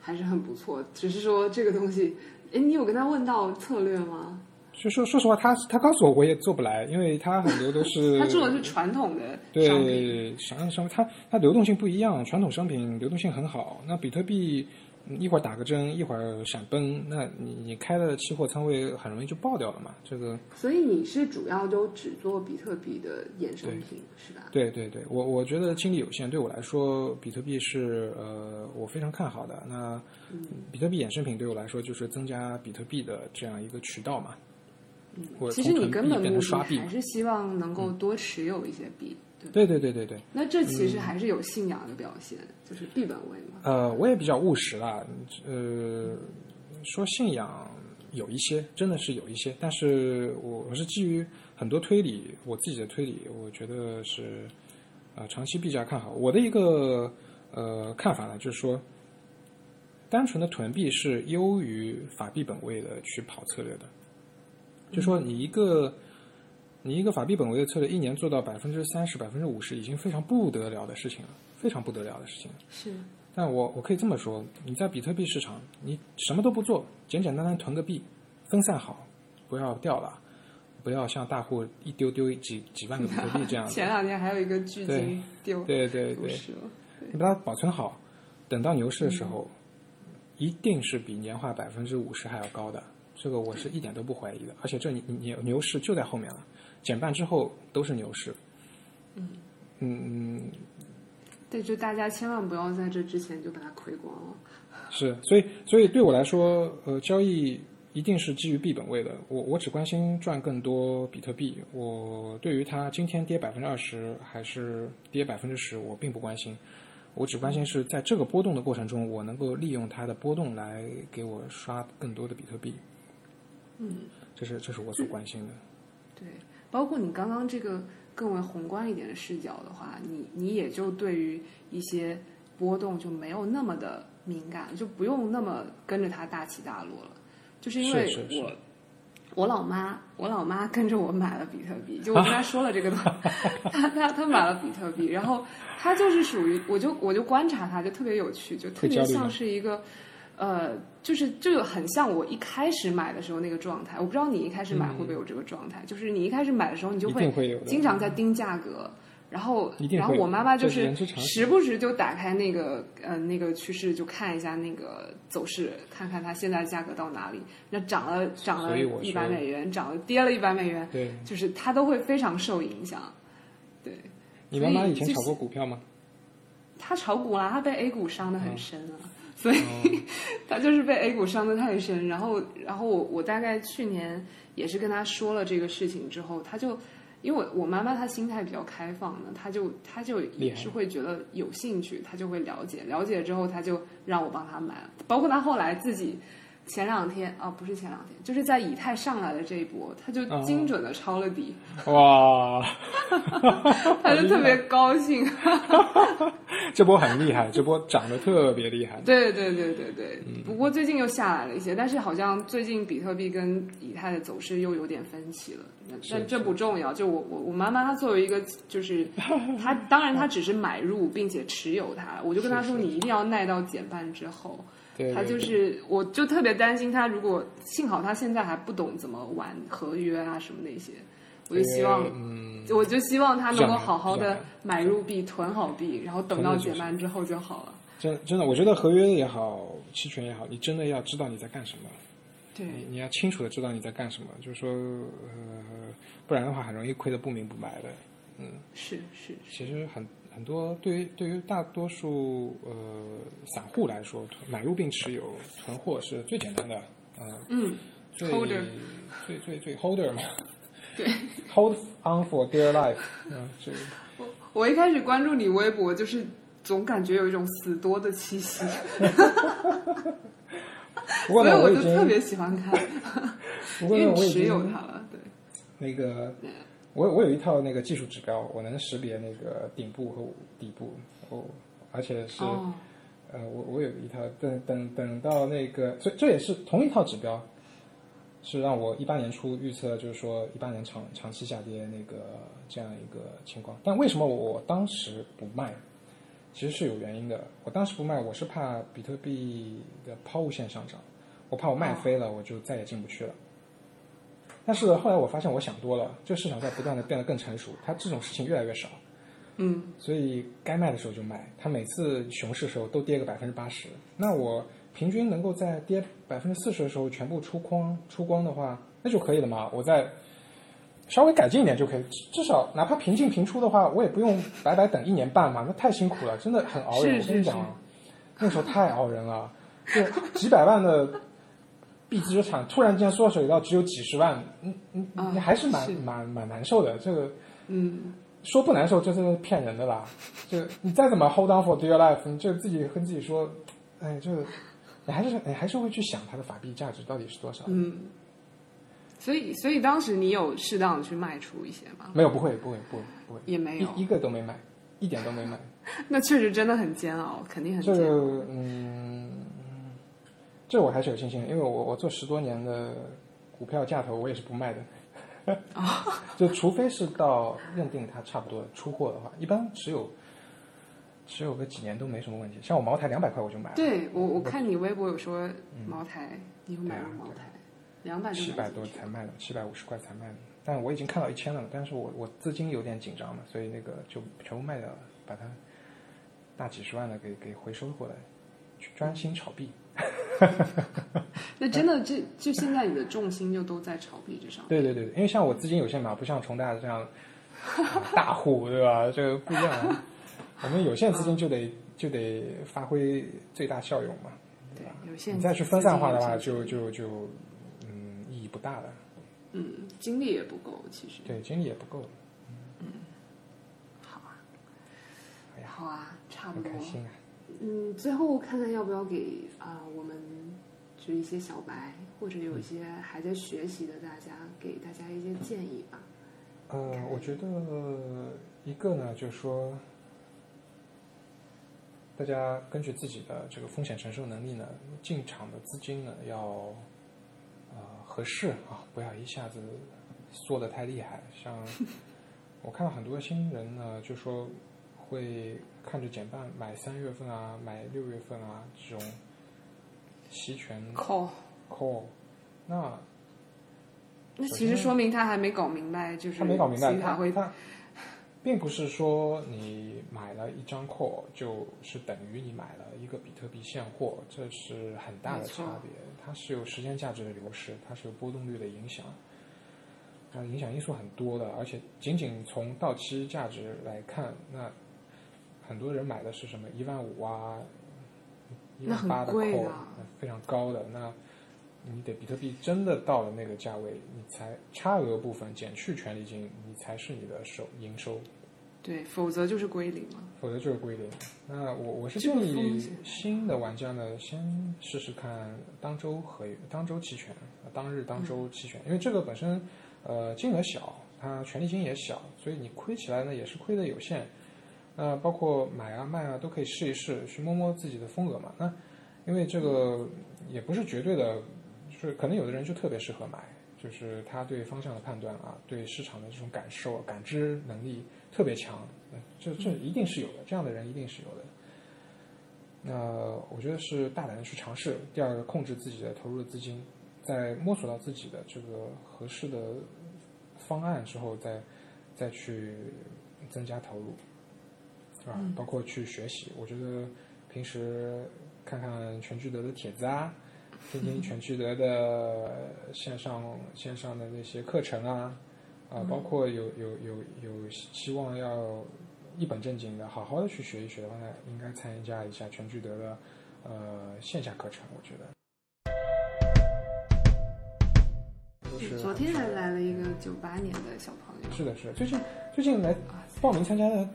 Speaker 2: 还是很不错，只是说这个东西，哎，你有跟他问到策略吗？
Speaker 1: 就说说实话，他他告诉我我也做不来，因为他很多都是
Speaker 2: 他做的是传统的商品，
Speaker 1: 对商商它它流动性不一样，传统商品流动性很好，那比特币嗯一会儿打个针，一会儿闪崩，那你你开了期货仓位很容易就爆掉了嘛，这个。
Speaker 2: 所以你是主要都只做比特币的衍生品是吧？
Speaker 1: 对对对，我我觉得精力有限，对我来说，比特币是呃我非常看好的。那
Speaker 2: 嗯
Speaker 1: 比特币衍生品对我来说就是增加比特币的这样一个渠道嘛。我
Speaker 2: 嗯其
Speaker 1: 从
Speaker 2: 实
Speaker 1: 囤
Speaker 2: 你根
Speaker 1: 币
Speaker 2: 本
Speaker 1: 变
Speaker 2: 目
Speaker 1: 成刷
Speaker 2: 的
Speaker 1: 币嗯
Speaker 2: 还
Speaker 1: 嘛。
Speaker 2: 是希望能够多持有一些币，对吧？
Speaker 1: 对对对对对，
Speaker 2: 那这其
Speaker 1: 嗯
Speaker 2: 实还是有信仰的表现，就是币本位嘛。
Speaker 1: 呃，我也比较务实啦。呃，说信仰有一些，真的是有一些，但是我我是基于很多推理，我自己的推理，我觉得是呃长期币价看好。我的一个呃看法呢，就是说，单纯的囤币是优于法币本位的去跑策略的，就说你一个你一个法币本位的策略，一年做到百分之三十、百分之五十，已经非常不得了的事情了，非常不得了的事情了。
Speaker 2: 是
Speaker 1: 但我我可以这么说，你在比特币市场，你什么都不做，简简单单囤个币，分散好，不要掉了，不要像大户一丢丢几几万个比特币这样子
Speaker 2: 前。两天还有一个巨
Speaker 1: 对
Speaker 2: 鲸丢
Speaker 1: 对对
Speaker 2: 丢
Speaker 1: 对，
Speaker 2: 失了，
Speaker 1: 你把它保存好，等到牛市的时候，一定是比年化百分之五十还要高的。这个我是一点都不怀疑的，而且这你你牛市就在后面了，减半之后都是牛市。嗯嗯，
Speaker 2: 对，就大家千万不要在这之前就把它亏光了。
Speaker 1: 是，所以所以对我来说，呃，交易一定是基于币本位的。我我只关心赚更多比特币，我对于它今天跌百分之二十还是跌百分之十，我并不关心。我只关心是在这个波动的过程中，我能够利用它的波动来给我刷更多的比特币。
Speaker 2: 嗯，
Speaker 1: 这是这是我所关心的。
Speaker 2: 对，包括你刚刚这个更为宏观一点的视角的话，你你也就对于一些波动就没有那么的敏感，就不用那么跟着它大起大落了。就是因为我
Speaker 1: 是是是
Speaker 2: 我老妈，我老妈跟着我买了比特币，就
Speaker 1: <laughs>
Speaker 2: 我跟她说了这个东西，她她她买了比特币，然后她就是属于，我就我就观察她，就特别有趣，就特
Speaker 1: 会焦
Speaker 2: 别
Speaker 1: 虑吗
Speaker 2: 像是一个，呃，就是就有很像我一开始买的时候那个状态。我不知道你一开始买会不会有这个状态，就是你一开始买的时候，你就
Speaker 1: 嗯一定会有的嗯
Speaker 2: 经常在盯价格。然后
Speaker 1: 一，定
Speaker 2: 然后
Speaker 1: 会
Speaker 2: 我妈妈
Speaker 1: 这
Speaker 2: 就是是
Speaker 1: 人之常情
Speaker 2: 时不时就打开那个呃那个趋势，就看一下那个走势，看看它现在价格到哪里。那涨了涨了
Speaker 1: 所以我
Speaker 2: 一
Speaker 1: 说
Speaker 2: 百美元，涨了跌了一百美元，
Speaker 1: 对
Speaker 2: 就是它都会非常受影响。对，
Speaker 1: 你妈妈以前
Speaker 2: 所以
Speaker 1: 炒
Speaker 2: 就是
Speaker 1: 过股票吗？
Speaker 2: 他炒股啦，他被 A 股伤的很
Speaker 1: 嗯
Speaker 2: 深啊，所以、 <laughs> 他就是被 A 股伤的太深。然后，然后我我大概去年也是跟他说了这个事情之后，他就因为我我妈妈她心态比较开放呢，她就她就
Speaker 1: 厉
Speaker 2: 也
Speaker 1: 害
Speaker 2: 是会觉得有兴趣，她就会了解，了解之后她就让我帮她买，包括她后来自己。前两天啊，不是前两天，就是在以太上来的这一波，她就
Speaker 1: 哦
Speaker 2: 精准的抄了底，
Speaker 1: 哇，
Speaker 2: 她就特别高兴。
Speaker 1: 这波很厉害，这波涨得特别厉害。
Speaker 2: 对对对对对，
Speaker 1: 嗯
Speaker 2: 不过最近又下来了一些，但是好像最近比特币跟以太的走势又有点分歧了。那
Speaker 1: 是
Speaker 2: 但这不重要，就我我我妈妈她作为一个就是她，当然她只是买入并且持有它，我就跟她说
Speaker 1: 是是
Speaker 2: 你一定要耐到减半之后。
Speaker 1: 对，
Speaker 2: 她
Speaker 1: 对
Speaker 2: 就
Speaker 1: 对
Speaker 2: 是，我就特别担心她，如果幸好她现在还不懂怎么玩合约啊什么那些，我就希望，
Speaker 1: 嗯，
Speaker 2: 我就希望她能
Speaker 1: 这
Speaker 2: 够
Speaker 1: 样
Speaker 2: 好好
Speaker 1: 这样
Speaker 2: 的买入币、囤好币，然后
Speaker 1: 囤
Speaker 2: 等到
Speaker 1: 了就
Speaker 2: 减
Speaker 1: 行
Speaker 2: 半之后就好了。
Speaker 1: 真的真的，我觉得合约也好，期权也好，你真的要知道你在干什么，
Speaker 2: 对，
Speaker 1: 你你要清楚的知道你在干什么，就是说，呃，不然的话很容易亏得不明不白的。嗯
Speaker 2: 是是
Speaker 1: 其实很很多对于对于大多数呃散户来说，囤买入并持有囤货是最简单的，嗯、
Speaker 2: 嗯，
Speaker 1: 最
Speaker 2: Holder
Speaker 1: 最最最 holder 嘛 <laughs>
Speaker 2: 对。
Speaker 1: ，hold on for dear life，嗯，这个
Speaker 2: 我一开始关注你微博，就是总感觉有一种死多的气息，
Speaker 1: 不过
Speaker 2: 所以
Speaker 1: 呢，
Speaker 2: 我
Speaker 1: 已
Speaker 2: 就特
Speaker 1: 经
Speaker 2: 别喜欢看，
Speaker 1: 不
Speaker 2: 因
Speaker 1: 过呢，我
Speaker 2: 为你
Speaker 1: 已
Speaker 2: 持有
Speaker 1: 经
Speaker 2: 它了。对，
Speaker 1: 那个我我有一套那个技术指标，我能识别那个顶部和底部，哦，而且是、
Speaker 2: 哦，
Speaker 1: 呃，我我有一套，等等等到那个，这这也是同一套指标，是让我一八年初预测，就是说一八年长长期下跌那个这样一个情况。但为什么我当时不卖？其实是有原因的。我当时不卖，我是怕比特币的抛物线上涨，我怕我卖飞了，我就再也进不去了。但是后来我发现，我想多了，这个市场在不断的变得更成熟，它这种事情越来越少。
Speaker 2: 嗯，
Speaker 1: 所以该卖的时候就卖。它每次熊市的时候都跌个百分之八十，那我平均能够在跌百分之四十的时候全部出光出光的话，那就可以了嘛。我再稍微改进一点就可以，至至少哪怕平进平出的话，我也不用白白等一年半嘛，那太辛苦了，真的很熬人。
Speaker 2: 是
Speaker 1: 我跟你
Speaker 2: 是
Speaker 1: 讲啊，那时候太熬人了，就 <laughs> 几百万的。币资产突然间缩水到只有几十万，你你
Speaker 2: 啊
Speaker 1: 你还是蛮
Speaker 2: 是
Speaker 1: 蛮蛮难受的。这个
Speaker 2: 嗯，
Speaker 1: 说不难受，这真的是骗人的啦。就你再怎么 hold on for dear life，你就自己跟自己说，哎，这你还是你还是会去想它的法币价值到底是多少。
Speaker 2: 嗯。所以，所以当时你有适当的去卖出一些吗？
Speaker 1: 没有，不会，不会，不会，不会，
Speaker 2: 也没有
Speaker 1: 一一个都没买，一点都没买。
Speaker 2: 那确实真的很煎熬，肯定很
Speaker 1: 这
Speaker 2: 煎熬。
Speaker 1: 个，嗯，这我还是有信心的，因为我我做十多年的股票价投，我也是不卖的。
Speaker 2: 哦
Speaker 1: <laughs> 就除非是到认定它差不多出货的话，一般只有只有个几年都没什么问题。像我茅台两百块我就买了，
Speaker 2: 对我，我看你微博有说茅台，你有买过茅台？两百就
Speaker 1: 七
Speaker 2: 买
Speaker 1: 百
Speaker 2: 进
Speaker 1: 多
Speaker 2: 去
Speaker 1: 才卖的，七百五十块才卖的。但我已经看到一千了，但是我我资金有点紧张嘛，所以那个就全部卖掉了，把它大几十万的给给回收过来，去专心炒币。
Speaker 2: 那真的这就现在你的重心就都在炒币这上面。
Speaker 1: 对对对，因为像我资金有限嘛，不像重大这样、
Speaker 2: <laughs>
Speaker 1: 呃大户，对吧？这个不一样啊。我们有限资金就得就得发挥最大效用嘛，对吧？
Speaker 2: 对有限
Speaker 1: 你再去
Speaker 2: 资
Speaker 1: 分散化的话，
Speaker 2: 资金有
Speaker 1: 就
Speaker 2: 限
Speaker 1: 就就嗯意义不大了，
Speaker 2: 嗯，精力也不够，其实。
Speaker 1: 对，精力也不够，
Speaker 2: 好啊
Speaker 1: 哎，呀
Speaker 2: 好啊，差不
Speaker 1: 很
Speaker 2: 多
Speaker 1: 开。心啊。
Speaker 2: 嗯，最后看看要不要给啊、我们就一些小白或者有一些还在学习的大家，给大家一些建议吧。
Speaker 1: 呃，我觉得一个呢，就是说，大家根据自己的这个风险承受能力呢，进场的资金呢要呃合适啊，不要一下子缩的太厉害。像我看到很多新人呢，就说会看着减半买三月份啊，买六月份啊这种期权
Speaker 2: call，
Speaker 1: call，那
Speaker 2: 那其实说明他还没搞明白，就是
Speaker 1: 他没搞明白
Speaker 2: 其，实他会
Speaker 1: 他并不是说你买了一张 call 就是等于你买了一个比特币现货，这是很大的差别。它是有时间价值的流失，它是有波动率的影响，啊，影响因素很多的。而且仅仅从到期价值来看，那很多人买的是什么一万五啊，一
Speaker 2: 那
Speaker 1: 万
Speaker 2: 很
Speaker 1: 八的
Speaker 2: 贵
Speaker 1: call，
Speaker 2: 的
Speaker 1: 那非常高的那。你得比特币真的到了那个价位，你才差额部分减去权利金，你才是你的收营收，
Speaker 2: 对，否则就是归零了。
Speaker 1: 否则就是归零。那我我是
Speaker 2: 这个
Speaker 1: 建
Speaker 2: 风
Speaker 1: 议
Speaker 2: 险
Speaker 1: 新的玩家呢，先试试看当周合约、当周期权、呃当日当周期
Speaker 2: 嗯
Speaker 1: 权，因为这个本身呃金额小，它权利金也小，所以你亏起来呢也是亏的有限。那包括买啊卖啊都可以试一试，去摸摸自己的风格嘛。那因为这个
Speaker 2: 嗯
Speaker 1: 也不是绝对的，就是可能有的人就特别适合买，就是他对方向的判断啊，对市场的这种感受、啊感知能力特别强，呃这这一定是有的，这样的人一定是有的。那我觉得是大胆的去尝试。第二个，控制自己的投入的资金，在摸索到自己的这个合适的方案之后，再再去增加投入，是吧？包括去学习，我觉得平时看看全聚德的帖子啊，听听全聚德的线上线上的那些课程啊，啊、包括有有有有希望要一本正经的好好的去学一学的话，那应该参加一下全聚德的呃线下课程，我觉得。就是啊嗯
Speaker 2: 昨天还来了一个九八年的小朋友，
Speaker 1: 是的，是的，最近最近来
Speaker 2: 哇塞
Speaker 1: 报名参加的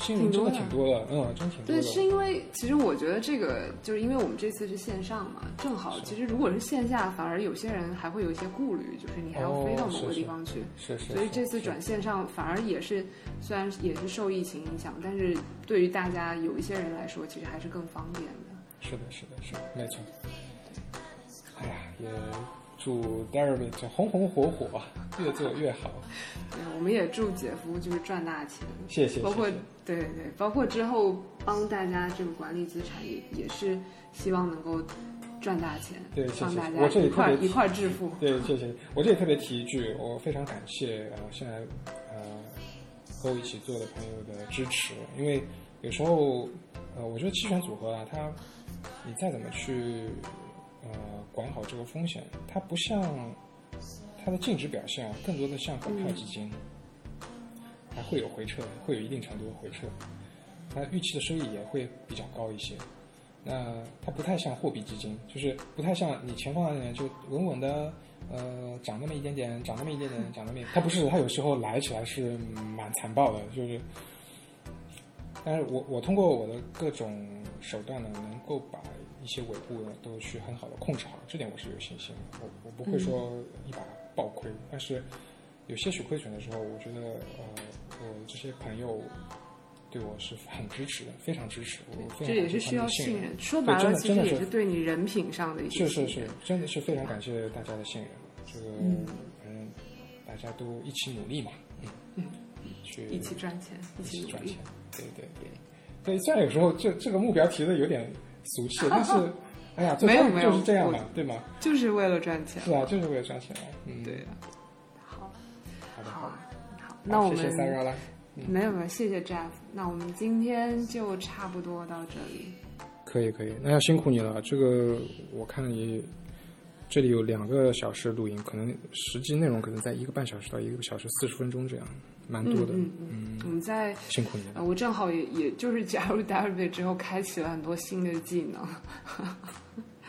Speaker 1: 新人真的挺多的，嗯，真挺多
Speaker 2: 对，是
Speaker 1: 的。
Speaker 2: 因为其实我觉得这个就是因为我们这次是线上嘛，正好其实如果是线下，反而有些人还会有一些顾虑，就是你还要飞到
Speaker 1: 哦
Speaker 2: 某个
Speaker 1: 是
Speaker 2: 地
Speaker 1: 是
Speaker 2: 方去，
Speaker 1: 是是，
Speaker 2: 所以
Speaker 1: 是
Speaker 2: 这次转线上反而也是虽然也是受疫情影响，但是对于大家有一些人来说，其实还是更方便的。
Speaker 1: 是的，是的，是的，没错。哎呀，也祝 Darren 这红红火火，越做越好。
Speaker 2: 对，我们也祝姐夫就是赚大钱，
Speaker 1: 谢谢，
Speaker 2: 包括
Speaker 1: 谢谢
Speaker 2: 对对，包括之后帮大家这个管理资产也也是希望能够赚大钱，
Speaker 1: 对谢谢
Speaker 2: 帮大
Speaker 1: 我
Speaker 2: 家
Speaker 1: 这里
Speaker 2: 一块
Speaker 1: 特别
Speaker 2: 一块致富。
Speaker 1: 对，谢谢。我这里特别提一句，我非常感谢呃现在呃和我一起做的朋友的支持，因为有时候呃我觉得期权组合啊，它你再怎么去呃管好这个风险，它不像它的净值表现啊，更多的像股票基金，它会有回撤，会有一定程度的回撤，它预期的收益也会比较高一些。那它不太像货币基金，就是不太像你钱放在那里就稳稳的，呃，涨那么一点点，涨那么一点点，涨那么一点。它不是，它有时候来起来是蛮残暴的，就是。但是我我通过我的各种手段呢，能够把一些尾部呢都去很好的控制好，这点我是有信心的。我我不会说
Speaker 2: 嗯
Speaker 1: 一把爆亏，但是有些许亏损的时候，我觉得呃，我这些朋友对我是很支持的，非常支持，我非常
Speaker 2: 这也是
Speaker 1: 感谢
Speaker 2: 需
Speaker 1: 他
Speaker 2: 要
Speaker 1: 们的信
Speaker 2: 信
Speaker 1: 任。
Speaker 2: 任，说
Speaker 1: 对
Speaker 2: 白
Speaker 1: 真
Speaker 2: 了，
Speaker 1: 的
Speaker 2: 其实
Speaker 1: 真的
Speaker 2: 也
Speaker 1: 是
Speaker 2: 是对你人品上的一些
Speaker 1: 是是
Speaker 2: 信
Speaker 1: 是
Speaker 2: 任，
Speaker 1: 真的是非常感谢大家的信任，这个
Speaker 2: 嗯
Speaker 1: 嗯，大家都一起努力嘛，嗯，去
Speaker 2: 一起赚钱，一
Speaker 1: 一
Speaker 2: 起
Speaker 1: 起
Speaker 2: 努
Speaker 1: 赚
Speaker 2: 力
Speaker 1: 钱。，对对对。所以虽然有时候这这个目标提的有点俗气，
Speaker 2: <laughs>
Speaker 1: 但是哎呀，最
Speaker 2: 没有
Speaker 1: 后
Speaker 2: 没有
Speaker 1: 就是这样嘛
Speaker 2: 我，
Speaker 1: 对吗？
Speaker 2: 就是为了赚钱。
Speaker 1: 是啊，就是为了赚钱嘛。嗯，
Speaker 2: 对，呀、好，
Speaker 1: 好的
Speaker 2: 好
Speaker 1: 的。，
Speaker 2: 好，那我们
Speaker 1: 谢谢 Sarah 啦，
Speaker 2: 没有没有，谢谢 Jeff。那我们今天就差不多到这里。
Speaker 1: 可以可以，那要辛苦你了。这个我看也这里有两个小时录音，可能实际内容可能在一个半小时到一个小时四十分钟这样，蛮多的。
Speaker 2: 嗯嗯，我们在
Speaker 1: 辛苦你了
Speaker 2: 呃，。我正好也也就是 <laughs> 加入 Derby 之后，开启了很多新的技能。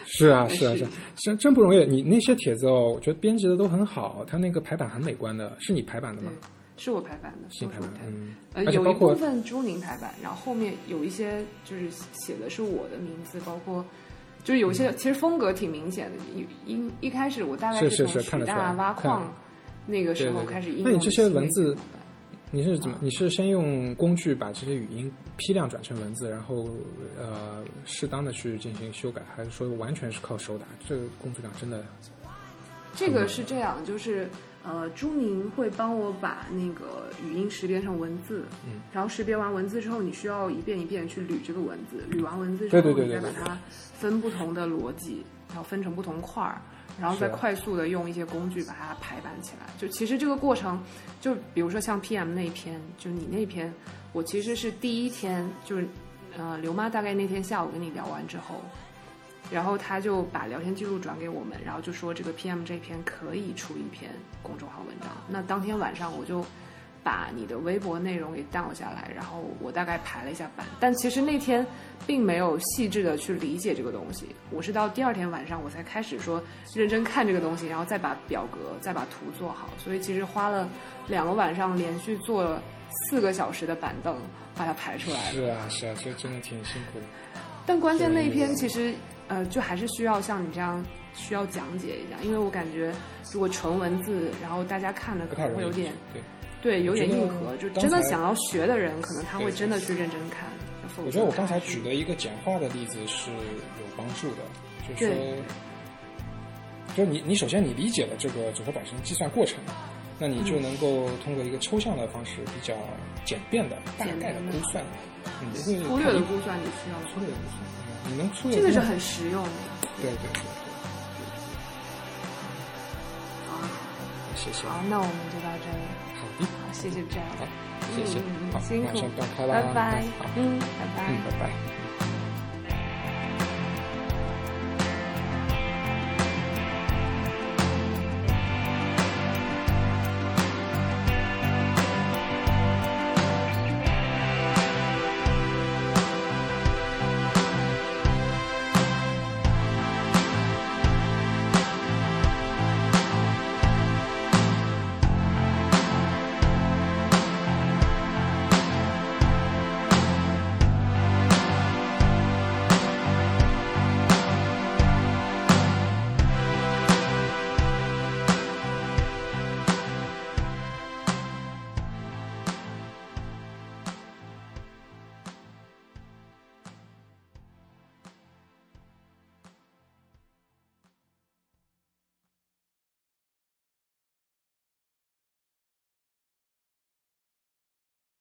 Speaker 1: 是啊，是啊，
Speaker 2: 是
Speaker 1: 是啊，真真不容易。你那些帖子哦，我觉得编辑的都很好，他那个排版很美观的，是你排版的
Speaker 2: 对
Speaker 1: 吗？，
Speaker 2: 是我排版的，
Speaker 1: 是
Speaker 2: 是
Speaker 1: 你
Speaker 2: 我
Speaker 1: 排
Speaker 2: 排
Speaker 1: 版
Speaker 2: 版
Speaker 1: 的，
Speaker 2: 的。
Speaker 1: 嗯，
Speaker 2: 呃，
Speaker 1: 而且
Speaker 2: 有
Speaker 1: 包
Speaker 2: 一部
Speaker 1: 括
Speaker 2: 分朱宁排版，然后后面有一些就是写的是我的名字，包括就是有一些、其实风格挺明显的。一一一开始我大概
Speaker 1: 嗯是是
Speaker 2: 从
Speaker 1: 是看
Speaker 2: 取
Speaker 1: 得出来
Speaker 2: 代挖
Speaker 1: 看
Speaker 2: 矿那个时
Speaker 1: 对
Speaker 2: 候
Speaker 1: 对对
Speaker 2: 开始应用
Speaker 1: 那你
Speaker 2: 的
Speaker 1: 这些
Speaker 2: 新的
Speaker 1: 文字
Speaker 2: 技能
Speaker 1: 你是怎么？你是先用工具把这些语音批量转成文字，然后呃适当的去进行修改，还是说完全是靠手打？这个工作量真的
Speaker 2: 这个是这样，就是呃，朱宁会帮我把那个语音识别成文字，
Speaker 1: 嗯，
Speaker 2: 然后识别完文字之后，你需要一遍一遍去捋这个文字，捋完文字之
Speaker 1: 对对
Speaker 2: 后，
Speaker 1: 对对
Speaker 2: 你再
Speaker 1: 对
Speaker 2: 把它分不同的逻辑，然后分成不同块儿。然后再
Speaker 1: 是啊
Speaker 2: 快速的用一些工具把它排版起来。就其实这个过程，就比如说像 PM 那篇，就你那篇，我其实是第一天，就是呃刘妈大概那天下午跟你聊完之后，然后他就把聊天记录转给我们，然后就说这个 PM 这篇可以出一篇公众号文章。那当天晚上我就把你的微博内容给 down 下来，然后我大概排了一下版，但其实那天并没有细致的去理解这个东西，我是到第二天晚上我才开始说认真看这个东西，然后再把表格、再把图做好，所以其实花了两个晚上连续做了四个小时的板凳把它排出来了。
Speaker 1: 是啊是啊，这真的挺辛苦的。
Speaker 2: 但关键那一篇
Speaker 1: 对
Speaker 2: 其实，呃，就还是需要像你这样需要讲解一下，因为我感觉如果纯文字，然后大家看了
Speaker 1: 不
Speaker 2: 可
Speaker 1: 太
Speaker 2: 能
Speaker 1: 容易。
Speaker 2: 会有点
Speaker 1: 对，
Speaker 2: 对，有点
Speaker 1: 我觉得
Speaker 2: 硬核。就
Speaker 1: 刚
Speaker 2: 真的
Speaker 1: 才
Speaker 2: 想要学的人，可能他会
Speaker 1: 对
Speaker 2: 真的去认真看。否则
Speaker 1: 我觉得我刚才
Speaker 2: 还是
Speaker 1: 举的一个简化的例子是有帮助的，就是
Speaker 2: 对
Speaker 1: 说，就是你你首先你理解了这个整个百分计算过程，那你
Speaker 2: 嗯
Speaker 1: 就能够通过一个抽象的方式，比较简便的、大
Speaker 2: 简
Speaker 1: 概的
Speaker 2: 单的
Speaker 1: 估算，你不会
Speaker 2: 忽略的
Speaker 1: 考虑
Speaker 2: 估算你需要
Speaker 1: 粗略的估算，嗯你能粗略
Speaker 2: 这个
Speaker 1: 估
Speaker 2: 是
Speaker 1: 算
Speaker 2: 很实用的。
Speaker 1: 对对对对，谢谢，
Speaker 2: 好，那我们就到这里，
Speaker 1: 好的，
Speaker 2: 好，谢谢 j
Speaker 1: 好
Speaker 2: a，
Speaker 1: 谢谢
Speaker 2: 嗯，
Speaker 1: 好，
Speaker 2: 辛
Speaker 1: 马
Speaker 2: 苦
Speaker 1: 上断开，了，
Speaker 2: 拜拜
Speaker 1: 好，，
Speaker 2: 嗯，拜拜
Speaker 1: 嗯，。拜拜。